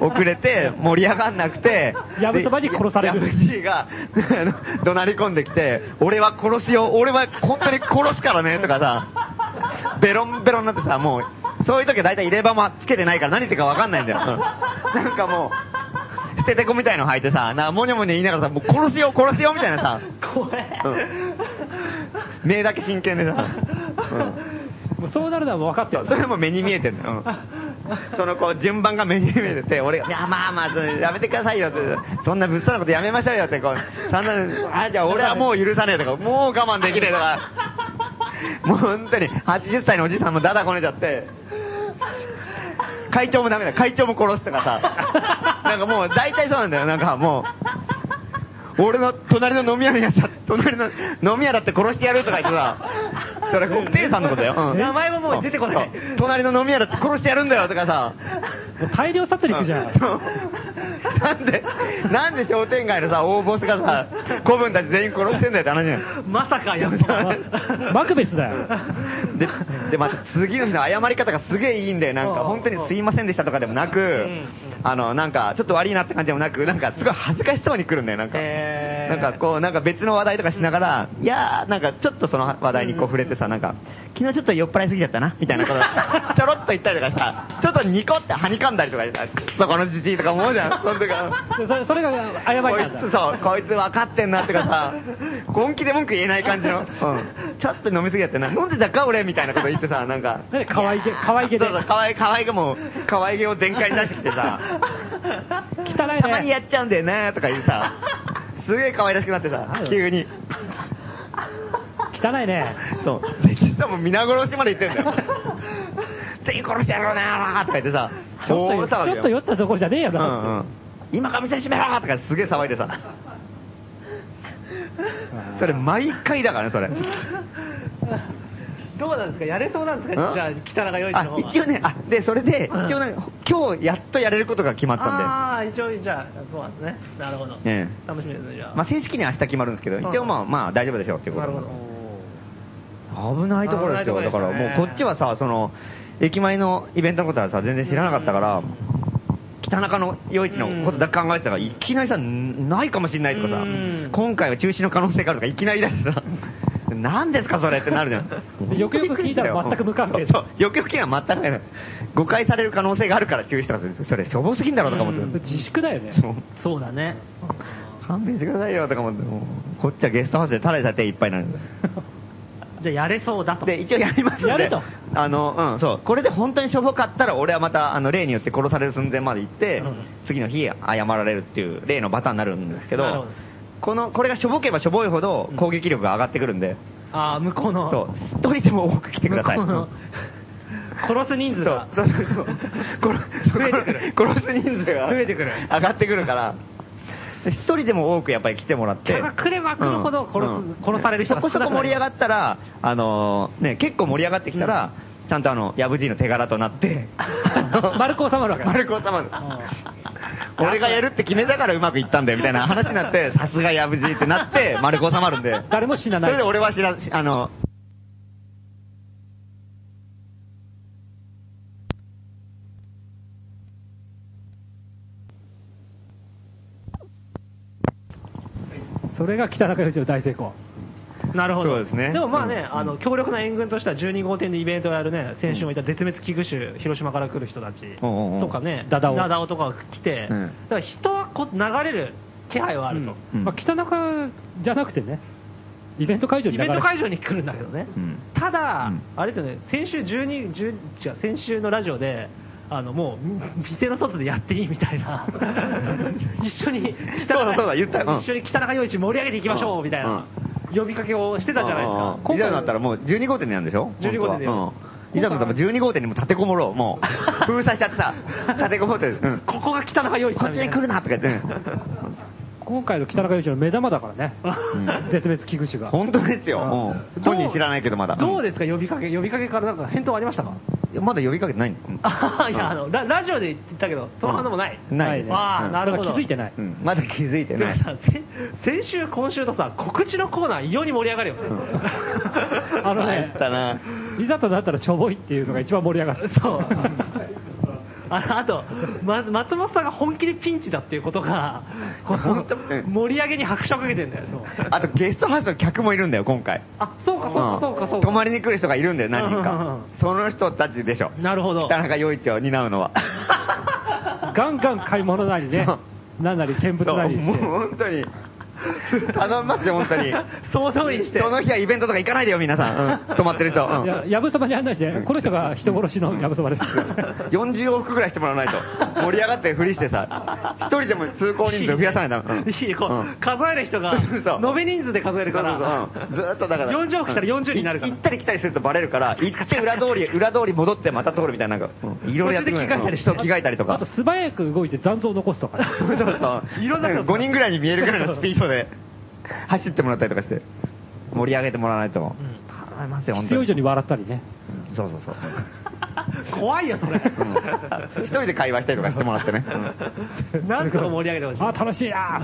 S3: 遅れて、盛り上がんなくて、
S2: *laughs* やぶとばに殺される
S3: でやぶじいが、あの怒鳴り込んできて、俺は殺しよう、俺は本当に殺すからね、とかさ、ベロンベロンになってさ、もう、そういう時は大体入れ歯もつけてないから何言ってるかわかんないんだよ。なんかもう、捨ててこみたいの履いてさ、な、もにゃもにゃ言いながらさ、もう殺しよう、殺しようみたいなさ、
S1: 怖え、
S3: うん目だけ真剣でさ、うん
S2: もうそうなるのはもう分かって
S3: そ
S2: る
S3: うそれも目に見えてるの、うん、そのこう順番が目に見えてて、俺が、いや、まあまあ、それやめてくださいよって、そんな物騒なことやめましょうよって、こう、散々、あ、じゃあ俺はもう許さねえとか、もう我慢できねえとか、もう本当に、80歳のおじさんもダダこねちゃって、会長もダメだ、会長も殺すとかさ、なんかもう大体そうなんだよ、なんかもう、俺の隣の飲み屋のやつだ、隣の飲み屋だって殺してやるとか言ってさ、それコクテルさんのことだよ。うん
S1: 名前ももう出てこない
S3: そう隣の飲み屋だって殺してやるんだよとかさ。
S2: もう大量殺戮じゃん、
S3: そうなんで、なんで商店街のさ、大ボスがさ、子分たち全員殺してんだよって話じゃん。
S1: まさかやった。
S2: マクベスだよ、
S3: で、で、また次の日の謝り方がすげえいいんだよ。なん
S1: あ
S3: か、
S1: あ
S3: 本当にすいませんでしたとかでもなく
S1: ん、
S3: あの、なんか、ちょっと悪いなって感じでもなく、なんか、すごい恥ずかしそうに来るんだよ、なんか。
S1: へ
S3: な
S1: ー
S3: んかこう、なんか別の話題とかしながら、いやー、なんかちょっとその話題にこう触れてさ、なんか、昨日ちょっと酔っ払いすぎちゃったな、みたいなこと、 *laughs* ちょろっと言ったりとかさ、ちょっとニコってはにかんだりとかしてさ、くそこのじじいとか思うじゃん、その時は。
S2: それそれが謝り
S3: こい
S2: なんだ
S3: つ、そう、こいつ分かってんなってか
S2: *laughs*
S3: さ、本気で文句言えない感じの、うん、ちょっと飲みすぎやってな、飲んでたか俺みたいなこと言ってさ、なんか、
S2: なんで可愛げ可愛げで
S3: そうそう、かわい、かわいげも、かわいげを全開に出してきてさ、
S2: *laughs* 汚い
S3: たまに
S2: ね
S3: やっちゃうんだよなとか言うさ、すげえ可愛らしくなって
S2: な
S3: さ
S2: る、
S3: 急に。
S2: 汚いね
S3: そう。実はもう皆殺しまで言ってんだよ。
S2: *laughs*
S3: 全員殺してやろうなーとか言ってさ、
S2: ちょ
S3: 大
S2: っとち
S3: 騒ぎよ
S2: ょっと酔ったところじゃねえよ
S3: う
S2: な、
S3: んうん。今かみせしめろーとかすげえ騒いでさ。それ毎回だからね、それ。
S1: どうなんですかやれそうなんです
S3: う
S1: か
S3: ん
S1: じゃあ、北中良いの
S3: あ
S1: 方、が。
S3: 一応ね、あ、で、それで、一応なんか、今日やっとやれることが決まったんだよ。
S1: ああ、一応、じゃあ、そうなんですね。なるほど。
S3: え
S1: 楽しみですね、じゃあ。
S3: まあ正式には明日決まるんですけど、一応まあまあ大丈夫でしょうっていうこ
S1: な
S3: と
S1: るほど。
S3: 危ないところですよ、
S1: 危ない
S3: だ
S1: とこ
S3: か
S1: ろ
S3: ら
S1: でしたね
S3: もうこっちはさ、その駅前のイベントのことはさ、全然知らなかったから、北中の夜市のことだけ考えてたから、いきなりさ、んないかもしれないとかさ
S1: うん、
S3: 今回は中止の可能性があるとか、いきなり出してさ、何ですか、それって *laughs* なるじゃん。
S2: よくよく聞いたら全く無関係
S3: そうそうよくよく聞いたら全く無関係誤解される可能性があるから中止とかする、それ、しょぼすぎんだろうとか思って、
S2: 自粛だよね
S3: そう
S1: そうだね。
S3: 勘弁してくださいよとか思って、もうこっちはゲストハウスで垂れた手いっぱいになる。
S1: じゃあ、やれそうだと。
S3: で、一応やりますんで。
S2: やれと
S3: あの、うん、そう。これで本当にしょぼかったら、俺はまた、あの、例によって殺される寸前まで行って、
S1: うん
S3: 次の日、謝られるっていう、例のパターンになるんですけ
S1: なるほ
S3: ど
S1: ど、
S3: この、これがしょぼければしょぼいほど、攻撃力が上がってくるんで、
S1: ああ、向こうの。
S3: そう、一人でも多く来てください。
S1: 向こうの殺す人数
S3: そう
S1: が。
S3: そうそうそう
S1: 増えてくる
S3: 殺す人数が
S1: 増えてくる
S3: 上がってくるから一人でも多くやっぱり来てもらって
S1: 人が来れば来るほど殺す
S3: うん
S1: 殺される人が少なく
S3: そ
S1: な
S3: こ
S1: る
S3: そこ盛り上がったらあのーね結構盛り上がってきたら、ちゃんとあのヤブじいの手柄となって
S2: 丸く収まるわけだ
S3: 丸く収まる俺がやるって決めたからうまくいったんだよみたいな話になってさすがヤブじいってなって丸く収まるんで
S2: 誰も死な
S3: そ
S2: ない
S3: れで俺は知らしあの
S2: それが北中吉の大成功
S1: なるほど。
S3: そうですね
S1: もまあね、
S3: うん
S1: あの、強力な援軍としては12号店でイベントをやるね、先週もいた絶滅危惧種、広島から来る人たち
S3: おうおうおう
S1: とかね、
S2: ダダオ
S1: とかが来て、
S3: うん
S1: だから人はこう流れる気配はあると。
S3: うん
S2: まあ、北中じゃなくてねイベント会場に
S1: イ
S2: 流
S1: ベ
S2: れ
S1: ント会場に来るんだけどね。
S3: うん
S1: ただ、
S3: うん
S1: あれですよね、先週12、10違う、先週のラジオで、あのもう店の外でやっていいみたい
S3: *laughs*
S1: な、一緒に北
S3: そうだそうだ言ったようん
S1: 一緒に北中陽一盛り上げていきましょうみたいな、呼びかけをしてたじゃないですか、
S3: いざだったらもう12号店でやるんでしょ
S1: 12号店でやる
S3: 本当はうんいざだったら12号店にも立てこもろう。もう、
S1: *laughs*
S3: 封鎖しちゃってさ、立てこもって、うん。こ
S1: こ *laughs* こが北中陽一だ
S3: っ
S1: み
S3: ち
S1: たい
S3: に
S1: な
S3: 来るなとか言って、
S2: 今回の北中吉の目玉だからね、絶滅危惧種が
S3: 本当ですよ。う
S1: うんん
S3: 本人知らないけどまだ。
S1: どうですか、呼びかけ、呼びかけからなんか返答ありましたか
S3: いやまだ呼びかけてないのうん
S1: あいや、あのララジオで言ったけど、その反応もない。
S3: うんないですね
S1: わあ、
S3: うん
S1: なるほど。
S2: まだ気づいてない
S3: うんまだ気づいて
S1: で
S3: な
S1: も
S3: い。
S1: させ先週、今週とさ、告知のコーナー、異様に盛り上がるよね。 *laughs*
S2: あの
S3: 入
S2: ね
S3: ったな。
S2: いざとなったらしょぼいっていうのが一番盛り上がる
S1: *laughs* そう。ああと、ま、松本さんが本気でピンチだっていうことが、この
S3: 本当うん
S1: 盛り上げに拍手をかけてんだよ。そう
S3: あとゲストハウスの客もいるんだよ、今回。
S1: あ、そうか、そうか、そうか、そう
S3: 泊ま
S1: か。
S3: りに来る人がいるんだよ、何
S1: う
S3: 人
S1: んうん
S3: か
S1: う。
S3: その人たちでしょ。
S1: なるほど。
S3: 北中陽一を担うのは。
S1: *laughs*
S2: ガンガン買い物なりね
S3: そう
S2: なんなり見物
S3: そう
S2: なり
S3: も
S2: し
S3: う
S2: て
S3: 本当に。頼みますよ、本当
S1: *laughs*
S3: に。
S1: 総動員して。
S3: その日はイベントとか行かないでよ、皆さん。うん、泊まってる人。うん
S2: いややぶそばに案内して、この人が人殺しのやぶそばです。
S3: 40往復ぐらいしてもらわないと。盛り上がってるふりしてさ。一人でも通行人数増やさないと。うん
S1: *laughs* いいこう
S3: うん
S1: 数える人が、
S3: そう
S1: *laughs*
S3: *laughs* そう
S1: 延べ人数で数えるから
S3: そうそうそううんずーっとだから。
S1: 40往復したら40になるから
S3: うん行ったり来たりするとバレるから、行って裏通り、裏通り戻ってまた通るみたいな、なんか、うんいろいろやってくる
S1: 途中で着替えたりして
S3: 人着替えたりと
S2: あ
S3: か
S2: と。素早く動いて残像を残す
S1: *laughs*
S2: とかね、
S3: そうそうそう。
S1: いろんな人
S3: 5人ぐらいに見えるぐらいのスピードで、走ってもらったりとかして、盛り上げてもらわないと。頼みますよ、本
S2: 必
S3: 当
S2: 要以上
S3: に。
S2: に笑ったりね。
S3: そうそうそう。
S1: 怖いよ、それ。
S3: うん一人で会話したりとかしてもらってね。
S1: *laughs* なんとか盛り上げてほしい。
S2: あ、楽しいな。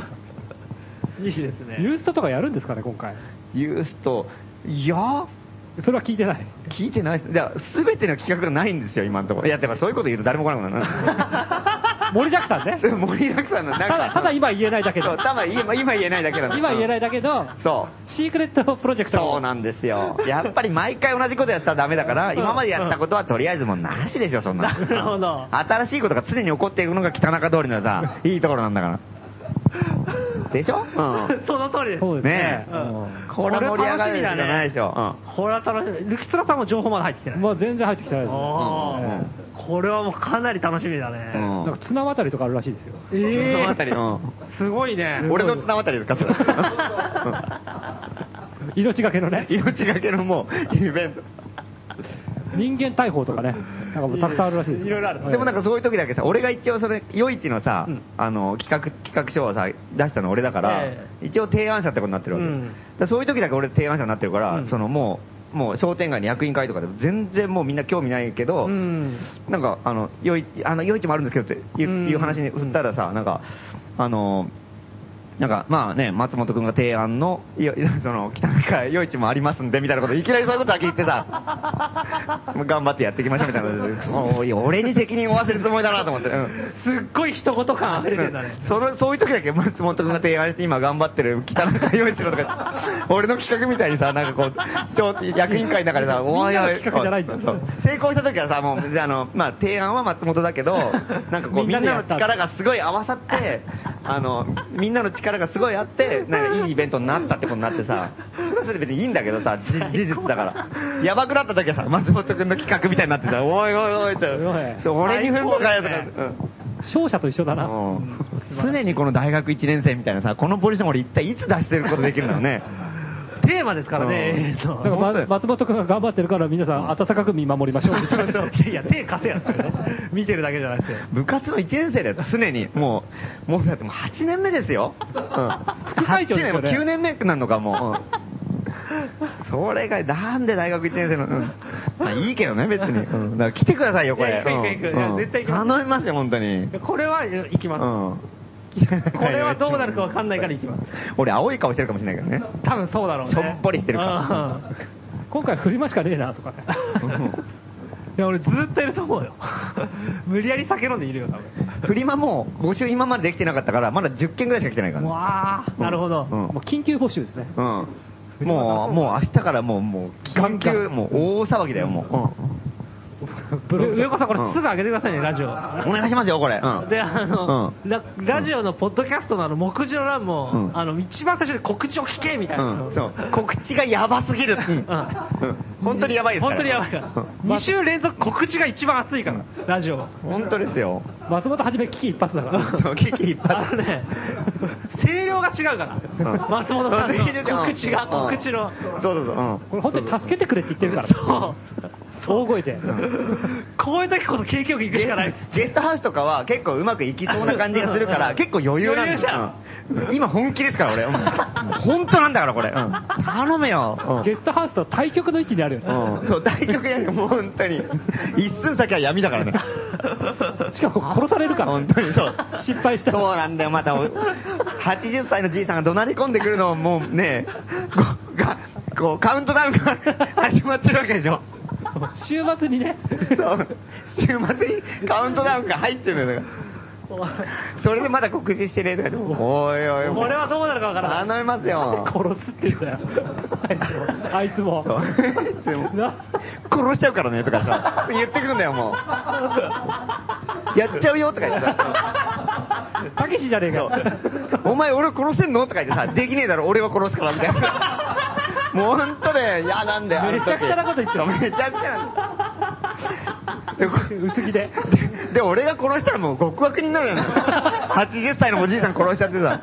S1: いいですね。
S2: ユーストとかやるんですかね、今回。
S3: ユースト、いや、
S2: それは聞い
S1: *laughs*
S2: てない。
S3: 聞いてないです。じゃあ、すべての企画がないんですよ、今のところ。いや、でもそういうこと言うと誰も来な
S2: *laughs*
S3: くな
S2: 盛りだくさんね。
S3: る。盛りだくさんの、なん
S2: た
S3: か。
S2: だ、ただ今言えないだけ
S3: そ
S2: ど
S3: う、。ただ今今言えないだけなの。
S2: 今言えないだけど、
S3: そう。
S2: シークレットプロジェクト
S3: そうなんですよ。やっぱり毎回同じことやったらダメだから、今までやったことはとりあえずもうなしでしょ、そんなの。
S1: なるほど
S3: 新しいことが常に起こっていくのが北中通りのさ、いいところなんだから。でしょう
S1: *laughs* その通りです。
S2: そうですね
S3: ねえ
S1: うん
S3: これ盛り上がるしかないでしょ
S1: これ楽みだねこれは楽しみ。ルキスラさんも情報まだ入ってきてない。
S2: まあ全然入ってきてないですね。
S1: おーこれはもうかなり楽しみだね。
S3: ん。
S2: な
S3: う
S2: ん
S3: ん。
S2: か綱渡りとかあるらしいですよ。
S1: え
S3: その
S1: ー
S3: あたりの。
S1: すごいね。
S3: *laughs* 俺の綱渡りですか、それ。
S2: 命がけのね、
S3: 命がけのもう、イベント。
S2: 人間逮捕とかね、なんかもうたくさんあるらしいですよ。
S1: いろいろある
S2: は
S3: でもなんかそういう時だけさ、俺が一応それ、夜市のさ、あの、企画、企画書をさ、出したの俺だから、
S1: え
S3: 一応提案者ってことになってるわけ。
S1: うん
S3: だからそういう時だけ俺提案者になってるから、そのもう、もう商店街の役員会とかでも全然もうみんな興味ないけど、
S1: うん。
S3: なんか、あの、夜市、あの、夜市もあるんですけどっていう,、
S1: うん
S3: いう話に振ったらさ、なんか、あの、なんか、まあね、松本君が提案の、いや *laughs* その、北中夜市もありますんで、みたいなこと、いきなりそういうことだけ言ってさ、もう頑張ってやっていきましょうみたいな。そういや俺に責任を負わせるつもりだなと思って。うん
S1: すっごい一言感あふれてんだね。
S3: *laughs* そのそういう時だけ松本君が提案して今頑張ってる北中陽一郎
S2: *laughs*
S3: とか俺の企画みたいにさなんかこう小役員会の中
S2: *laughs*
S3: でさお前は
S2: みんなの企画じゃないんだ
S3: そう成功した時はさもうあの、まあ、提案は松本だ
S2: *laughs*
S3: けどなんかこ
S2: み
S3: う
S2: ん
S3: み
S2: なんで
S3: な
S2: や
S3: の
S2: った
S3: 力がすごい合わさってあのみんなの力がすごいあってなんかいいイベントになったってことになってさそれはそれで別にいいんだけどさ
S2: *laughs*
S3: じ事実だからやばくなった時はさ松本君の企画みたいになってさおいおいおいって
S2: おい
S3: 俺に踏んばかれたから、
S1: 最高
S3: うん
S2: 勝者と一緒だな。
S3: 常にこの大学1年生みたいなさ、このポジション俺一体いつ脱出することできるんだろうね。
S1: テーマですから
S3: うん
S1: ね。えー
S2: *laughs* だ
S1: と
S2: か
S3: 本当だ
S2: ら
S3: よ
S2: ま松本君が頑張ってるから皆さん温かく見守りましょう。
S3: *laughs*
S1: いや、手貸せやったよね。見てるだけじゃなくて。
S3: 部活の1年生だよ、常に。もう、もうだってもう8年目ですよ。うん。
S2: 副会長ですよね
S3: 8年も9年目なんのか、もう。うんそれが、なんで大学1年生の、うん。まあいいけどね、別に。うん。だから来てくださいよ、こ
S1: い
S3: れ
S1: や。行く行く行く
S3: うん
S1: いや
S3: うん
S1: 絶対行きます
S3: 頼みますよ、本当に。
S1: これは行きます。
S3: うん。
S1: これはどうなるかわかんないから行きます。
S3: 俺、青い顔してるかもしれないけどね。
S1: 多分そうだろうね。
S3: しょっぽりしてるから
S1: うん
S2: 今回振りましかねえなとかね。
S1: いや、俺ずっといると思うよ。 *laughs* 無理やり酒飲んでいるよ、多分。
S3: フリマも5週今までできてなかったから、まだ10件ぐらいしか来てないからね。
S1: わあ、なるほど。
S3: うん
S2: もう緊急募集ですね。
S3: うん。もう、もう明日からもう、もう、緊急、もう大騒ぎだよ、も
S1: う上岡さん、これ
S3: うん
S1: すぐ上げてくださいね、ラジオ。
S3: う。うん。お願いしますよ、これ。うん。
S1: で、あの、
S3: うん
S1: ララジオのポッドキャストのあの、目次の欄も、
S3: うん
S1: あの、一番最初に告知を聞けみたいな。
S3: うん、そう。告知がやばすぎる。うん。本当にやばいですか
S1: 本
S3: ら。
S1: 当にやばいから。2週連続告知が一番熱いから、ラジオ。
S3: うん。本当ですよ。
S2: 松本はじめ危機一髪だから。
S3: そう、危機一
S1: あの
S3: 髪。
S1: ね、声量が違うから、
S3: うん
S1: 松本さんの告知が、
S3: うん
S1: 告知の。
S3: そうそうそう。うん。
S2: これ本当に助けてくれって言ってる
S3: *laughs*
S2: から。
S1: そう。
S2: 大声で。
S1: こういう時こそ景気よく行くしかない。
S3: ゲストハウスとかは結構うまくいきそうな感じがするから、結構余裕なん
S1: 余裕
S3: で
S1: じ
S3: す
S1: ゃ
S3: よ
S1: ん。
S3: うん今本気ですから、俺。うん本当なんだから、これ。うん頼むよ。うん
S2: ゲストハウスと対局の位置にあるよね。
S3: うんそう、大局やるよ、もう本当に。一寸先は闇だからね。
S2: しかも殺されるから
S3: 本
S2: ね。
S3: 当にそう。
S2: 失敗したら
S3: そうなんだよ、またお、80歳のじいさんが怒鳴り込んでくるのをもうね、こうがこう、カウントダウンが始まってるわけでしょ。
S2: 週末にね、
S3: そう。週末にカウントダウンが入ってるのよ。それでまだ告知してねえとかでもおいおいおい。
S1: これはどうなるかわからない。
S3: 頼みますよ。
S2: 殺すって言うんだよ。あいつも。
S3: そうでも
S2: *laughs* な
S3: 殺しちゃうからねとかさ、言ってくるんだよ、もう。やっちゃうよとか言ってさ。
S2: たけしじゃねえかよ。
S3: お前俺殺せんのとか言ってさ、できねえだろ、俺は殺すからみたいな。もう本当ね、嫌なんだよ、あの時
S2: めちゃくちゃなこと言ってる
S3: そうめちゃくちゃなんだよでこ
S2: 薄着で。
S3: で、俺が殺したらもう極悪人にな
S2: *laughs*
S3: るよね。80歳のおじいさん殺しちゃってさ。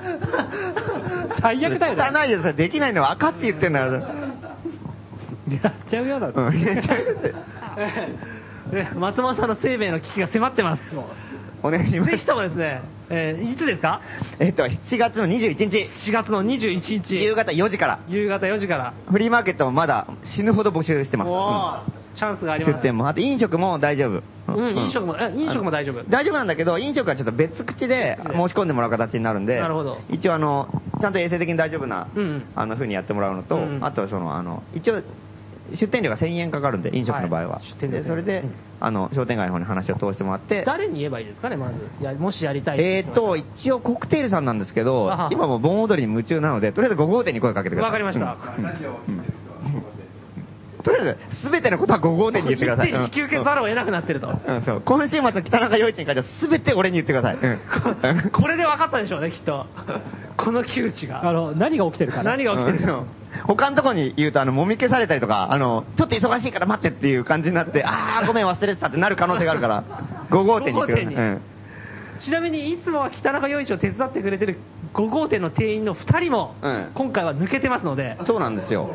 S2: 最悪だよね。
S3: 汚いよ、それできないの分かって言ってんだよ。
S2: やっちゃうような。
S3: うんやっちゃうよって
S1: ね松本さんの生命の危機が迫ってます。
S3: お願いします
S1: ぜ。ひともですね、えーいつですか
S3: えっと、7月の21日、
S1: ?4 月の21
S3: 夕
S1: 日、
S3: 方4時から、
S1: 夕方4時から。
S3: フリーマーケットもまだ死ぬほど募集してます。
S1: おーチャンスがあ
S3: うん
S1: ります。
S3: 出店も。あと飲食も大丈夫。
S1: うん、飲食も、え飲食も大丈夫。
S3: 大丈夫なんだけど、飲食はちょっと別口で
S1: 別で
S3: 申し込んでもらう形になるんで、
S1: なるほど
S3: 一応あの、ちゃんと衛生的に大丈夫な、
S1: うん
S3: あの、風にやってもらうのと、
S1: うん
S3: あとその、あの、一応、出店料が1000円かかるんで、飲食の場合は。
S1: はい出店料
S3: で、それで、
S1: うん
S3: あの、商店街の方に話を通してもらって、
S1: 誰に言えばいいですかね、まず。やもしやりたい
S3: えーと、一応コクテールさんなんですけど
S1: あは、
S3: 今も盆踊りに夢中なので、とりあえず5号店に声かけてくださ
S1: わ
S3: い。
S1: かりました
S3: うんうんとりあえず、すべてのことは5号店に言ってください。
S1: 一手に引き受けざるを得なくなってると。
S3: うんうんそう今週末の北中陽一に関してはすべて俺に言ってください。うん
S1: *laughs* これで分かったでしょうね、きっ
S2: *laughs*
S1: と。この窮地
S2: あ
S1: が。
S2: の、何が起きてるかな。
S1: 何が起きてる
S3: うん他のとこに言うと、あの、もみ消されたりとか、あの、ちょっと忙しいから待ってっていう感じになって、あー、ごめん忘れてたってなる可能性があるから、5号店に行ってください。
S1: 5号店にちなみに、いつもは北中陽一を手伝ってくれてる5号店の店員の2人も
S3: うん、
S1: 今回は抜けてますので
S3: う、んそうなんですよ。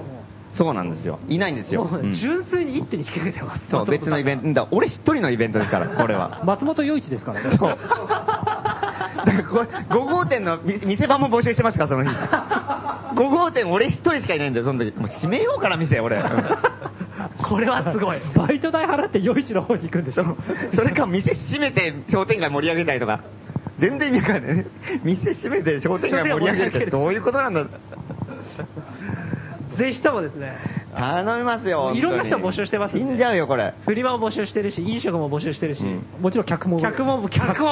S3: そうなんですよ。いないんですよ。
S1: もう
S3: うん
S1: 純粋に一手に引き受けてます。
S3: そう、別のイベント。だ俺一人のイベントですから、こ
S1: *laughs*
S3: れは。
S2: *laughs* 松本洋一ですからね。
S3: *laughs* そう。だからこ5号店の店店番も募集してますから、その日。5号店俺一人しかいないんだよ、その時。もう閉めようかな、店、俺。うん
S1: これはすごい。
S2: *laughs* バイト代払って洋一の方に行くんでし
S3: そ
S2: ょ。
S3: うそれか店閉めて商店街盛り上げたいとか。全然意味わかんない。店閉めて商店街盛り上げるってどういうことなんだ
S1: ぜひともですね、
S3: 頼みますよ。
S1: いろんな人募集してますん
S3: 死
S1: で
S3: んじゃうよ、これ。
S1: フリマも募集してるし、飲食も募集してるし、
S3: うん
S2: もちろん *laughs* 客も。
S1: 客も、客も、客
S3: 客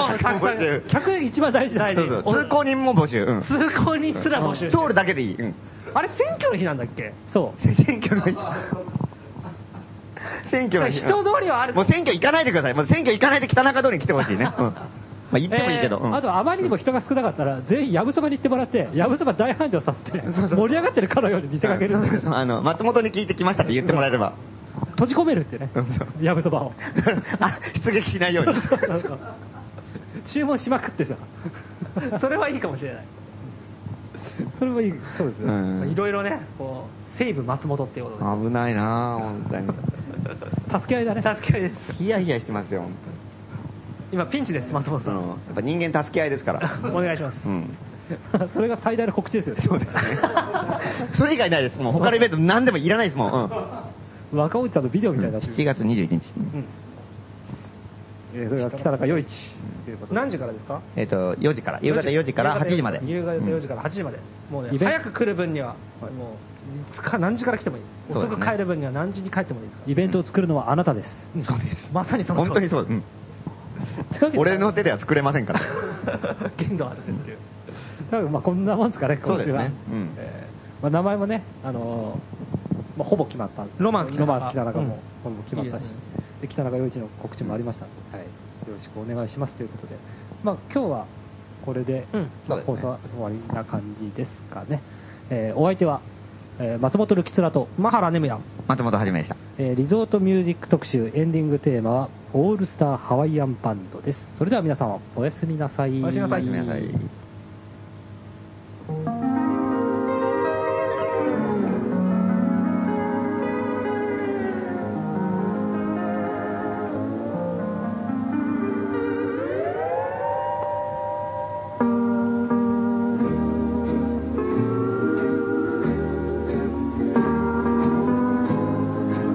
S3: も募集
S1: も、
S2: *laughs* 客一番大事だ
S1: 大
S2: よ
S1: 事
S3: そうそう。通行人も募集。うん。
S1: 通行にすら募集して
S3: 通
S1: る。
S3: るだけでいい。うん。
S1: あれ、選挙の日なんだっ
S2: *laughs*
S1: け
S2: そ
S3: 選挙の日。選挙の日。
S1: 人通りはある
S3: もう選挙行かないでください。もう選挙行かないで北中通りに来てほ
S2: *laughs*
S3: しいね。うん。まあ行ってもいいけど。
S2: う。あと、あまりにも人が少なかったら、全員やぶそばに行ってもらって、やぶそば大繁盛させて、盛り上がってるかのように見せかける
S3: *laughs* うん。そうそうそうあの、松本に聞いてきましたって言ってもらえれば。 *laughs*
S2: 閉じ込めるってね
S3: うんそ、
S2: やぶそばを。
S3: あ、出撃しないように。
S2: 注文しまくって
S3: *laughs*
S2: さ。
S1: それはいいかもしれない。
S2: それもいい、そう *laughs* ですね。
S3: うん
S1: まあいろいろね、こう、西武松本っていうこと
S3: 危ないなぁ、本当に。
S2: 助け合いだね。
S1: で。助け合いです。
S3: ヒヤヒヤしてますよ、本当に
S1: 今、ピンチです、松本
S3: そ
S1: さん。
S3: の。やっぱ人間助け合いで
S2: *laughs*
S3: すから。
S1: *laughs* お願いします。
S3: うん。
S2: それが最大の告知ですよね。
S3: そうですね。それ以外ないです。もう他のイベント何でもいらないですも
S2: *laughs*
S3: ん。
S2: 若おじさんのビデオ
S3: うん。
S2: みたいになってる
S3: 7月21日。
S2: うんえーそれが北中余市ということで
S1: 何時からですか
S3: えっと、4時から、夕方4時から8時まで。
S1: 夕方4時から8時まで。もう
S2: イベ
S1: ね、
S2: ント
S1: 早く来る分には、もう、いつか何時から来てもいいです。
S3: そうだね
S1: 遅く帰る分には何時に帰ってもいいですか
S2: イベントを作るのはあなたです。
S3: うんそうです。
S1: ら。まさにその通り
S3: 本当にそう。うん俺の手では作れませんから。
S1: *laughs* 限度あるっていう。
S2: 多分まあこんなもんですかね、今週は。
S3: そうですねうん
S2: えーまあ、名前もね、あのーまあ、ほぼ決まった。
S1: ロマンス北
S2: ロ
S1: 中
S2: マンス北中も、ほぼ決まったし
S1: いいですね
S2: で北中陽一の告知もありましたので、はい、よろしくお願いしますということで、まあ、今日はこれで、
S1: うん
S2: まあ
S3: そ
S2: 放
S3: うです
S2: 送は
S3: ね
S2: 終わりな感じですかね。えーお相手は、えー松本るきつらと、
S1: マハラネムヤン。
S3: 松本はじめでした。
S2: えーリゾートミュージック特集エンディングテーマは「オールスターハワイアンバンド」ですそれでは皆様おやすみなさい
S1: おやすみなさ
S3: おやすみなさい。
S5: 「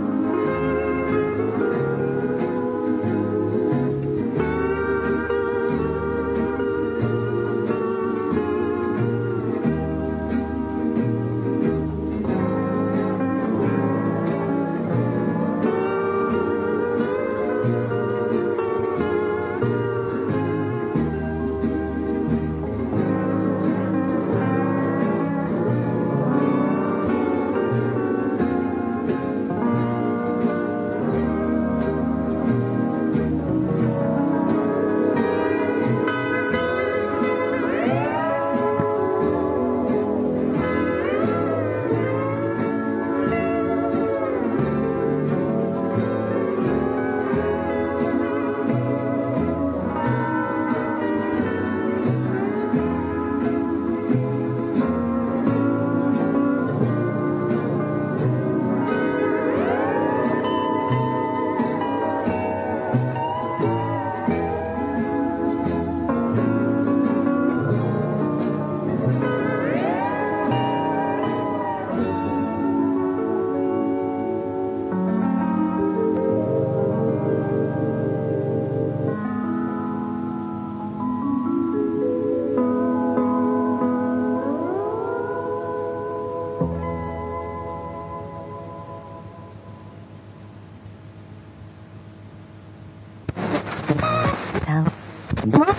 S6: ます。